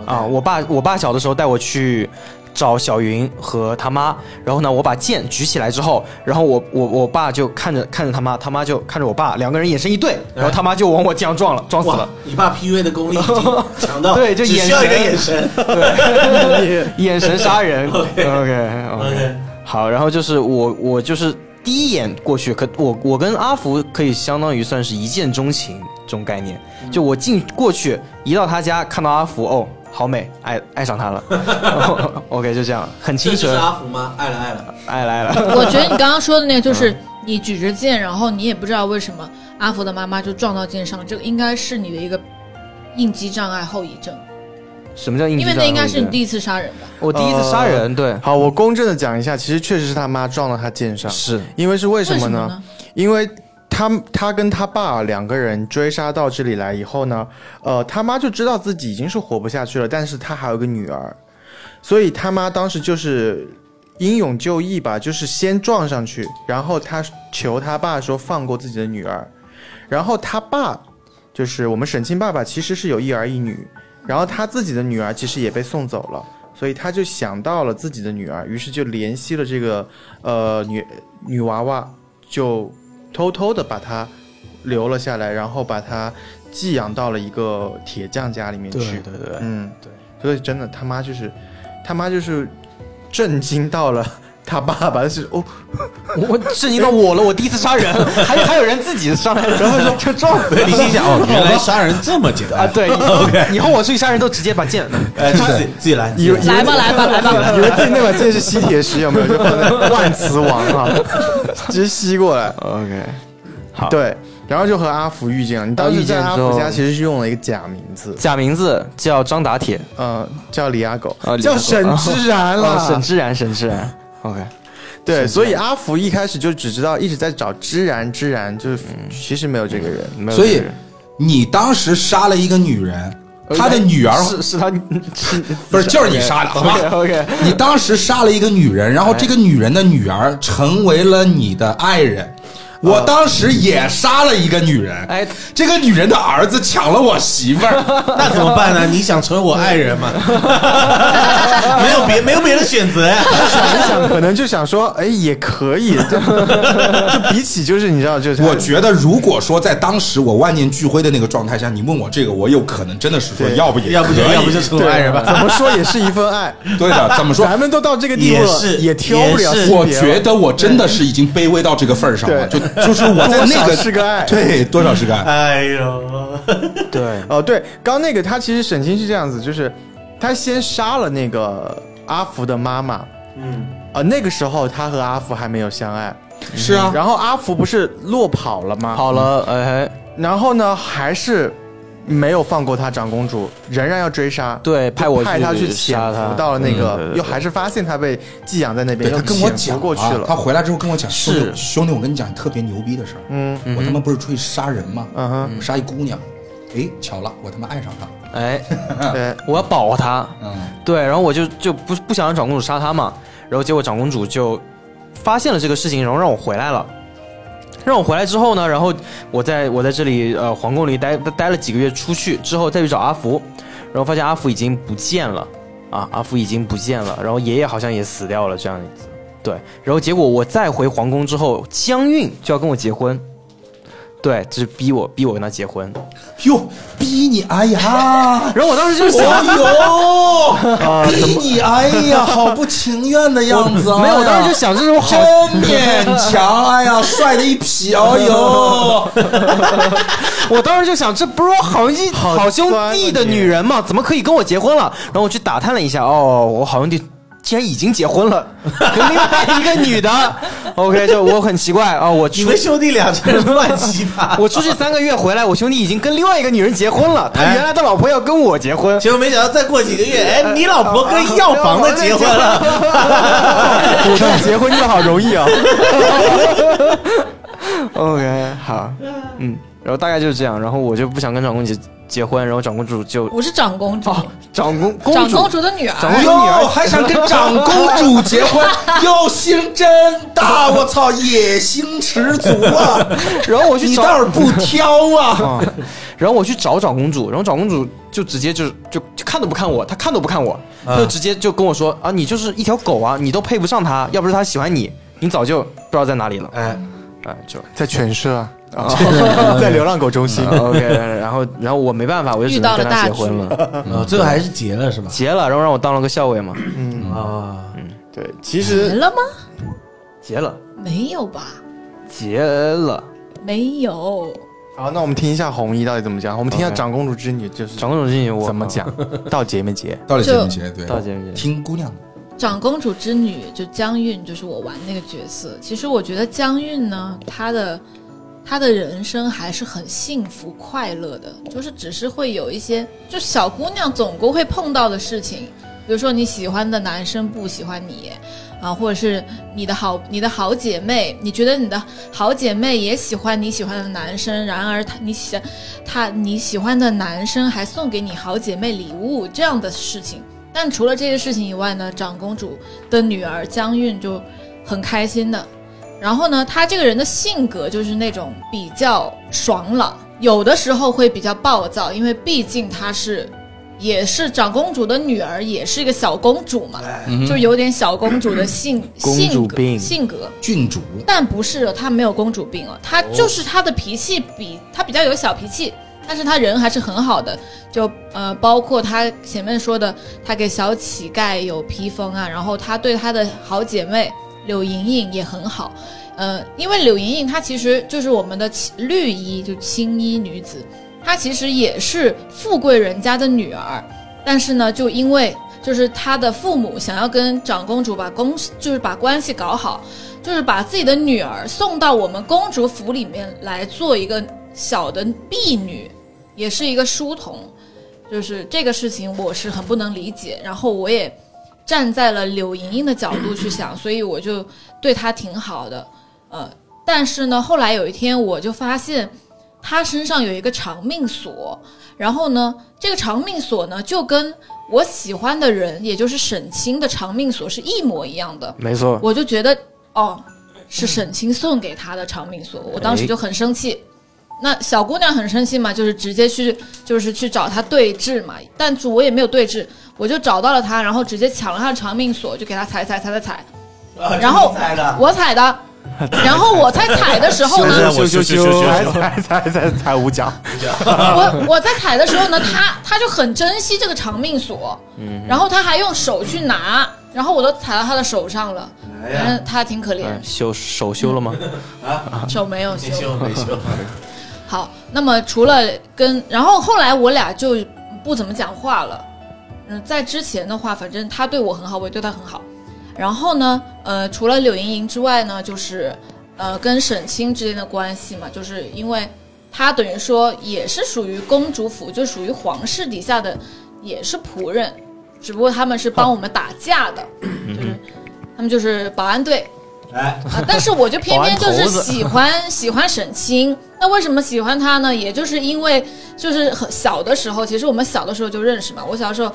Speaker 4: 啊，我爸我爸小的时候带我去找小云和他妈，然后呢，我把剑举起来之后，然后我我我爸就看着看着他妈，他妈就看着我爸，两个人眼神一对，然后他妈就往我这样撞了，撞死
Speaker 6: 哇
Speaker 4: 了。，
Speaker 6: 你爸 PUA 的功力已 经强到，
Speaker 4: 对就
Speaker 6: 只
Speaker 4: 眼
Speaker 6: 需要一个
Speaker 4: 神
Speaker 6: 眼 神。
Speaker 4: 眼神杀人。
Speaker 6: OK
Speaker 4: OK
Speaker 6: OK
Speaker 4: 好，然后就是我我就是第一眼过去，可我我跟阿福可以相当于算是一见钟情这种概念，就我进过去一到他家看到阿福，哦，好美，爱爱上他了。OK，就这 样，很
Speaker 6: 这
Speaker 4: 清
Speaker 6: 就是
Speaker 4: 纯，
Speaker 6: 阿福吗？爱了爱了，
Speaker 4: 爱来了。
Speaker 5: 我觉得你刚刚说的那个就是你举着剑，然后你也不知道为什么阿福的妈妈就撞到剑上，这个应该是你的一个应激障碍后遗症，
Speaker 4: 什么叫应激
Speaker 5: 因为
Speaker 4: 障
Speaker 5: 那
Speaker 4: 碍
Speaker 5: 应该是你
Speaker 4: 我觉得
Speaker 5: 第一次杀人吧？
Speaker 4: 我第一次杀人，对，
Speaker 1: 嗯好，我公正的讲一下，其实确实是他妈撞到他肩上，
Speaker 4: 是
Speaker 1: 因为是为
Speaker 5: 为
Speaker 1: 什么呢？
Speaker 5: 呢？
Speaker 1: 因为他他跟他爸两个人追杀到这里来以后呢，呃，他妈就知道自己已经是活不下去了，但是他还有个女儿，所以他妈当时就是英勇就义吧，就是先撞上去，然后他求他爸说放过自己的女儿，然后他爸就是我们沈清爸爸其实是有一儿一女，然后他自己的女儿其实也被送走了。所以他就想到了自己的女儿，于是就联系了这个呃女女娃娃，就偷偷的把她留了下来，然后把她寄养到了一个铁匠家里面去。
Speaker 4: 对对对，
Speaker 1: 嗯，
Speaker 4: 对。
Speaker 1: 所以真的他妈就是，他妈就是震惊到了 他爸爸，是哦，
Speaker 4: 我震惊到我了，我第一次杀人，还有还有人自己上来，然后说就撞死了
Speaker 6: 你心 想哦，原来杀人这么简
Speaker 4: 啊，
Speaker 6: 单，
Speaker 4: 对以后我出去杀人都直接把 剑
Speaker 6: 哎，自己自己来，自己来
Speaker 5: 来吧，来吧，来吧，
Speaker 1: 以为自己那把剑是吸铁石，有没有？就放在 万磁王啊，直接吸过来。
Speaker 4: OK，好
Speaker 1: 对，然后就和阿福遇见了。你当时在阿
Speaker 4: 遇见
Speaker 1: 福
Speaker 4: 之后
Speaker 1: 家其实是用了一个假名字，
Speaker 4: 假名字叫张打铁，
Speaker 1: 呃，叫李阿狗，
Speaker 4: 啊李
Speaker 1: 叫
Speaker 4: 阿狗
Speaker 1: 沈之然了。
Speaker 4: 啊，沈之然，沈之然，OK，
Speaker 1: 对，所以阿福一开始就只知道一直在找知然，知然就是其实没有这个人。
Speaker 4: 没有
Speaker 2: 所以
Speaker 4: 这个人
Speaker 2: 你当时杀了一个女人，她的女儿
Speaker 4: 是是他
Speaker 2: 不是就是你杀的，好吧？
Speaker 4: OK，
Speaker 2: 你当时杀了一个女人，然后这个女人的女儿成为了你的爱人。我当时也杀了一个女人，
Speaker 4: 哎，
Speaker 2: 这个女人的儿子抢了我媳妇儿，
Speaker 6: 那怎么办呢？你想成为我爱人吗？ 没有别没有别的选择 呀。
Speaker 1: 想一想，可能就想说，哎，也可以， 就就比起就是你知道，就是
Speaker 2: 我觉得如果说在当时我万念俱灰的那个状态下，你问我这个，我有可能真的是说
Speaker 1: 对
Speaker 2: 要不也
Speaker 6: 要不就
Speaker 2: 可以
Speaker 6: 要不就成为
Speaker 1: 对
Speaker 6: 我爱人吧。
Speaker 1: 怎么说也是一份爱。
Speaker 2: 对的，怎么 说？
Speaker 1: 咱们都到这个地步
Speaker 6: 也
Speaker 1: 了，
Speaker 6: 是
Speaker 1: 也挑不了性
Speaker 6: 也是
Speaker 1: 别了。
Speaker 2: 我觉得我真的是已经卑微到这个份儿上了，就
Speaker 1: 对
Speaker 2: 就是我在那
Speaker 1: 多
Speaker 2: 个
Speaker 1: 少是个爱
Speaker 2: 对多少是个爱。
Speaker 6: 哎呦，
Speaker 4: 对，
Speaker 1: 哦，对，刚那个他其实沈清是这样子，就是他先杀了那个阿福的妈妈，
Speaker 6: 嗯，
Speaker 1: 呃，那个时候他和阿福还没有相爱，
Speaker 2: 是啊，
Speaker 1: 然后阿福不是落跑了吗？
Speaker 4: 好了，哎，
Speaker 1: 然后呢，还是没有放过她长公主，仍然要追杀。
Speaker 4: 对派我
Speaker 1: 派她
Speaker 4: 去
Speaker 1: 潜
Speaker 4: 杀她
Speaker 1: 伏到了那
Speaker 4: 嗯对对
Speaker 1: 个，
Speaker 4: 对
Speaker 1: 又还是发现她被寄养在那
Speaker 2: 对
Speaker 1: 边，
Speaker 2: 他
Speaker 1: 又
Speaker 2: 跟我
Speaker 1: 潜
Speaker 2: 讲
Speaker 1: 伏过去
Speaker 2: 啊他
Speaker 1: 了。
Speaker 2: 回来之后跟我讲，兄弟
Speaker 4: 是
Speaker 2: 兄弟，我跟你讲特别牛逼的事儿，
Speaker 1: 嗯
Speaker 2: 我他妈不是出去杀人吗？
Speaker 1: 嗯哼，
Speaker 2: 我杀一姑娘，哎，巧了，我他妈爱上她，
Speaker 4: 哎，
Speaker 1: 对，
Speaker 4: 我要保他，
Speaker 2: 嗯，
Speaker 4: 对，然后我就就不不想让长公主杀他嘛，然后结果长公主就发现了这个事情，然后让我回来了。让我回来之后呢，然后我在我在这里呃皇宫里待待了几个月，出去之后再去找阿福，然后发现阿福已经不见了啊，阿福已经不见了，然后爷爷好像也死掉了这样子，对，然后结果我再回皇宫之后，江韵就要跟我结婚，对，就是逼我逼我跟他结婚。
Speaker 2: 哟，逼你，哎呀，
Speaker 4: 然后我当时就想，
Speaker 2: 哦
Speaker 6: 啊
Speaker 2: 呦，逼你，哎呀，好不情愿的样子啊！
Speaker 4: 没有，我当时就想，这是我好
Speaker 2: 真勉强，哎呀，帅的一匹，哎呦，
Speaker 4: 我当时就想，这不是我好兄弟
Speaker 7: 好
Speaker 4: 好兄弟的
Speaker 7: 酸啊你
Speaker 4: 女人吗？怎么可以跟我结婚了？然后我去打探了一下，哦，我好兄弟竟然已经结婚了，跟另外一个女的。OK，就我很奇怪啊、哦，我
Speaker 6: 你
Speaker 4: 出
Speaker 6: 们兄弟俩真是乱七八糟。
Speaker 4: 我出去三个月回来，我兄弟已经跟另外一个女人结婚了，他
Speaker 6: 哎
Speaker 4: 原来的老婆要跟我结 婚。
Speaker 6: 结果没想到再过几个月，哎，你老婆跟药房的结婚了。
Speaker 1: 古代结婚真的好容易啊！
Speaker 4: OK，好，嗯，然后大概就是这样，然后我就不想跟长公主结结婚，然后长公主就
Speaker 5: 我是长公主，
Speaker 4: 长公哦公
Speaker 5: 哦长
Speaker 4: 主
Speaker 5: 公主的女儿
Speaker 4: 长。公主女
Speaker 2: 哟，
Speaker 4: 儿
Speaker 2: 哎还想 跟长公主结婚，哟，心真大，我操，野心十足啊！
Speaker 4: 然后我去
Speaker 2: 你
Speaker 4: 找
Speaker 2: 倒是 不挑啊！
Speaker 4: 然后我去找长公主，然后长公主就直接就就就看都不看我，她看都不看我，她就直接就跟我说啊，你就是一条狗啊，你都配不上她，要不是她喜欢你，你早就不知道在哪里了。
Speaker 6: 哎，
Speaker 4: 哎，就
Speaker 1: 在犬舍啊，在流浪狗中心。
Speaker 4: OK，然后然后我没办法，我就只
Speaker 5: 遇
Speaker 4: 能
Speaker 5: 到了
Speaker 4: 跟她
Speaker 5: 大
Speaker 4: 结婚了，
Speaker 6: 啊，最后还是结了是吧？
Speaker 4: 结了，然后让我当了个校尉嘛，
Speaker 6: 啊，
Speaker 7: 对，其
Speaker 5: 结
Speaker 7: 实
Speaker 5: 了吗？
Speaker 4: 结了，
Speaker 5: 没有吧？
Speaker 4: 结了。
Speaker 5: 没有。
Speaker 7: 好，那我们听一下红衣到底怎么讲。我们听一下
Speaker 4: OK
Speaker 7: 长公主之女就是
Speaker 4: 长公主之女我
Speaker 7: 怎么讲，到结没结？
Speaker 2: 到底
Speaker 5: 就
Speaker 2: 结没结？对，
Speaker 4: 到结没结
Speaker 2: 听姑娘的。
Speaker 5: 长公主之女就江韵，就是我玩那个角色。其实我觉得江韵呢，她的她的人生还是很幸福快乐的，就是只是会有一些，就小姑娘总归会碰到的事情，比如说你喜欢的男生不喜欢你。啊，或者是你的好你的好姐妹，你觉得你的好姐妹也喜欢你喜欢的男生，然而她你喜她你喜欢的男生还送给你好姐妹礼物这样的事情，但除了这个事情以外呢，长公主的女儿江韵就很开心的。然后呢，她这个人的性格就是那种比较爽朗，有的时候会比较暴躁，因为毕竟她是也是长公主的女儿，也是一个小公主嘛，
Speaker 4: 嗯
Speaker 5: 就有点小公主的性
Speaker 4: 公主
Speaker 5: 性格
Speaker 4: 病
Speaker 5: 性格。
Speaker 2: 郡主，
Speaker 5: 但不是，她没有公主病哦，她就是她的脾气比她比较有小脾气，但是她人还是很好的。就呃，包括她前面说的，她给小乞丐有披风啊，然后她对她的好姐妹柳莹莹也很好。呃，因为柳莹莹她其实就是我们的青绿衣，就青衣女子，她其实也是富贵人家的女儿，但是呢，就因为就是她的父母想要跟长公主把公就是把关系搞好，就是把自己的女儿送到我们公主府里面来做一个小的婢女，也是一个书童，就是这个事情我是很不能理解，然后我也站在了柳莹莹的角度去想，所以我就对她挺好的，呃，但是呢，后来有一天我就发现她身上有一个长命锁，然后呢，这个长命锁呢就跟我喜欢的人，也就是沈清的长命锁是一模一样的，
Speaker 4: 没错，
Speaker 5: 我就觉得哦，是沈清送给他的长命锁，我当时就很生气。那小姑娘很生气嘛，就是直接去，就是去找他对峙嘛。但是我也没有对峙，我就找到了他，然后直接抢了他的长命锁，就给他踩踩踩踩踩。然后
Speaker 6: 啊你猜的
Speaker 5: 我踩的，然后我在踩的时候呢，
Speaker 1: 咻咻咻！才才才才五角，
Speaker 5: 我我在踩的时候呢，他他就很珍惜这个长命锁，然后他还用手去拿，然后我都踩到他的手上了，
Speaker 6: 哎
Speaker 5: 反正他挺可怜，
Speaker 4: 嗯，修手修了吗？
Speaker 5: 手没有修。
Speaker 6: 没修没修，
Speaker 5: 好，那么除了跟，然后后来我俩就不怎么讲话了。嗯，在之前的话，反正他对我很好，我也对他很好。然后呢，呃，除了柳莹莹之外呢，就是呃跟沈清之间的关系嘛，就是因为她等于说也是属于公主府，就属于皇室底下的，也是仆人，只不过他们是帮我们打架的，就是他们就是保安队。
Speaker 6: 哎，
Speaker 5: 啊，但是我就偏偏就
Speaker 4: 保安
Speaker 5: 是
Speaker 4: 头子
Speaker 5: 喜欢 喜欢沈清。那为什么喜欢他呢？也就是因为就是很小的时候，其实我们小的时候就认识嘛。我小时候，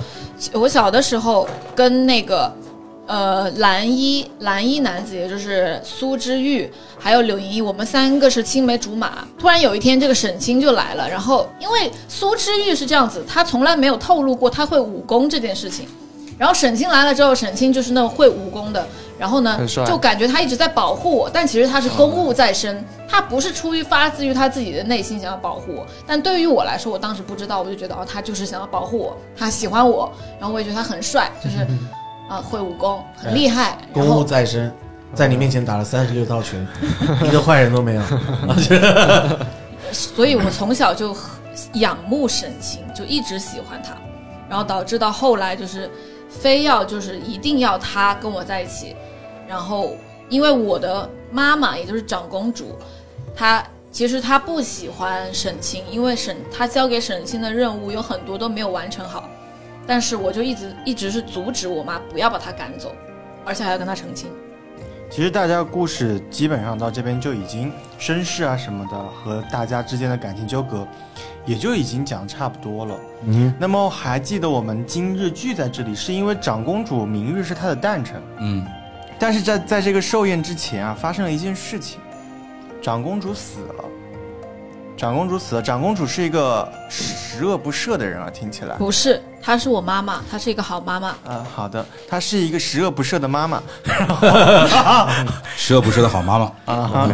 Speaker 5: 我小的时候跟那个呃蓝衣蓝衣男子，也就是苏之玉，还有柳莹莹，我们三个是青梅竹马。突然有一天，这个沈清就来了，然后因为苏之玉是这样子，他从来没有透露过他会武功这件事情。然后沈清来了之后，沈清就是那种会武功的，然后呢
Speaker 4: 很帅，
Speaker 5: 就感觉他一直在保护我，但其实他是公务在身，他不是出于发自于他自己的内心想要保护我。但对于我来说，我当时不知道，我就觉得哦，他就是想要保护我，他喜欢我，然后我也觉得他很帅，就是啊、会武功很厉害，然
Speaker 6: 公务
Speaker 5: 后
Speaker 6: 在身，在你面前打了三十六套拳， 一个坏人都没 有。
Speaker 5: 所以我从小就很仰慕沈清，就一直喜欢他，然后导致到后来就是非要就是一定要他跟我在一起，然后因为我的妈妈也就是长公主，她其实她不喜欢沈清，因为沈她交给沈清的任务有很多都没有完成好，但是我就一直一直是阻止我妈不要把她赶走，而且还要跟她成亲。
Speaker 1: 其实大家故事基本上到这边就已经身世啊什么的和大家之间的感情纠葛，也就已经讲差不多了。嗯，那么还记得我们今日聚在这里，是因为长公主明日是她的诞辰，
Speaker 2: 嗯，
Speaker 1: 但是在在这个寿宴之前啊，发生了一件事情，长公主死了。长公主死了，长公主是一个十恶不赦的人啊，听起来。
Speaker 5: 不是，她是我妈妈，她是一个好妈妈。
Speaker 1: 啊，好的，她是一个十恶不赦的妈妈，
Speaker 2: 十恶不赦的好妈妈，
Speaker 1: 啊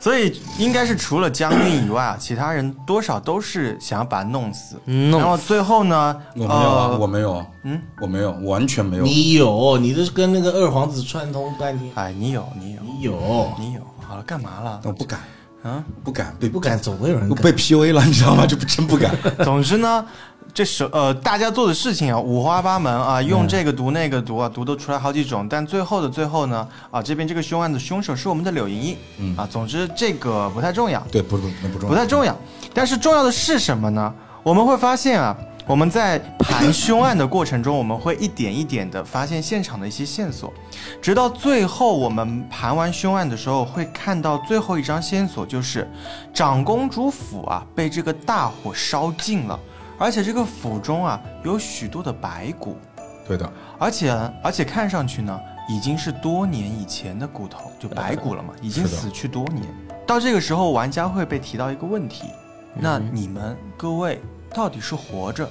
Speaker 1: 所以应该是除了江韵以外啊，其他人多少都是想要把她弄死。
Speaker 4: 弄
Speaker 1: 然后最后呢，
Speaker 2: 嗯我没有啊，
Speaker 1: 呃
Speaker 2: 我没有，嗯，我没有，完全没有。
Speaker 6: 你有，你这是跟那个二皇子串通半天。
Speaker 1: 哎，你有，你有，
Speaker 6: 你有，
Speaker 1: 你有，好了，干嘛了？
Speaker 2: 我不敢，
Speaker 1: 嗯，
Speaker 2: 啊不敢被
Speaker 6: 不敢，总会有人
Speaker 2: 我
Speaker 6: 敢。
Speaker 2: 被 PUA 了，你知道吗？这不真不敢。
Speaker 1: 总之呢，这是呃大家做的事情啊，五花八门啊，用这个毒那个毒啊，毒都出来好几种。但最后的最后呢，啊这边这个凶案的凶手是我们的柳莹莹，
Speaker 2: 嗯
Speaker 1: 啊，总之这个不太重要。
Speaker 2: 对，不不那不重
Speaker 1: 不
Speaker 2: 要。
Speaker 1: 太重要。但是重要的是什么呢？我们会发现啊，我们在盘凶案的过程中，我们会一点一点的发现现场的一些线索，直到最后我们盘完凶案的时候，会看到最后一张线索，就是长公主府啊被这个大火烧尽了，而且这个府中啊有许多的白骨，
Speaker 2: 对的，
Speaker 1: 而且而且看上去呢，已经是多年以前的骨头，就白骨了嘛，已经
Speaker 2: 嗯是的
Speaker 1: 死去多年。到这个时候，玩家会被提到一个问题：
Speaker 2: 嗯
Speaker 1: 那你们各位到底是活着，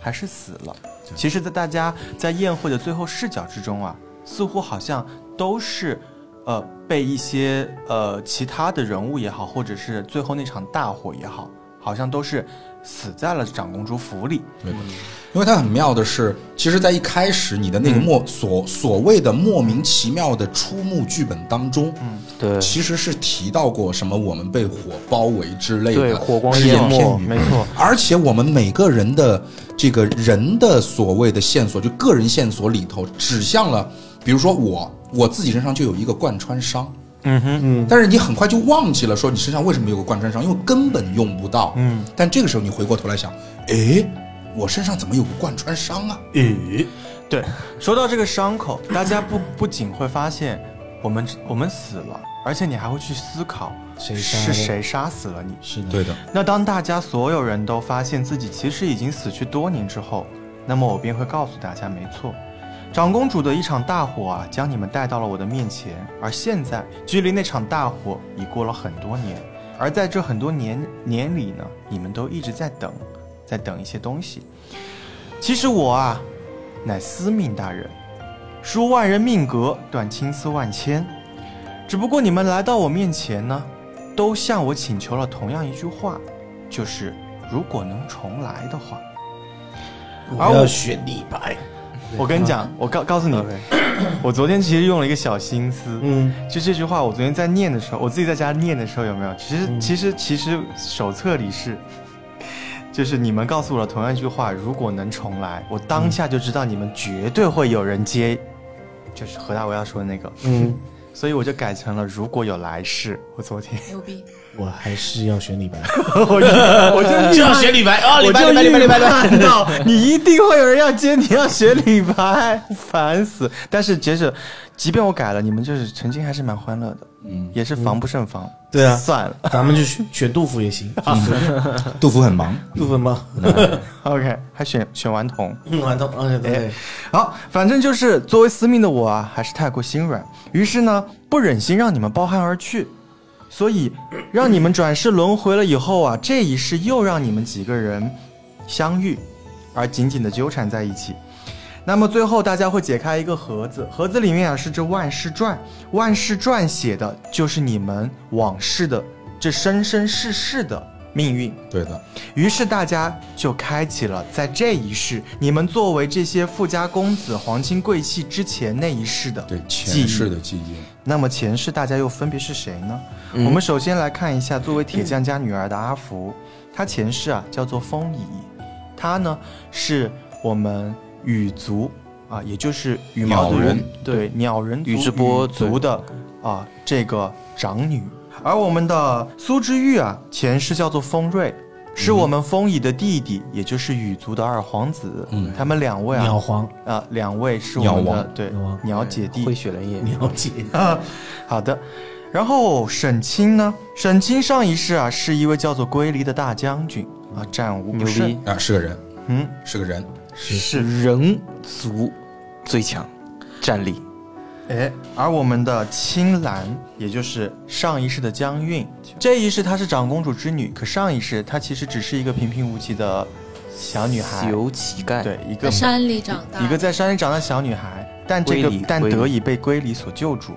Speaker 1: 还是死了？其实，在大家在宴会的最后视角之中啊，似乎好像都是，呃，被一些呃其他的人物也好，或者是最后那场大火也好，好像都是死在了长公主府里。
Speaker 2: 因为它很妙的是，其实，在一开始你的那个莫、
Speaker 4: 嗯
Speaker 2: 所所谓的莫名其妙的出幕剧本当中，
Speaker 4: 对
Speaker 2: 其实是提到过什么我们被火包围之类的，
Speaker 4: 对，火光
Speaker 2: 只
Speaker 4: 淹
Speaker 2: 言片
Speaker 4: 没，
Speaker 2: 语
Speaker 4: 没错，
Speaker 2: 而且我们每个人的这个人的所谓的线索，就个人线索里头指向了，比如说我我自己身上就有一个贯穿伤，
Speaker 1: 嗯哼，
Speaker 2: 但是你很快就忘记了说你身上为什么有个贯穿伤，因为根本用不到。嗯，但这个时候你回过头来想，诶，我身上怎么有个贯穿伤
Speaker 6: 嗯
Speaker 2: 啊？
Speaker 1: 咦，对，说到这个伤口，大家不不仅会发现我们我们死了，而且你还会去思考
Speaker 6: 谁杀
Speaker 1: 是
Speaker 6: 的
Speaker 1: 谁杀死了你。
Speaker 6: 是的，
Speaker 2: 对的，
Speaker 1: 那当大家所有人都发现自己其实已经死去多年之后，那么我便会告诉大家，没错，长公主的一场大火啊，将你们带到了我的面前，而现在距离那场大火已过了很多年，而在这很多年年里呢，你们都一直在等，在等一些东西。其实我啊，乃司命大人，书万人命格，断青丝万千。只不过你们来到我面前呢，都向我请求了同样一句话，就是如果能重来的话，
Speaker 6: 啊我啊
Speaker 1: 而我
Speaker 6: 要选李白。
Speaker 1: 我跟你讲，
Speaker 6: 嗯
Speaker 1: 我告告诉你，我昨天其实用了一个小心思，
Speaker 6: 嗯，
Speaker 1: 就这句话，我昨天在念的时候，我自己在家念的时候有没有？其实其
Speaker 6: 嗯
Speaker 1: 实其实手册里是。就是你们告诉我了同样一句话，如果能重来，我当下就知道你们绝对会有人接，就是何大为要说的那个，
Speaker 6: 嗯，
Speaker 1: 所以我就改成了如果有来世。我昨天
Speaker 5: 牛逼！
Speaker 6: 我还是要选李白，
Speaker 1: 我就
Speaker 6: 就要选李白啊！李
Speaker 1: 我
Speaker 6: 白，
Speaker 1: 就
Speaker 6: 李白，李白，
Speaker 1: 预
Speaker 6: 李白，
Speaker 1: 判到 你一定会有人要接，你要学李白，烦死！但是即使即便我改了，你们就是曾经还是蛮欢乐的，嗯，也是防不胜防。
Speaker 6: 对啊
Speaker 1: 算 了
Speaker 6: 咱们就选选杜甫也行，
Speaker 1: 啊
Speaker 2: 杜甫很忙，
Speaker 6: 杜甫吗？
Speaker 1: ，OK，还选选顽童。
Speaker 6: 嗯，完蛋，嗯，
Speaker 1: 哎
Speaker 6: 对，
Speaker 1: 好，反正就是作为司命的我啊，还是太过心软，于是呢，不忍心让你们抱憾而去，所以让你们转世轮回了以后啊，这一世又让你们几个人相遇，而紧紧的纠缠在一起。那么最后大家会解开一个盒子，盒子里面啊是这《万世传》，《万世传》写的就是你们往事的这生生世世的命运。
Speaker 2: 对的，
Speaker 1: 于是大家就开启了在这一世，你们作为这些富家公子、皇亲贵戚之前那一世的
Speaker 2: 对
Speaker 1: 记
Speaker 2: 前
Speaker 1: 忆。
Speaker 2: 世的记忆，
Speaker 1: 那么前世大家又分别是谁呢？我们首先来看一下，作为铁匠家女儿的阿福，她前世啊叫做风仪，她呢是我们羽族啊，也就是羽毛族
Speaker 2: 鸟人
Speaker 1: 对鸟人族
Speaker 4: 宇智波
Speaker 1: 羽族的啊这个长女。而我们的苏之玉啊，前世叫做丰瑞，是我们丰仪的弟弟，也就是羽族的二皇子。
Speaker 2: 嗯
Speaker 1: 他们两位啊
Speaker 6: 鸟皇
Speaker 1: 啊，两位是我们
Speaker 2: 鸟
Speaker 1: 的
Speaker 2: 王
Speaker 1: 对
Speaker 6: 鸟王
Speaker 1: 鸟姐弟
Speaker 4: 会雪人
Speaker 1: 哎
Speaker 4: 也
Speaker 6: 鸟姐，
Speaker 1: 好的，然后沈清呢？沈清上一世啊是一位叫做龟离的大将军啊，战无
Speaker 4: 牛
Speaker 1: 不胜
Speaker 4: 逼。，
Speaker 2: 啊，是个人，
Speaker 1: 嗯，
Speaker 2: 是个人，
Speaker 1: 是
Speaker 4: 人族最强，战力
Speaker 1: 哎。而我们的青兰，也就是上一世的江韵，这一世她是长公主之女，可上一世她其实只是一个平平无奇的小女孩，
Speaker 4: 有乞丐，
Speaker 1: 对，一
Speaker 5: 在
Speaker 1: 个
Speaker 5: 山里长大，
Speaker 1: 一个在山里长大的小女孩，但这个
Speaker 4: 归里
Speaker 1: 但
Speaker 4: 归里嗯
Speaker 1: 得以被龟梨所救助。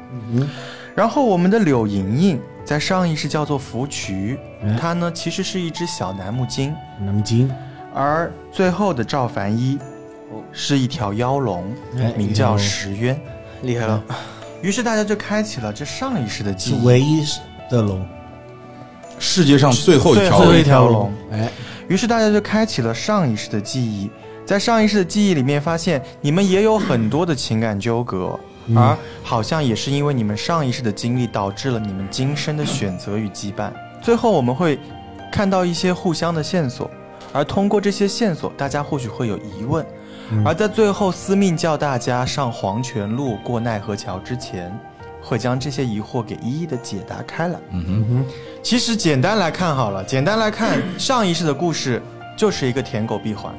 Speaker 1: 然后我们的柳莹莹在上一世叫做芙蕖，
Speaker 4: 嗯
Speaker 1: 她呢其实是一只小楠木精，
Speaker 6: 南京，
Speaker 1: 而最后的赵凡一
Speaker 4: 哦
Speaker 1: 是一条妖龙
Speaker 6: 哎，
Speaker 1: 名叫石渊。嗯
Speaker 4: 厉害了，
Speaker 1: 于是大家就开启了这上一世的记
Speaker 6: 是
Speaker 1: 忆，
Speaker 6: 唯一的龙，
Speaker 2: 世界上最后一条
Speaker 1: 最后
Speaker 2: 龙
Speaker 1: 一条龙。
Speaker 6: 哎，
Speaker 1: 于是大家就开启了上一世的记忆，在上一世的记忆里面，发现你们也有很多的情感纠葛，而好像也是因为你们上一世的经历，导致了你们今生的选择与羁绊。最后我们会看到一些互相的线索，而通过这些线索，大家或许会有疑问。而在最后，司命叫大家上黄泉路过奈何桥之前，会将这些疑惑给一一的解答开来。
Speaker 2: 嗯
Speaker 1: 其实简单来看好了，简单来看，上一世的故事就是一个舔狗闭环。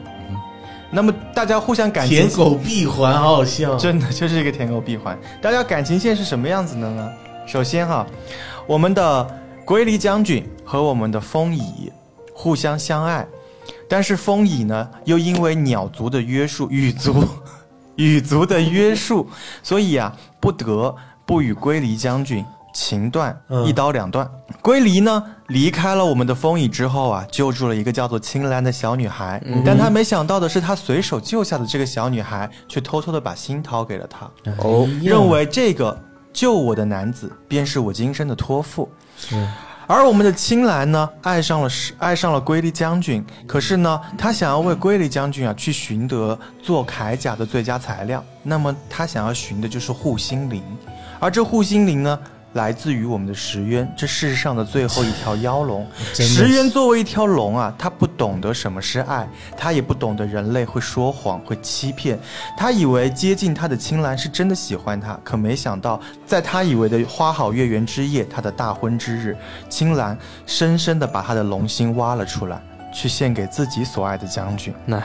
Speaker 1: 那么大家互相感情
Speaker 6: 舔狗闭环，好好笑。
Speaker 1: 真的就是一个舔狗闭环。大家感情线是什么样子的呢？首先哈，我们的龟梨将军和我们的风乙互相相爱，但是风乙呢又因为鸟族的约束，羽族羽族的约束，所以啊不得不与龟梨将军情断，
Speaker 6: 嗯
Speaker 1: 一刀两断。龟梨呢离开了我们的风乙之后啊，救助了一个叫做青兰的小女孩，但他没想到的是，他随手救下的这个小女孩却偷偷的把心掏给了他。
Speaker 6: 哦
Speaker 1: 认为这个救我的男子便是我今生的托付。而我们的青兰呢，爱上了是爱上了龟梨将军，可是呢，她想要为龟梨将军啊去寻得做铠甲的最佳材料。那么她想要寻的就是护心灵，而这护心灵呢，来自于我们的石渊，这世上的最后一条妖龙。
Speaker 6: 真的是
Speaker 1: 石渊作为一条龙啊，他不懂得什么是爱，他也不懂得人类会说谎、会欺骗。他以为接近他的青兰是真的喜欢他，可没想到，在他以为的花好月圆之夜，他的大婚之日，青兰深深地把他的龙心挖了出来，去献给自己所爱的将军。
Speaker 4: nice，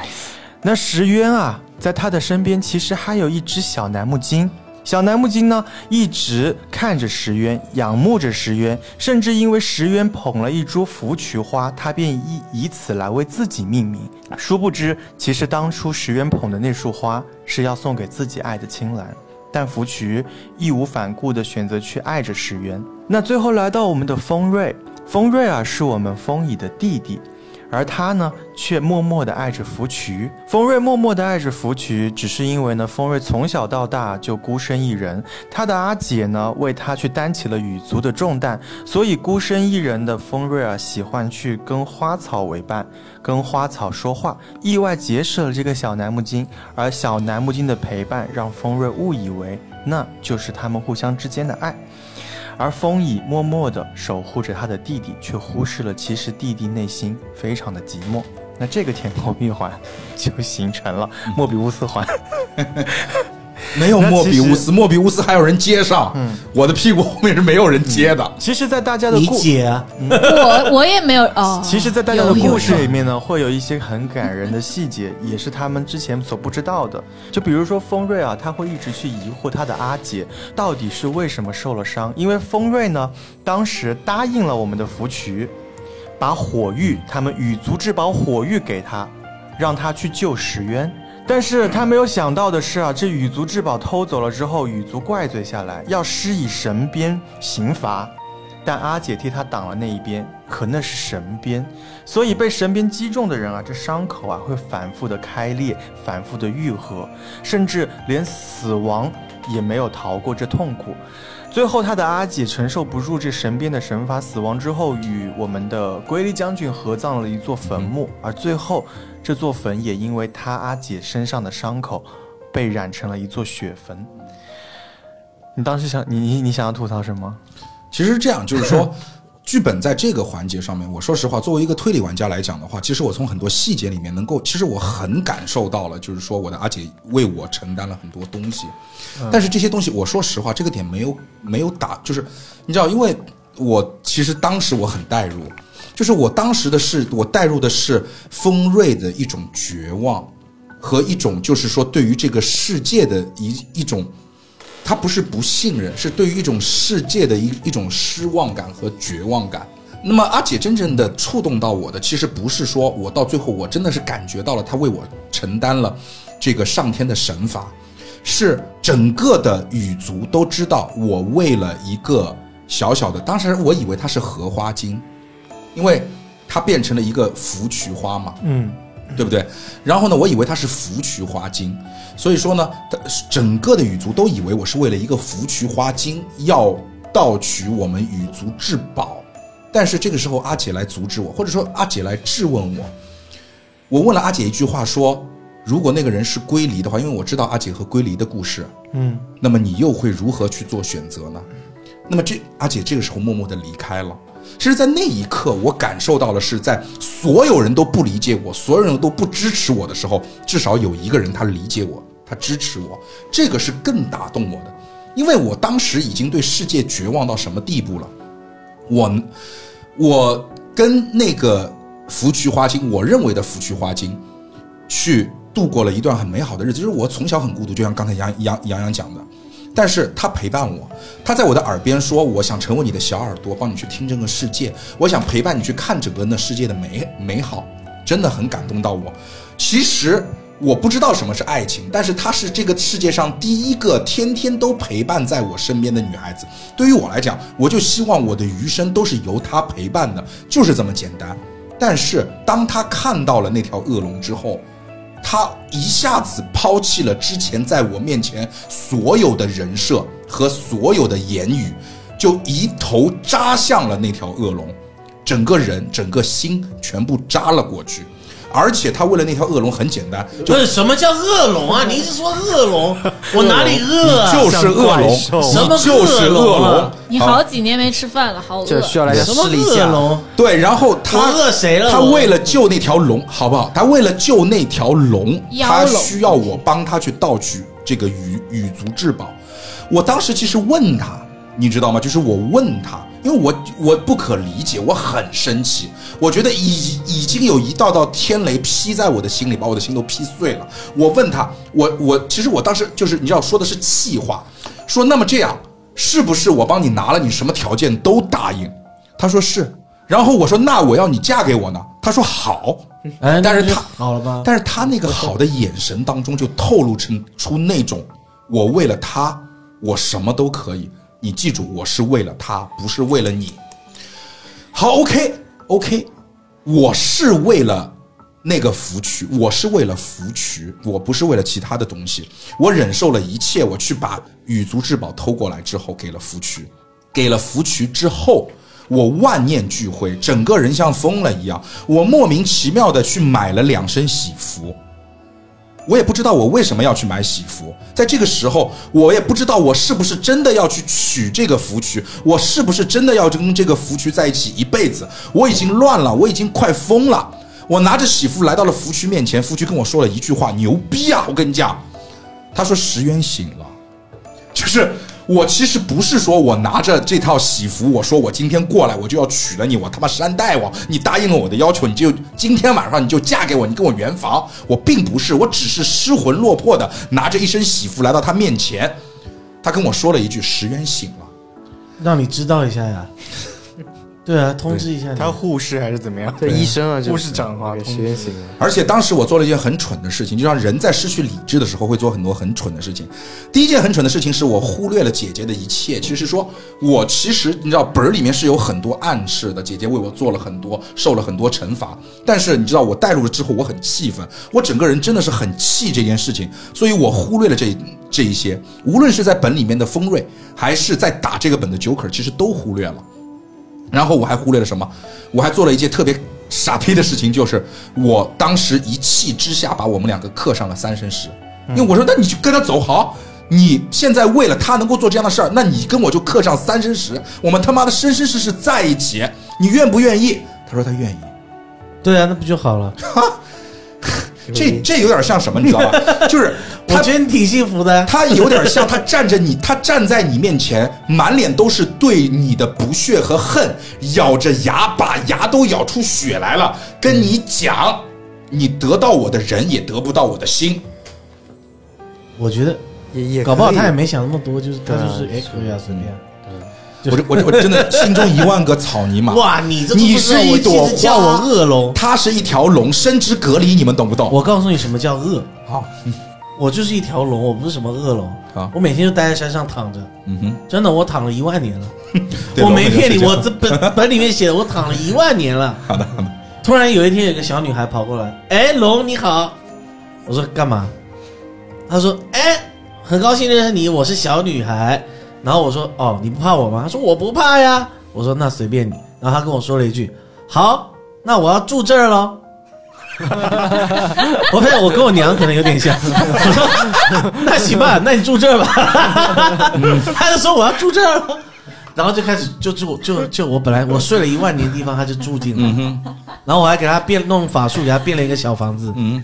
Speaker 1: 那石渊啊，在他的身边其实还有一只小楠木精。小楠木精呢，一直看着石渊，仰慕着石渊，甚至因为石渊捧了一株芙蕖花，他便以以此来为自己命名。殊不知，其实当初石渊捧的那束花是要送给自己爱的青兰，但芙蕖义无反顾地选择去爱着石渊。那最后来到我们的丰瑞，丰瑞啊，是我们丰乙的弟弟。而他呢，却默默地爱着芙蕖。丰瑞默默地爱着芙蕖，只是因为呢，丰瑞从小到大就孤身一人，他的阿姐呢，为他去担起了羽族的重担，所以孤身一人的丰瑞啊，喜欢去跟花草为伴，跟花草说话，意外结识了这个小楠木精。而小楠木精的陪伴，让丰瑞误以为那就是他们互相之间的爱。而风乙默默地守护着他的弟弟，却忽视了其实弟弟内心非常的寂寞。那这个舔狗闭环 就形成了莫比乌斯环。
Speaker 2: 没有
Speaker 1: 那
Speaker 2: 莫
Speaker 1: 其
Speaker 2: 比乌
Speaker 1: 实
Speaker 2: 斯，莫比乌斯还有人接上，我的屁股后面是没有人接的，
Speaker 1: 其实，在大家的
Speaker 6: 你
Speaker 1: 故，
Speaker 6: 姐啊，
Speaker 5: 我我也没有哦。
Speaker 1: 其实，在大家的
Speaker 5: 有有
Speaker 1: 故事里面呢，会有一些很感人的细节，也是他们之前所不知道的。就比如说丰瑞啊，他会一直去疑惑他的阿姐到底是为什么受了伤，因为丰瑞呢，当时答应了我们的芙蕖，把火玉，他们羽族之宝火玉给他，让他去救石渊。
Speaker 7: 但是他没有想到的是啊，这羽族至宝偷走了之后，羽族怪罪下来，要施以神鞭刑罚，但阿姐替他挡了那一鞭，可那是神鞭，所以被神鞭击中的人啊，这伤口啊会反复的开裂，反复的愈合，甚至连死亡也没有逃过这痛苦。最后，他的阿姐承受不住这神鞭的神罚，死亡之后与我们的瑰丽将军合葬了一座坟墓，而最后这座坟也因为他阿姐身上的伤口，被染成了一座血坟。你当时想，你你你想要吐槽什么？
Speaker 2: 其实这样就是说，剧本在这个环节上面，我说实话，作为一个推理玩家来讲的话，其实我从很多细节里面能够，其实我很感受到了，就是说我的阿姐为我承担了很多东西，但是这些东西，我说实话，这个点没有没有打，就是你知道，因为我其实当时我很代入，就是我当时的是我代入的是丰瑞的一种绝望。和一种就是说对于这个世界的一一种他不是不信任，是对于一种世界的一一种失望感和绝望感。那么阿姐真正的触动到我的，其实不是说我到最后我真的是感觉到了她为我承担了这个上天的神罚，是整个的羽族都知道我为了一个小小的，当时我以为它是荷花精，因为它变成了一个芙菊花嘛，
Speaker 7: 嗯，
Speaker 2: 对不对？然后呢，我以为它是芙菊花精，所以说呢，它整个的羽族都以为我是为了一个芙菊花精要盗取我们羽族至宝，但是这个时候阿姐来阻止我，或者说阿姐来质问我，我问了阿姐一句话说，如果那个人是龟梨的话，因为我知道阿姐和龟梨的故事，嗯，那么你又会如何去做选择呢？那么这阿姐这个时候默默的离开了。其实，在那一刻，我感受到了是在所有人都不理解我，所有人都不支持我的时候，至少有一个人他理解我，他支持我，这个是更打动我的，因为我当时已经对世界绝望到什么地步了。我，我跟那个芙菊花精，我认为的芙菊花精，去度过了一段很美好的日子。就是我从小很孤独，就像刚才杨杨杨洋讲的，但是他陪伴我，他在我的耳边说：“我想成为你的小耳朵，帮你去听这个世界，我想陪伴你去看整个那世界的美美好。”真的很感动到我。其实我不知道什么是爱情，但是她是这个世界上第一个天天都陪伴在我身边的女孩子。对于我来讲，我就希望我的余生都是由她陪伴的，就是这么简单。但是当她看到了那条恶龙之后，他一下子抛弃了之前在我面前所有的人设和所有的言语，就一头扎向了那条恶龙，整个人、整个心全部扎了过去。而且他为了那条恶龙很简单，就
Speaker 6: 不是什么叫恶龙啊？你一直说恶 龙，我哪里饿啊？
Speaker 2: 就是恶龙，
Speaker 6: 什么
Speaker 2: 你就是恶
Speaker 6: 恶龙
Speaker 2: 龙
Speaker 6: 啊。
Speaker 5: 你好几年没吃饭了，好饿。
Speaker 4: 这需要来点
Speaker 6: 什么啊
Speaker 4: 试力
Speaker 6: 恶
Speaker 4: 架。
Speaker 6: 龙？
Speaker 2: 对，然后他
Speaker 6: 我饿谁了
Speaker 2: 他
Speaker 6: 我
Speaker 2: 为了救那条龙，好不好？他为了救那条龙，
Speaker 5: 妖
Speaker 2: 他
Speaker 5: 龙
Speaker 2: 需要我帮他去盗取这个羽羽族至宝。我当时其实问他，你知道吗？就是我问他，因为我我不可理解，我很生气，我觉得已已经有一道道天雷劈在我的心里，把我的心都劈碎了。我问他，我我其实我当时就是你知道说的是气话，说那么这样是不是我帮你拿了，你什么条件都答应？他说是。然后我说那我要你嫁给我呢，他说好，
Speaker 6: 哎，
Speaker 2: 但是
Speaker 6: 那就
Speaker 2: 他
Speaker 6: 好了吧？
Speaker 2: 但是他那个好的眼神当中就透露成出那种，我为了他，我什么都可以。你记住，我是为了他，不是为了你。好，OK OK，我是为了那个芙蕖，我是为了芙蕖，我不是为了其他的东西。我忍受了一切，我去把羽族至宝偷过来之后，给了芙蕖，给了芙蕖之后。我万念俱灰，整个人像疯了一样。我莫名其妙的去买了两身喜服，我也不知道我为什么要去买喜服，在这个时候，我也不知道我是不是真的要去娶这个芙蕖，我是不是真的要跟这个芙蕖在一起一辈子？我已经乱了，我已经快疯了。我拿着喜服来到了芙蕖面前，芙蕖跟我说了一句话：“牛逼啊！”我跟你讲，他说石原醒了。就是我其实不是说我拿着这套喜服，我说我今天过来我就要娶了你，我他妈山大王，你答应了我的要求，你就今天晚上你就嫁给我，你跟我圆房。我并不是，我只是失魂落魄的拿着一身喜服来到他面前，他跟我说了一句：“石原醒了。”
Speaker 6: 让你知道一下呀。对啊，通知一下你。
Speaker 7: 他护士还是怎么样？
Speaker 4: 对医生啊，就
Speaker 7: 护士长啊，
Speaker 4: 学院型的，
Speaker 2: 而且当时我做了一件很蠢的事情，就像人在失去理智的时候会做很多很蠢的事情。第一件很蠢的事情是我忽略了姐姐的一切，其实是说我其实你知道本儿里面是有很多暗示的，姐姐为我做了很多，受了很多惩罚。但是你知道我带入了之后，我很气愤，我整个人真的是很气这件事情，所以我忽略了这这一些，无论是在本里面的锋锐，还是在打这个本的 Joker，其实都忽略了。然后我还忽略了什么？我还做了一件特别傻逼的事情，就是我当时一气之下把我们两个刻上了三生石，因为我说那你就跟他走好。你现在为了他能够做这样的事儿，那你跟我就刻上三生石，我们他妈的生生世世在一起，你愿不愿意？他说他愿意。
Speaker 6: 对啊，那不就好了？
Speaker 2: 这这有点像什么，你知道吧？就是
Speaker 6: 我
Speaker 2: 他
Speaker 6: 觉得你挺幸福的。
Speaker 2: 他有点像他站着你，他站在你面前，满脸都是对你的不屑和恨，咬着牙把牙都咬出血来了，跟你讲，你得到我的人也得不到我的心。
Speaker 6: 我觉得
Speaker 4: 也也
Speaker 6: 搞不好
Speaker 4: 可以嗯
Speaker 6: 他也没想那么多，就是他就是
Speaker 4: 对
Speaker 6: 哎可以啊，随便。
Speaker 2: 我这我这我真的心中一万个草泥马。
Speaker 6: 哇，你这都不
Speaker 2: 你
Speaker 6: 知道
Speaker 2: 是一朵
Speaker 6: 我一直叫我
Speaker 2: 花
Speaker 6: 恶龙。
Speaker 2: 它是一条龙，深知隔离，你们懂不懂？
Speaker 6: 我告诉你什么叫恶，
Speaker 2: 好，
Speaker 6: 我就是一条龙，我不是什么恶龙
Speaker 2: 好。
Speaker 6: 我每天就待在山上躺着，
Speaker 2: 嗯哼，
Speaker 6: 真的，我躺了一万年了。
Speaker 2: 对
Speaker 6: 我没骗你，
Speaker 2: 龙
Speaker 6: 我
Speaker 2: 门
Speaker 6: 这本本里面写的，我躺了一万年了。
Speaker 2: 好的好的，
Speaker 6: 突然有一天，有个小女孩跑过来，哎，龙你好，我说干嘛？她说，哎，很高兴认识你，我是小女孩。然后我说，哦，你不怕我吗？她说我不怕呀。我说那随便你。然后她跟我说了一句，好，那我要住这儿喽。 我发现我跟我娘可能有点像。我说那行吧，那你住这儿吧。 她就说我要住这儿了，然后就开始就住就就我本来我睡了一万年的地方，她就住进来。
Speaker 2: 嗯哼，
Speaker 6: 然后我还给她变弄法术，给她变了一个小房子。
Speaker 2: 嗯，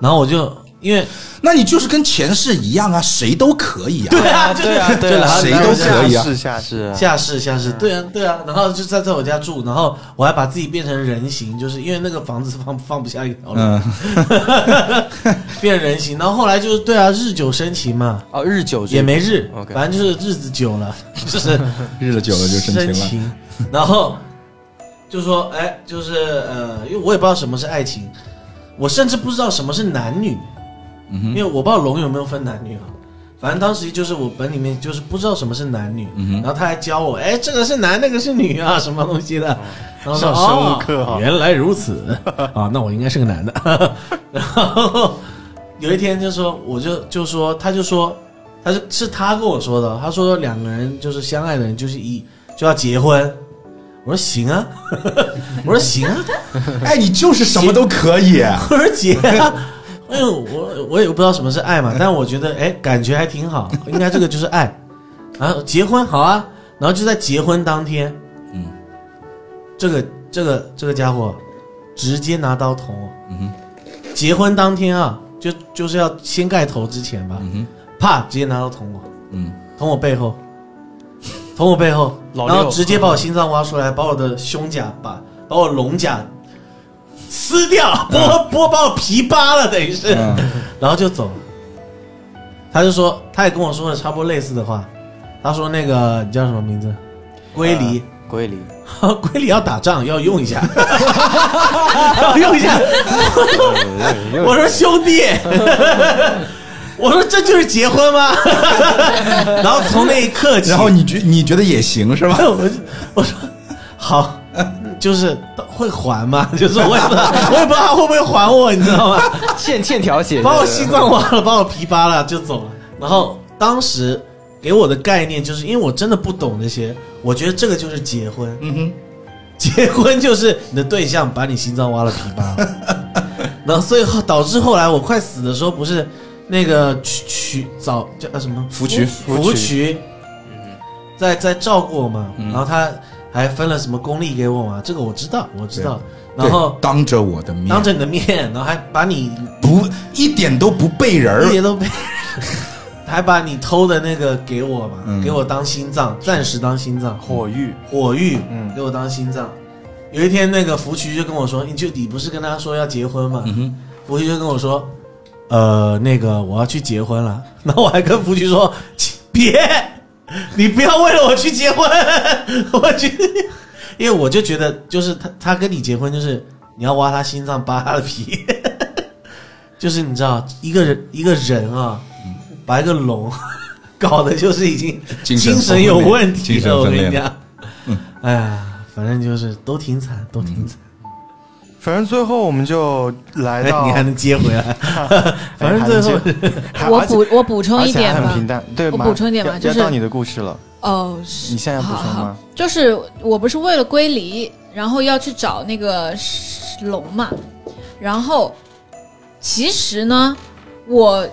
Speaker 6: 然后我就因为
Speaker 2: 那你就是跟前世一样啊，谁都可以啊。
Speaker 6: 对啊，
Speaker 4: 对啊，对
Speaker 6: 就
Speaker 4: 啊，
Speaker 6: 拿
Speaker 2: 谁都可以啊
Speaker 7: 是下
Speaker 4: 是啊，
Speaker 6: 下世下世，对啊对啊，然后就在在我家住，然后我还把自己变成人形，就是因为那个房子放放不下一条路，
Speaker 2: 嗯，
Speaker 6: 变人形。然后后来就是对啊，日久生情嘛，
Speaker 4: 哦，日久
Speaker 6: 也没日
Speaker 4: OK
Speaker 6: 反正就是日子久了， 就是
Speaker 2: 日了久了就生情了。
Speaker 6: 情，然后就说哎，就是呃，因为我也不知道什么是爱情，我甚至不知道什么是男女，
Speaker 2: 嗯哼，
Speaker 6: 因为我不知道龙有没有分男女啊。反正当时就是我本里面就是不知道什么是男女，
Speaker 2: 嗯哼
Speaker 6: 然后他还教我，哎，这个是男，那个是女啊，什么东西
Speaker 2: 哦
Speaker 6: 的。然后
Speaker 7: 上
Speaker 6: 说
Speaker 7: 生物课
Speaker 6: 哦
Speaker 7: 啊
Speaker 6: 原来如此 啊，那我应该是个男的。 然后有一天就说，我就就说，他就说，他是是他跟我说的，他说两个人就是相爱的人就是一就要结婚。我说行啊， 我说行啊，
Speaker 2: 哎，你就是什么都可以。
Speaker 6: 我说姐、啊，哎呦，我我也不知道什么是爱嘛，但我觉得哎，感觉还挺好，应该这个就是爱。然后结婚好啊，然后就在结婚当天，
Speaker 2: 嗯
Speaker 6: 这个这个这个家伙直接拿刀捅我。
Speaker 2: 嗯哼，
Speaker 6: 结婚当天啊，就就是要先盖头之前吧，
Speaker 2: 嗯哼，
Speaker 6: 啪，直接拿刀捅我，
Speaker 2: 嗯。
Speaker 6: 捅我背后， 捅我背后，
Speaker 4: 老
Speaker 6: 然
Speaker 4: 六
Speaker 6: 后直接把我心脏挖出来，把我的胸甲把把我龙甲撕掉，剥剥把我皮扒了，等于是。
Speaker 2: 嗯
Speaker 6: 然后就走了。他就说，他也跟我说了差不多类似的话。他说那个你叫什么名字？龟梨，
Speaker 4: 归零，
Speaker 2: 呃
Speaker 6: 龟梨要打仗要用一 下，要用一下。我说 兄弟，我说这就是结婚吗？ 然后从那一刻起，
Speaker 2: 然后你觉你觉得也行是吧？
Speaker 6: 我就我说好，就是会还吗？ 就是我也不知道，我也不知道他会不会还我，你知道吗？
Speaker 4: 欠欠条写的，
Speaker 6: 把我心脏挖了，把我皮扒了就走了。然后当时给我的概念就是，因为我真的不懂这些，我觉得这个就是结婚，
Speaker 2: 嗯哼，
Speaker 6: 结婚就是你的对象把你心脏挖了皮扒 了。然后所以后导致后来我快死的时候，不是那个渠渠早叫叫什么
Speaker 2: 芙蕖
Speaker 6: 芙蕖，在在照顾我嘛，
Speaker 2: 嗯
Speaker 6: 然后他还分了什么功力给我嘛，这个我知道，我知道。
Speaker 2: 对
Speaker 6: 然后
Speaker 2: 当着我的面，
Speaker 6: 当着你的面，然后还把你
Speaker 2: 不一点都不背人
Speaker 6: 一
Speaker 2: 儿，
Speaker 6: 点 都没，还把你偷的那个给我嘛，
Speaker 2: 嗯
Speaker 6: 给我当心脏，暂时当心脏，
Speaker 7: 火域，
Speaker 6: 火狱，
Speaker 7: 嗯
Speaker 6: 给我当心脏。有一天，那个福渠就跟我说：“你就你不是跟他说要结婚吗？”
Speaker 2: 嗯哼，
Speaker 6: 福渠就跟我说：“呃，那个我要去结婚了。” 然后我还跟福渠说 切：“别，你不要为了我去结婚，我去。”因为我就觉得，就是他他跟你结婚，就是你要挖他心脏，扒他的皮， 就是你知道，一个人一个人啊，把一个龙 搞的，就是已经
Speaker 2: 精
Speaker 6: 精
Speaker 2: 神
Speaker 6: 神有问题
Speaker 2: 精神
Speaker 6: 了。我
Speaker 2: 分
Speaker 6: 跟
Speaker 2: 裂
Speaker 6: 你
Speaker 2: 了。嗯
Speaker 6: 讲，哎呀，反正就是都挺惨，都挺惨。
Speaker 1: 反正最后我们就来
Speaker 6: 哎，
Speaker 1: 到，
Speaker 6: 你还能接回来，反正最后
Speaker 1: 还
Speaker 5: 我
Speaker 1: 而且
Speaker 5: 补我补充
Speaker 1: 而
Speaker 5: 一
Speaker 1: 且还
Speaker 5: 点
Speaker 1: 很
Speaker 5: 吧
Speaker 1: 平。淡，对，
Speaker 5: 我
Speaker 1: 马
Speaker 5: 补充一点吧
Speaker 1: 要
Speaker 5: 就是
Speaker 1: 要到你的故事了，
Speaker 5: 哦，
Speaker 1: 你
Speaker 5: 是
Speaker 1: 现在要补
Speaker 5: 好
Speaker 1: 充
Speaker 5: 好
Speaker 1: 吗？，
Speaker 5: 就是我不是为了归离，然后要去找那个龙嘛，然后其实呢，我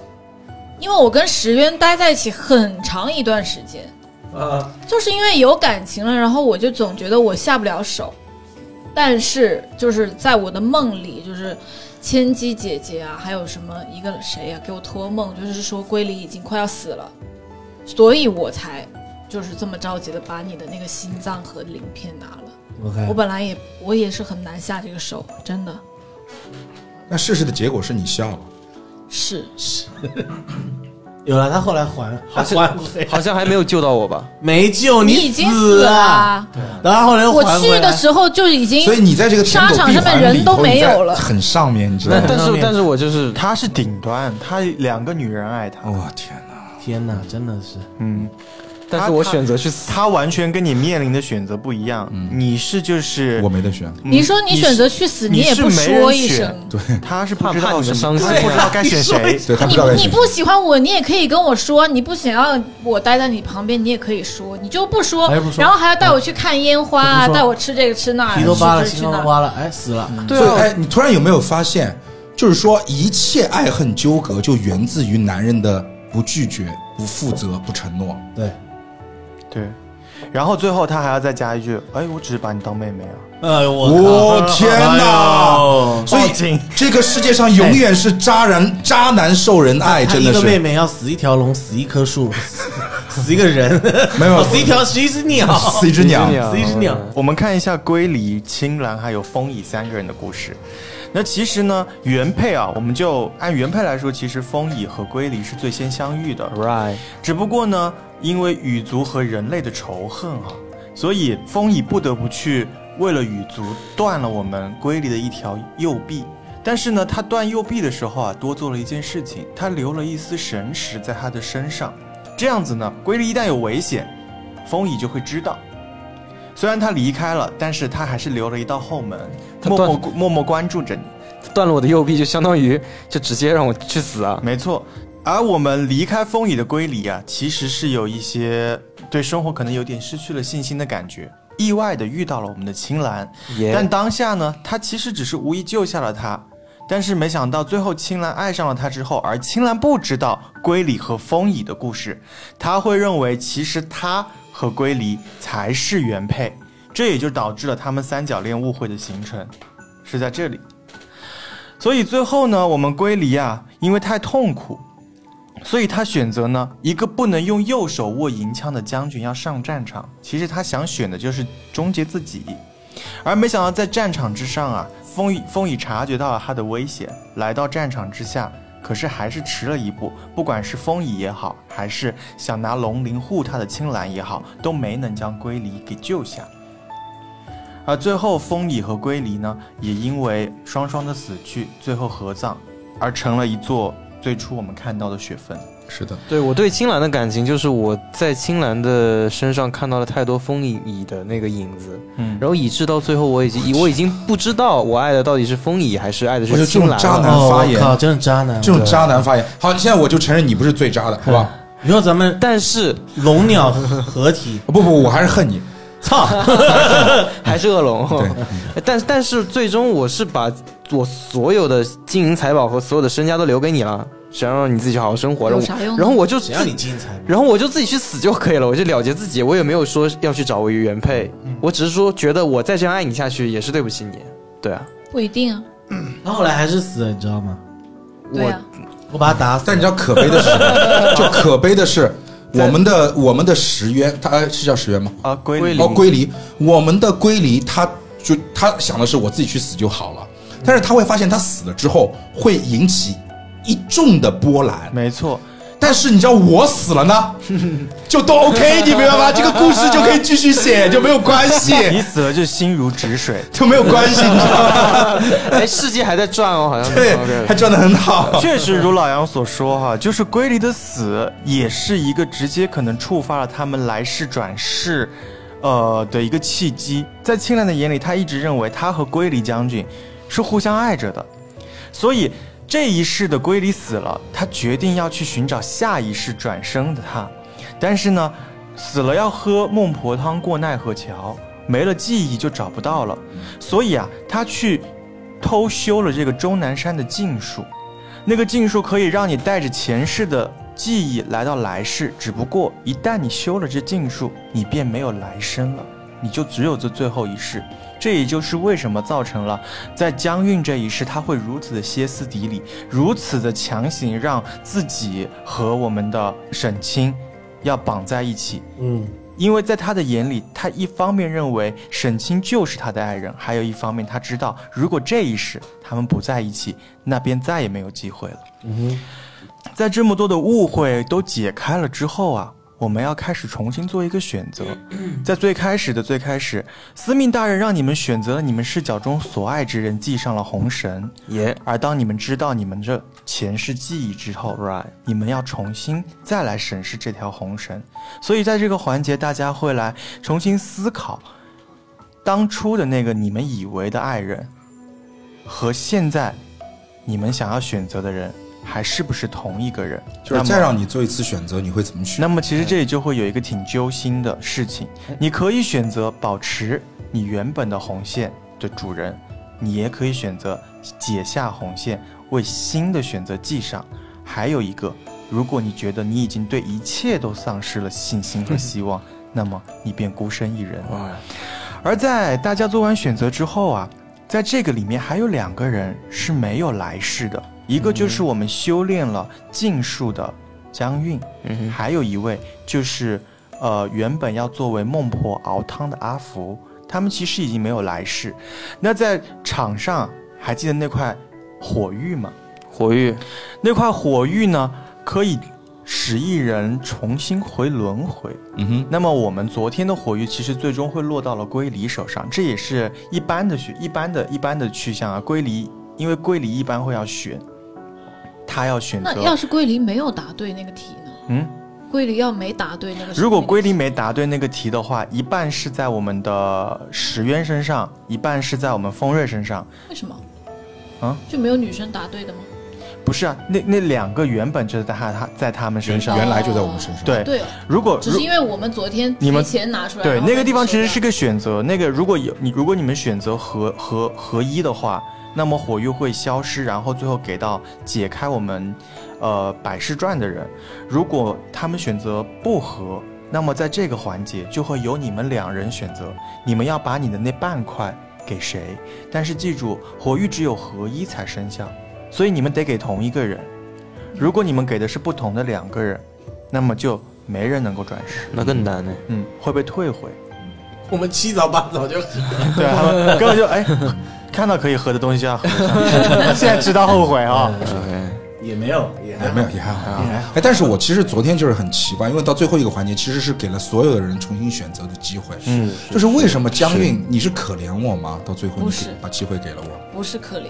Speaker 5: 因为我跟石渊待在一起很长一段时间，
Speaker 6: 呃，
Speaker 5: 就是因为有感情了，然后我就总觉得我下不了手，但是就是在我的梦里，就是千姬姐姐啊，还有什么一个谁啊呀、给我托梦，就是说龟梨已经快要死了，所以我才就是这么着急的把你的那个心脏和鳞片拿了。
Speaker 6: OK，
Speaker 5: 我本来也我也是很难下这个手，真的
Speaker 2: 那事实的结果是你笑了，
Speaker 5: 是
Speaker 6: 有了，他后来还还还回，
Speaker 4: 好像还没有救到我吧？
Speaker 6: 没救，
Speaker 5: 已经
Speaker 6: 死
Speaker 5: 了
Speaker 6: 了。
Speaker 5: 啊。
Speaker 6: 然后后来又
Speaker 5: 我
Speaker 6: 还回
Speaker 5: 去
Speaker 6: 来
Speaker 5: 的时候就已经
Speaker 2: 所以你在这个天
Speaker 5: 哎沙
Speaker 2: 狗
Speaker 5: 场
Speaker 2: 闭
Speaker 5: 上面
Speaker 2: 环里
Speaker 5: 人都
Speaker 2: 头
Speaker 5: 没
Speaker 2: 你在
Speaker 5: 有了
Speaker 2: 很上面，啊你知道
Speaker 4: 那
Speaker 2: 吗？
Speaker 4: 但
Speaker 6: 上
Speaker 4: 是
Speaker 6: 面
Speaker 4: 但是我就是
Speaker 1: 他是顶端，他两个女人爱他，
Speaker 2: 我天哪！
Speaker 6: 天哪，真的是
Speaker 1: 嗯，
Speaker 4: 但是我选择去死。
Speaker 1: 他完全跟你面临的选择不一样，你是就是
Speaker 2: 我没得选，
Speaker 5: 你说你选 择去死，
Speaker 1: 你
Speaker 5: 也
Speaker 1: 是
Speaker 5: 不
Speaker 1: 没人
Speaker 5: 说一
Speaker 1: 选
Speaker 5: 声。
Speaker 1: 他是不知
Speaker 4: 怕怕
Speaker 1: 道
Speaker 4: 你
Speaker 1: 什
Speaker 4: 们
Speaker 1: 么，
Speaker 4: 伤
Speaker 1: 他
Speaker 4: 心
Speaker 1: 不知道该选谁，
Speaker 2: 对他不
Speaker 5: 你
Speaker 2: 知道该
Speaker 5: 你
Speaker 2: 选谁
Speaker 5: 不喜欢我，你也可以跟我说；你不想要我待在你旁边，你也可以说，你就不说，
Speaker 6: 哎不说
Speaker 5: 然后还要带我去看烟花啊，
Speaker 6: 不说
Speaker 5: 带我吃这个吃那儿，
Speaker 6: 皮都扒了，
Speaker 5: 去这
Speaker 6: 心
Speaker 5: 去
Speaker 6: 脏
Speaker 5: 那
Speaker 6: 都
Speaker 5: 儿。
Speaker 6: 挖了，哎，死了。
Speaker 2: 所
Speaker 5: 哦
Speaker 2: 以哎，你突然有没有发现，就是说一切爱恨纠葛就源自于男人的不拒绝、不负责、不承诺。
Speaker 6: 对，
Speaker 1: 对。然后最后他还要再加一句：“哎，我只是把你当妹妹啊。
Speaker 6: 哎呦我靠，
Speaker 2: 我、哦天哪！
Speaker 6: 哦，
Speaker 2: 所
Speaker 1: 报警
Speaker 2: 以这个世界上永远是渣人、渣男受人爱，
Speaker 6: 哎他
Speaker 2: 真
Speaker 6: 哎一
Speaker 2: 的
Speaker 6: 个
Speaker 2: 是
Speaker 6: 妹妹要死一条龙，死 一棵树，死死一个人，
Speaker 2: 没有
Speaker 6: 哦死一条，死一只鸟，
Speaker 2: 死一只鸟。
Speaker 6: 死一只鸟。”
Speaker 1: 我们看一下龟梨、青兰还有风乙三个人的故事。那其实呢，原配啊，我们就按原配来说，其实风乙和龟梨是最先相遇的。
Speaker 4: Right，
Speaker 1: 只不过呢，因为羽族和人类的仇恨啊，所以风乙不得不去为了羽族断了我们龟梨的一条右臂。但是呢，他断右臂的时候啊，多做了一件事情，他留了一丝神识在他的身上。这样子呢，龟梨一旦有危险，风乙就会知道。虽然他离开了，但是他还是留了一道后门，
Speaker 4: 他
Speaker 1: 默
Speaker 4: 断
Speaker 1: 默默默关注着你。
Speaker 4: 断了我的右臂，就相当于就直接让我去死啊！
Speaker 1: 没错，而我们离开风雨的归离啊，其实是有一些对生活可能有点失去了信心的感觉，意外的遇到了我们的青兰，
Speaker 4: 耶
Speaker 1: 但当下呢，他其实只是无意救下了他。但是没想到，最后青兰爱上了他之后，而青兰不知道龟梨和风乙的故事，他会认为其实他和龟梨才是原配，这也就导致了他们三角恋误会的形成，是在这里。所以最后呢，我们龟梨啊，因为太痛苦，所以他选择呢，一个不能用右手握银枪的将军要上战场。其实他想选的就是终结自己，而没想到在战场之上啊，风雨风雨察觉到了他的危险，来到战场之下。可是还是迟了一步，不管是风雨也好，还是想拿龙鳞护他的青兰也好，都没能将龟梨给救下。而最后，风乙和龟梨呢，也因为双双的死去，最后合葬，而成了一座最初我们看到的雪坟。
Speaker 2: 是的，
Speaker 4: 对我对青兰的感情，就是我在青兰的身上看到了太多风乙的那个影子，
Speaker 1: 嗯，
Speaker 4: 然后以致到最后，我已经我已经不知道我爱的到底是风乙还是爱的
Speaker 2: 我觉
Speaker 4: 是
Speaker 2: 得这种
Speaker 4: 青兰
Speaker 2: 渣男
Speaker 4: 了。
Speaker 6: 哦，
Speaker 2: 发言
Speaker 6: 我靠，真是渣男！
Speaker 2: 这种渣男发言。好，现在我就承认你不是最渣
Speaker 1: 嗯
Speaker 2: 的，好吧？
Speaker 6: 以后咱们
Speaker 4: 但是
Speaker 6: 龙鸟合体，
Speaker 2: 不不，我还是恨你。
Speaker 6: 操！
Speaker 4: 还是 恶龙，
Speaker 2: 对，
Speaker 4: 但但是最终我是把我所有的金银财宝和所有的身家都留给你了，想让你自己去好好生活，然
Speaker 5: 有
Speaker 4: 后
Speaker 5: 啥
Speaker 4: 我
Speaker 5: 用呢
Speaker 4: 然后我就
Speaker 6: 谁
Speaker 4: 自
Speaker 6: 让你精彩？
Speaker 4: 然后我就自己去死就可以了，我就了结自己，我也没有说要去找我原配，
Speaker 6: 嗯
Speaker 4: 我只是说觉得我再这样爱你下去也是对不起你，对啊，
Speaker 5: 不一定啊，
Speaker 6: 他后来还是死了，你知道吗？
Speaker 5: 对啊，
Speaker 6: 我把他打死
Speaker 2: 但你知道可悲 的是，就可悲的是，我们的我们的石渊，他哎是叫石渊吗？
Speaker 1: 啊，龟
Speaker 4: 龟
Speaker 1: 梨
Speaker 4: 梨
Speaker 2: 哦，龟梨，我们的龟梨，他就他想的是我自己去死就好了，但是他会发现他死了之后会引起一众的波澜，
Speaker 1: 没错，
Speaker 2: 但是你知道我死 了呢，就都 OK，你明白吗？这个故事就可以继续写，就没有关系，
Speaker 1: 你死了就心如止水。
Speaker 2: 就没有关系，你知 道吗？
Speaker 4: 哎，世界还在转哦，好像
Speaker 2: 对
Speaker 4: OK，
Speaker 2: 还赚的很 好。
Speaker 1: 确实如老杨所说哈，就是龟梨的死也是一个直接可能触发了他们来世转世，呃的一个契机。在青兰的眼里，他一直认为他和龟梨将军是互相爱着的，所以这一世的龟梨死了，他决定要去寻找下一世转生的他。但是呢，死了要喝孟婆汤过奈何桥，没了记忆就找不到了，所以啊，他去偷修了这个终南山的禁术。那个禁术可以让你带着前世的记忆来到来世，只不过一旦你修了这禁术，你便没有来生了，你就只有这最后一世。这也就是为什么造成了在江韵这一世，他会如此的歇斯底里，如此的强行让自己和我们的沈清要绑在一起，
Speaker 6: 嗯，
Speaker 1: 因为在他的眼里，他一方面认为沈清就是他的爱人，还有一方面他知道，如果这一世他们不在一起，那便再也没有机会了。在这么多的误会都解开了之后啊，我们要开始重新做一个选择。在最开始的最开始，司命大人让你们选择了你们视角中所爱之人，系上了红绳。
Speaker 4: 耶，
Speaker 1: 而当你们知道你们这前世记忆之后，right，你们要重新再来审视这条红绳。所以在这个环节，大家会来重新思考当初的那个你们以为的爱人，和现在你们想要选择的人，还是不是同一个人？
Speaker 2: 就是
Speaker 1: 那
Speaker 2: 再
Speaker 1: 么
Speaker 2: 让你做一次选择，你会怎么选？
Speaker 1: 那么其实这里就会有一个挺揪心的事情，你可以选择保持你原本的红线的主人，你也可以选择解下红线，为新的选择系上。还有一个，如果你觉得你已经对一切都丧失了信心和希望，那么你便孤身一人。而在大家做完选择之后啊，在这个里面还有两个人是没有来世的，一个就是我们修炼了禁术的江韵，
Speaker 4: 嗯
Speaker 1: 还有一位就是呃原本要作为孟婆熬汤的阿福，他们其实已经没有来世。那在场上还记得那块火玉吗？
Speaker 4: 哼，火域，
Speaker 1: 那块火玉呢，可以使一人重新回轮回。
Speaker 2: 嗯哼，
Speaker 1: 那么我们昨天的火玉其实最终会落到了龟梨手上，这也是一般的去一般的一般的去向啊。龟梨因为龟梨一般会要选，他要选
Speaker 5: 那要
Speaker 1: 择，
Speaker 5: 是龟梨没有答对那个题呢？
Speaker 1: 嗯，
Speaker 5: 龟梨要没答对那个，
Speaker 1: 如果龟梨没答对那个题的话，一半是在我们的石渊身上，一半是在我们丰瑞身上。
Speaker 5: 为什么
Speaker 1: 啊？
Speaker 5: 就没有女生答对的吗？
Speaker 1: 不是啊，那那两个原本就是在他他在他们身
Speaker 2: 原
Speaker 1: 上。
Speaker 2: 原来就在我们身上。
Speaker 1: 对，
Speaker 5: 对哦，
Speaker 1: 哎如果
Speaker 5: 只
Speaker 1: 如
Speaker 5: 是因为我们昨天
Speaker 1: 你
Speaker 5: 提
Speaker 1: 们
Speaker 5: 前拿出来，
Speaker 1: 对
Speaker 5: 然后
Speaker 1: 那个地方
Speaker 5: 被
Speaker 1: 其实
Speaker 5: 收
Speaker 1: 是
Speaker 5: 掉
Speaker 1: 个选择，那个如果有你如果你们选择合合合一的话，那么火玉会消失，然后最后给到解开我们呃百世传的人。如果他们选择不合，那么在这个环节就会由你们两人选择，你们要把你的那半块给谁？但是记住，火玉只有合一才生效，所以你们得给同一个人。如果你们给的是不同的两个人，那么就没人能够转世，
Speaker 4: 那更难呢。
Speaker 1: 嗯，会被退回。
Speaker 6: 我们七早八早就
Speaker 1: 对他们根本就哎，看到可以喝的东西就啊要喝上， 现在知道后悔啊、
Speaker 4: OK，
Speaker 6: 也没有，也还
Speaker 2: 也没有，也还好。哎，但是我其实昨天就是很奇怪，因为到最后一个环节，其实是给了所有的人重新选择的机会。嗯，就是为什么江韵，你是可怜我吗？到最后你
Speaker 5: 不
Speaker 2: 给
Speaker 5: 是
Speaker 2: 把机会给了我，
Speaker 5: 不是可怜，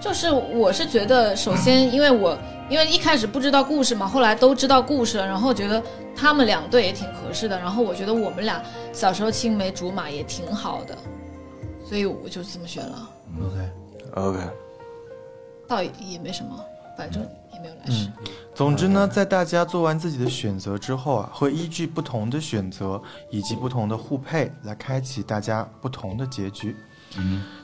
Speaker 5: 就是我是觉得，首
Speaker 1: 嗯
Speaker 5: 先因为我因为一开始不知道故事嘛，后来都知道故事了，然后觉得他们两对也挺合适的，然后我觉得我们俩小时候青梅竹马也挺好的，所以我就这么选了，
Speaker 4: OK，
Speaker 5: 倒也也没什么，反正也没有来世。
Speaker 1: 嗯总之呢，在大家做完自己的选择之后啊，会依据不同的选择以及不同的互配来开启大家不同的结局。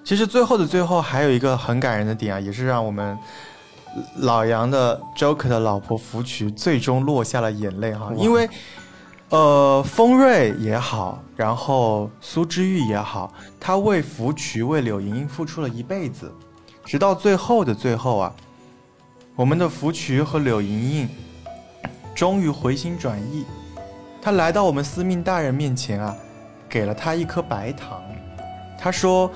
Speaker 1: 其实最后的最后还有一个很感人的点啊，也是让我们老杨的 Joker 的老婆芙蕖最终落下了眼泪哈，因为呃，丰瑞也好，然后苏之玉也好，他为芙蕖为柳莹莹付出了一辈子，直到最后的最后啊，我们的芙蕖和柳莹莹终于回心转意，他来到我们司命大人面前啊，给了他一颗白糖。他说，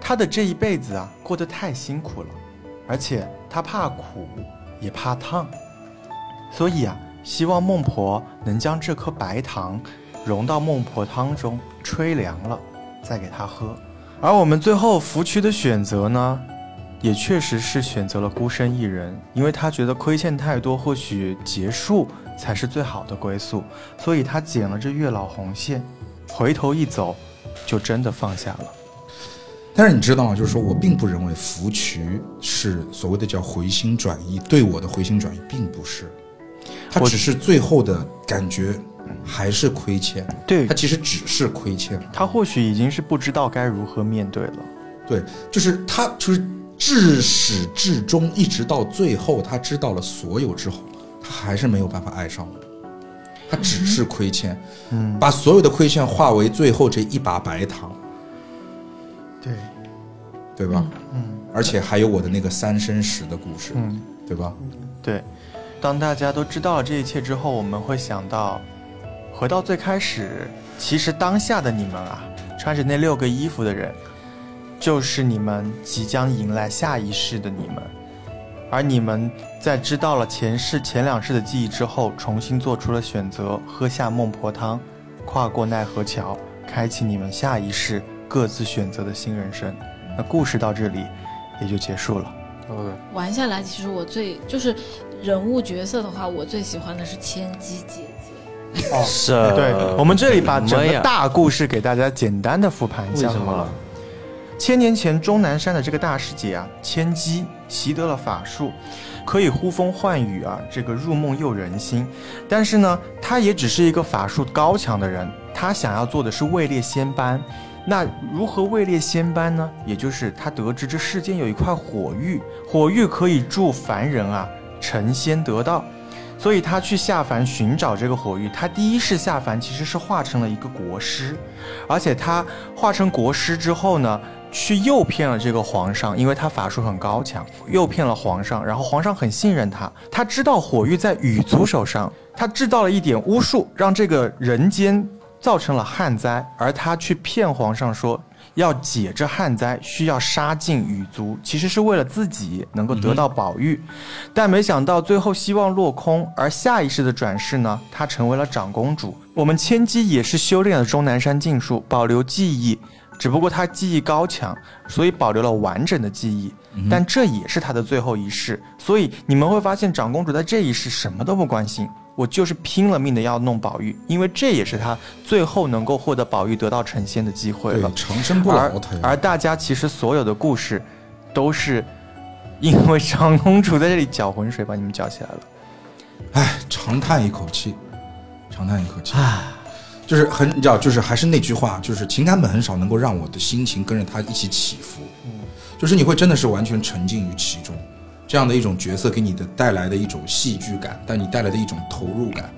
Speaker 1: 他的这一辈子啊过得太辛苦了，而且他怕苦，也怕烫。所以啊，希望孟婆能将这颗白糖融到孟婆汤中，吹凉了再给她喝。而我们最后芙区的选择呢，也确实是选择了孤身一人，因为他觉得亏欠太多，或许结束才是最好的归宿，所以他剪了这月老红线，回头一走，就真的放下了。
Speaker 2: 但是你知道吗？就是说我并不认为芙蕖是所谓的叫回心转意，对我的回心转意并不是，他
Speaker 1: 我
Speaker 2: 只是最后的感觉还是亏欠，
Speaker 1: 对
Speaker 2: 他其实只是亏欠，
Speaker 1: 他或许已经是不知道该如何面对了。
Speaker 2: 对，就是他就是至始至终一直到最后，他知道了所有之后，他还是没有办法爱上我，他只是亏欠，嗯，把所有的亏欠化为最后这一把白糖，
Speaker 1: 对，
Speaker 2: 对吧？嗯，而且还有我的那个三生石的故事，
Speaker 1: 嗯，
Speaker 2: 对吧？
Speaker 1: 对，当大家都知道了这一切之后，我们会想到，回到最开始，其实当下的你们啊，穿着那六个衣服的人，就是你们即将迎来下一世的你们，而你们在知道了前世前两世的记忆之后，重新做出了选择，喝下孟婆汤，跨过奈何桥，开启你们下一世各自选择的新人生。那故事到这里也就结束了。
Speaker 4: OK，
Speaker 5: 玩下来，其实我最就是人物角色的话，我最喜欢的是千机姐姐。
Speaker 4: 是，
Speaker 1: 对，
Speaker 4: 呃
Speaker 1: 我们这里把整
Speaker 4: 什么
Speaker 1: 个
Speaker 4: 呀
Speaker 1: 大故事给大家简单的复盘一
Speaker 4: 为
Speaker 1: 下
Speaker 4: 什
Speaker 1: 好了
Speaker 4: 么。？
Speaker 1: 千年前终南山的这个大师姐啊，千机习得了法术，可以呼风唤雨啊，这个入梦诱人心。但是呢，她也只是一个法术高强的人，她想要做的是位列仙班。那如何位列仙班呢？也就是她得知这世间有一块火玉，火玉可以助凡人啊成仙得道。所以她去下凡寻找这个火玉，她第一世下凡其实是化成了一个国师，而且她化成国师之后呢，去诱骗了这个皇上，因为他法术很高强，诱骗了皇上，然后皇上很信任他，他知道火玉在羽族手上，他制造了一点巫术，让这个人间造成了旱灾，而他去骗皇上说。要解这旱灾，需要杀尽羽族，其实是为了自己能够得到宝玉，但没想到最后希望落空，而下一世的转世呢，她成为了长公主。我们千机也是修炼了终南山禁术，保留记忆，只不过她记忆高强，所以保留了完整的记忆。
Speaker 2: 嗯
Speaker 1: 但这也是她的最后一世，所以你们会发现长公主在这一世什么都不关心。我就是拼了命的要弄宝玉，因为这也是她最后能够获得宝玉得到成仙的机会
Speaker 2: 对
Speaker 1: 了，。
Speaker 2: 长生不
Speaker 1: 而
Speaker 2: 老，他
Speaker 1: 而大家其实所有的故事，都是因为长公主在这里搅浑水，把你们搅起来了。
Speaker 2: 唉，长叹一口气，长叹一口气，就是很，你知道，就是还是那句话，就是情感本很少能够让我的心情跟着它一起起伏，就是你会真的是完全沉浸于其中，这样的一种角色给你的带来的一种戏剧感，带你带来的一种投入感，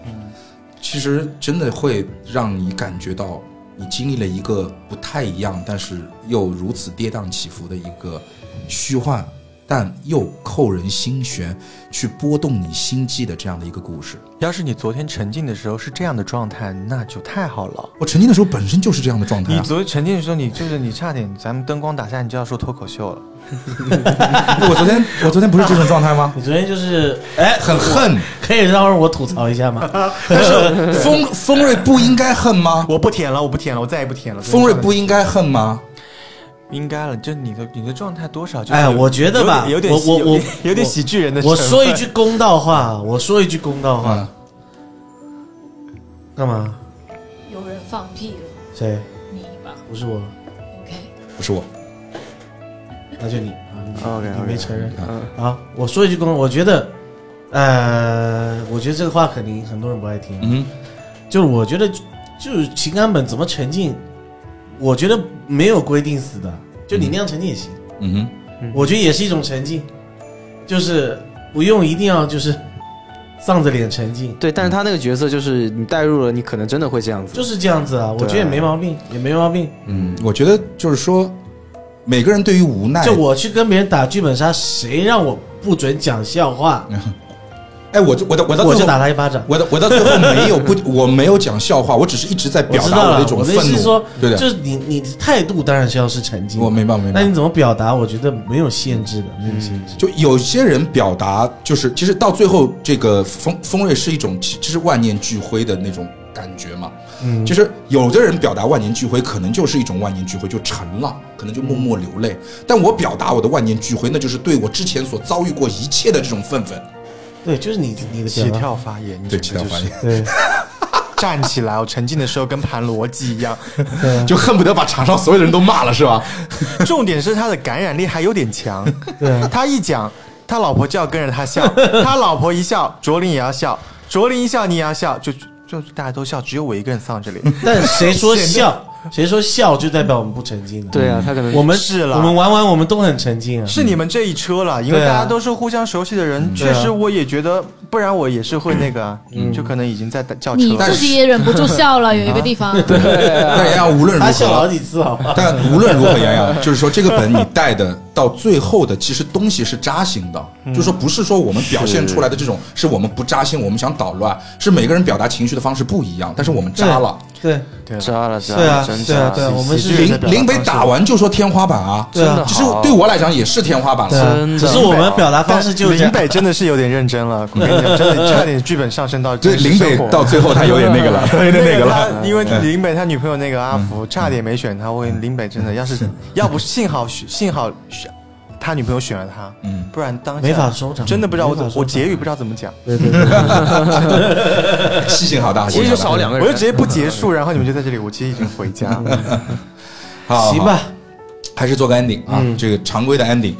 Speaker 2: 其实真的会让你感觉到你经历了一个不太一样，但是又如此跌宕起伏的一个虚幻，但又扣人心弦，去波动你心机的这样的一个故事。
Speaker 1: 要是你昨天沉浸的时候是这样的状态，那就太好了。
Speaker 2: 我沉浸的时候本身就是这样的状态、
Speaker 1: 你
Speaker 2: 啊，
Speaker 1: 昨天沉浸的时候，你就是你差点咱们灯光打下，你就要说脱口秀了。
Speaker 2: 我昨天我昨天不是这种状态吗？
Speaker 6: 你昨天就是哎，
Speaker 2: 很恨，
Speaker 6: 可以让我吐槽一下吗？
Speaker 2: 但是丰丰瑞不应该恨吗？
Speaker 1: 我不舔了，我不舔了，我再也不舔了。
Speaker 2: 丰瑞不应该恨吗？
Speaker 1: 应该了，就你的你的状态多少就是
Speaker 6: 哎，我觉得吧，
Speaker 1: 有点
Speaker 6: 我我
Speaker 1: 有
Speaker 6: 我
Speaker 1: 点有点喜剧人的。
Speaker 6: 我说一句，公道话，我说一句公 道话，
Speaker 2: 嗯，
Speaker 6: 干嘛？
Speaker 5: 有人放屁了，
Speaker 6: 谁？
Speaker 5: 你吧
Speaker 6: 不是我，
Speaker 5: ，OK？
Speaker 2: 不是我，
Speaker 6: 那就你啊你
Speaker 7: OK，OK，
Speaker 6: 你没承认
Speaker 2: 嗯
Speaker 6: 啊！我说一句公道，我觉得，呃，我觉得这个话肯定很多人不爱听，
Speaker 2: 嗯，
Speaker 6: 就是我觉得，就是情感本怎么沉浸，我觉得没有规定死的，就你那样沉浸也行，
Speaker 2: 嗯哼，
Speaker 6: 我觉得也是一种沉浸，就是不用一定要就是丧着脸沉浸，
Speaker 4: 对，但是他那个角色就是你带入了，你可能真的会这样子。
Speaker 6: 就是这样子啊，我觉得也没毛病，也没毛病。
Speaker 2: 嗯，我觉得就是说，每个人对于无奈，嗯
Speaker 6: 就我去跟别人打剧本杀，谁让我不准讲笑话？
Speaker 2: 哎，我就我到我到
Speaker 6: 我
Speaker 2: 最
Speaker 6: 就
Speaker 2: 后
Speaker 6: 打他一巴掌。
Speaker 2: 我到我到最 后没有不，我没有讲笑话，我只是一直在
Speaker 6: 我
Speaker 2: 表
Speaker 6: 知
Speaker 2: 达
Speaker 6: 道
Speaker 2: 的
Speaker 6: 了
Speaker 2: 一，种
Speaker 6: 我的
Speaker 2: 愤
Speaker 6: 意思是
Speaker 2: 怒
Speaker 6: 说，，
Speaker 2: 对
Speaker 6: 就
Speaker 2: 的，
Speaker 6: 是你你的态度当然是要是沉静的，
Speaker 2: 我明白嗯明
Speaker 6: 那
Speaker 2: 白
Speaker 6: 你。怎么表达？我觉得没有限制的，没有限制。
Speaker 2: 就有些人表达就是，其实到最后这个锋锋锐是一种其其实万念俱灰的那种感觉嘛。嗯，其实有的人表达万念俱灰，可能就是一种万念俱灰，就沉了，可能就默默流泪。但我表达我的万念俱灰，那就是对我之前所遭遇过一切的这种愤愤。
Speaker 6: 对，就是你你的
Speaker 1: 起
Speaker 6: 表达。
Speaker 1: 跳发言，你
Speaker 2: 对，
Speaker 1: 整
Speaker 2: 其
Speaker 1: 个
Speaker 2: 他
Speaker 1: 就是
Speaker 2: 发言
Speaker 6: 对，
Speaker 1: 站起来，我沉浸的时候跟盘逻辑一样。
Speaker 2: 就恨不得把场上所有的人都骂了，是 吧？
Speaker 1: 重点是他的感染力还有点强，
Speaker 6: 对啊
Speaker 1: 他一讲，他老婆就要跟着他 笑，他老婆一笑，卓林也要笑，卓林一笑你也要笑，就就大家都笑，只有我一个人丧这里。
Speaker 6: 但谁 说笑，谁说笑就代表我们不沉浸了。
Speaker 4: 对啊，他可能
Speaker 6: 我们
Speaker 1: 是啦
Speaker 6: 我们玩完我们都很沉浸啊。
Speaker 1: 是你们这一车了，因为大
Speaker 6: 对啊
Speaker 1: 家都是互相熟悉的人，
Speaker 6: 对啊嗯
Speaker 1: 确实我也觉得，不然我也是会那个啊，就可能已经在叫车
Speaker 5: 你
Speaker 1: 了
Speaker 5: 自。己也忍不住 笑了，有一个地方。
Speaker 2: 但洋哎洋无论如
Speaker 6: 他笑了好
Speaker 2: 何，
Speaker 6: 几次，好吧？
Speaker 2: 但无论如何，洋洋就是说这个本你带的到最后的，其实东西是扎心的，
Speaker 6: 嗯
Speaker 2: 就是说不是说我们表现出来的这种，是我们不扎心，我们想捣乱，是每个人表达情绪的方式不一样，但是我们扎了。
Speaker 6: 对，
Speaker 4: 扎了扎
Speaker 6: 对啊
Speaker 4: 了，，真
Speaker 6: 对
Speaker 4: 扎
Speaker 6: 啊，对啊，
Speaker 4: 了，
Speaker 6: 我们
Speaker 1: 喜剧
Speaker 6: 是
Speaker 1: 人
Speaker 2: 林林北打完就说天花板啊，
Speaker 6: 对啊
Speaker 2: 其实对我来讲也是天花板
Speaker 6: 对
Speaker 2: 了。
Speaker 6: 啊
Speaker 4: 真，的
Speaker 6: 只是我们表达方式就是
Speaker 1: 林
Speaker 6: 这样。
Speaker 1: 北真的哦是有点认真了，我跟你讲，真的差点剧本上升到
Speaker 2: 所以
Speaker 1: 真实
Speaker 2: 林北
Speaker 1: 生活
Speaker 2: 到最后他有点那个 了， 有点那个了。嗯
Speaker 1: 他因为林北他女朋友那个阿福差点没选他，我跟林北真
Speaker 2: 嗯
Speaker 1: 的要是要不幸好幸好选他女朋友选了他，
Speaker 2: 嗯
Speaker 1: 不然当下
Speaker 6: 没法收场
Speaker 1: 真的不知道我
Speaker 6: 没法收
Speaker 1: 怎
Speaker 6: 场
Speaker 1: 我结语不知道怎么讲，
Speaker 6: 对对对，
Speaker 2: 气性好大，
Speaker 4: 其
Speaker 2: 气
Speaker 4: 实
Speaker 2: 性
Speaker 4: 就
Speaker 2: 好大
Speaker 4: 少两个
Speaker 1: 我
Speaker 4: 人，
Speaker 1: 就直接不结束，然后你们就在这里，我其实已经回家
Speaker 2: 嗯
Speaker 1: 了。
Speaker 2: 好，
Speaker 6: 行
Speaker 2: 好
Speaker 6: 吧，
Speaker 2: 还是做个 ending 啊，
Speaker 6: 嗯
Speaker 2: 这个常规的 ending，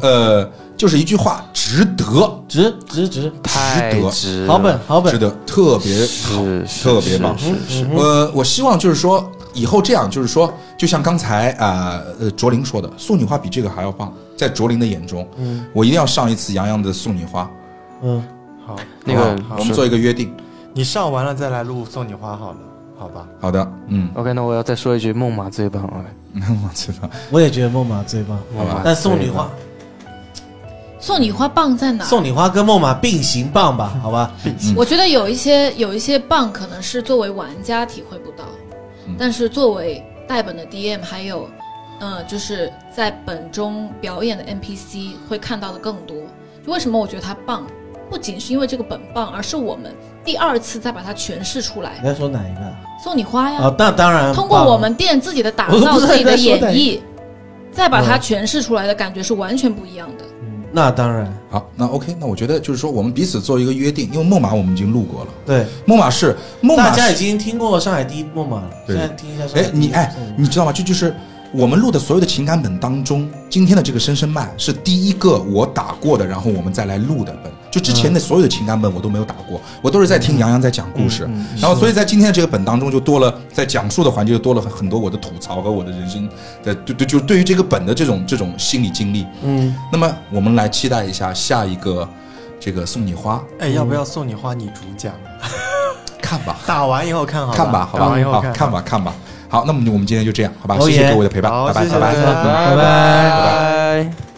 Speaker 2: 呃，就是一句话，值得，
Speaker 6: 值值值，
Speaker 4: 太值了，
Speaker 6: 好本好
Speaker 2: 值
Speaker 6: 本，
Speaker 2: 得，特别好，
Speaker 4: 是是
Speaker 2: 特别棒。
Speaker 4: 是是是
Speaker 2: 呃，我希望就是说以后这样，就是说，就像刚才啊呃卓林说的，送你花比这个还要棒，在卓林的眼中，嗯，我一定要上一次杨洋的送你花。
Speaker 6: 嗯，
Speaker 1: 好，
Speaker 4: 那个
Speaker 2: 好吧我们做一个约定，
Speaker 1: 你上完了再来录送你花好了，好吧？
Speaker 2: 好的，嗯，
Speaker 4: OK，那我要再说一句，梦马最棒啊！
Speaker 2: 我知道，
Speaker 6: 我也觉得梦马最棒，
Speaker 4: 梦马，
Speaker 6: 但送你花，
Speaker 5: 送你花棒在哪？
Speaker 6: 送你花跟梦马并行棒吧，好吧？
Speaker 5: 我觉得有一些有一些棒可能是作为玩家体会不到，
Speaker 1: 嗯
Speaker 5: 但是作为带本的 DM 还有，呃，就是在本中表演的 NPC 会看到的更多。就为什么我觉得它棒，不仅是因为这个本棒，而是我们第二次再把它诠释出来
Speaker 6: 你。在说哪一个？
Speaker 5: 送你花呀，
Speaker 6: 哦，那当然，
Speaker 5: 嗯通过我们店自己的打造、自己的演绎，再把它诠释出来的感觉是完全不一样的。
Speaker 6: 棒，那当然，
Speaker 2: 好，那 OK，那我觉得就是说我们彼此做一个约定，因为梦马我们已经录过了，
Speaker 6: 对，
Speaker 2: 梦马是梦
Speaker 6: 大
Speaker 2: 马
Speaker 6: 家已
Speaker 2: 是，
Speaker 6: 经听过上海第一梦马了，
Speaker 2: 对
Speaker 6: 现在听一下上海
Speaker 2: 哎，
Speaker 6: 第一。
Speaker 2: 你哎
Speaker 6: 嗯，
Speaker 2: 你知道吗？这就是我们录的所有的情感本当中，今天的这个深深麦是第一个我打过的，然后我们再来录的本。就之前的所有的情感本我都没有打过，我都是在听杨洋在讲故事，然后所以在今天的这个本当中就多了在讲述的环节就多了很很多我的吐槽和我的人生的对对，就对于这个本的这种这种心理经历。
Speaker 6: 嗯，
Speaker 2: 那么我们来期待一下下一个这个送你花，
Speaker 1: 哎，要不要送你花？你主讲，
Speaker 2: 看吧。
Speaker 1: 打完以后看好吧，
Speaker 2: 看吧，好
Speaker 1: 打完以
Speaker 2: 吧，
Speaker 1: 后
Speaker 2: 好看吧，看吧。好，那么我们今天就这样，好吧？
Speaker 6: 哦
Speaker 2: 谢
Speaker 6: 耶
Speaker 2: 谢各位的陪伴，
Speaker 1: 好，
Speaker 2: 拜拜，
Speaker 1: 谢谢
Speaker 2: 拜
Speaker 1: 大
Speaker 2: 拜。
Speaker 1: 家，
Speaker 6: 拜拜
Speaker 4: 拜拜。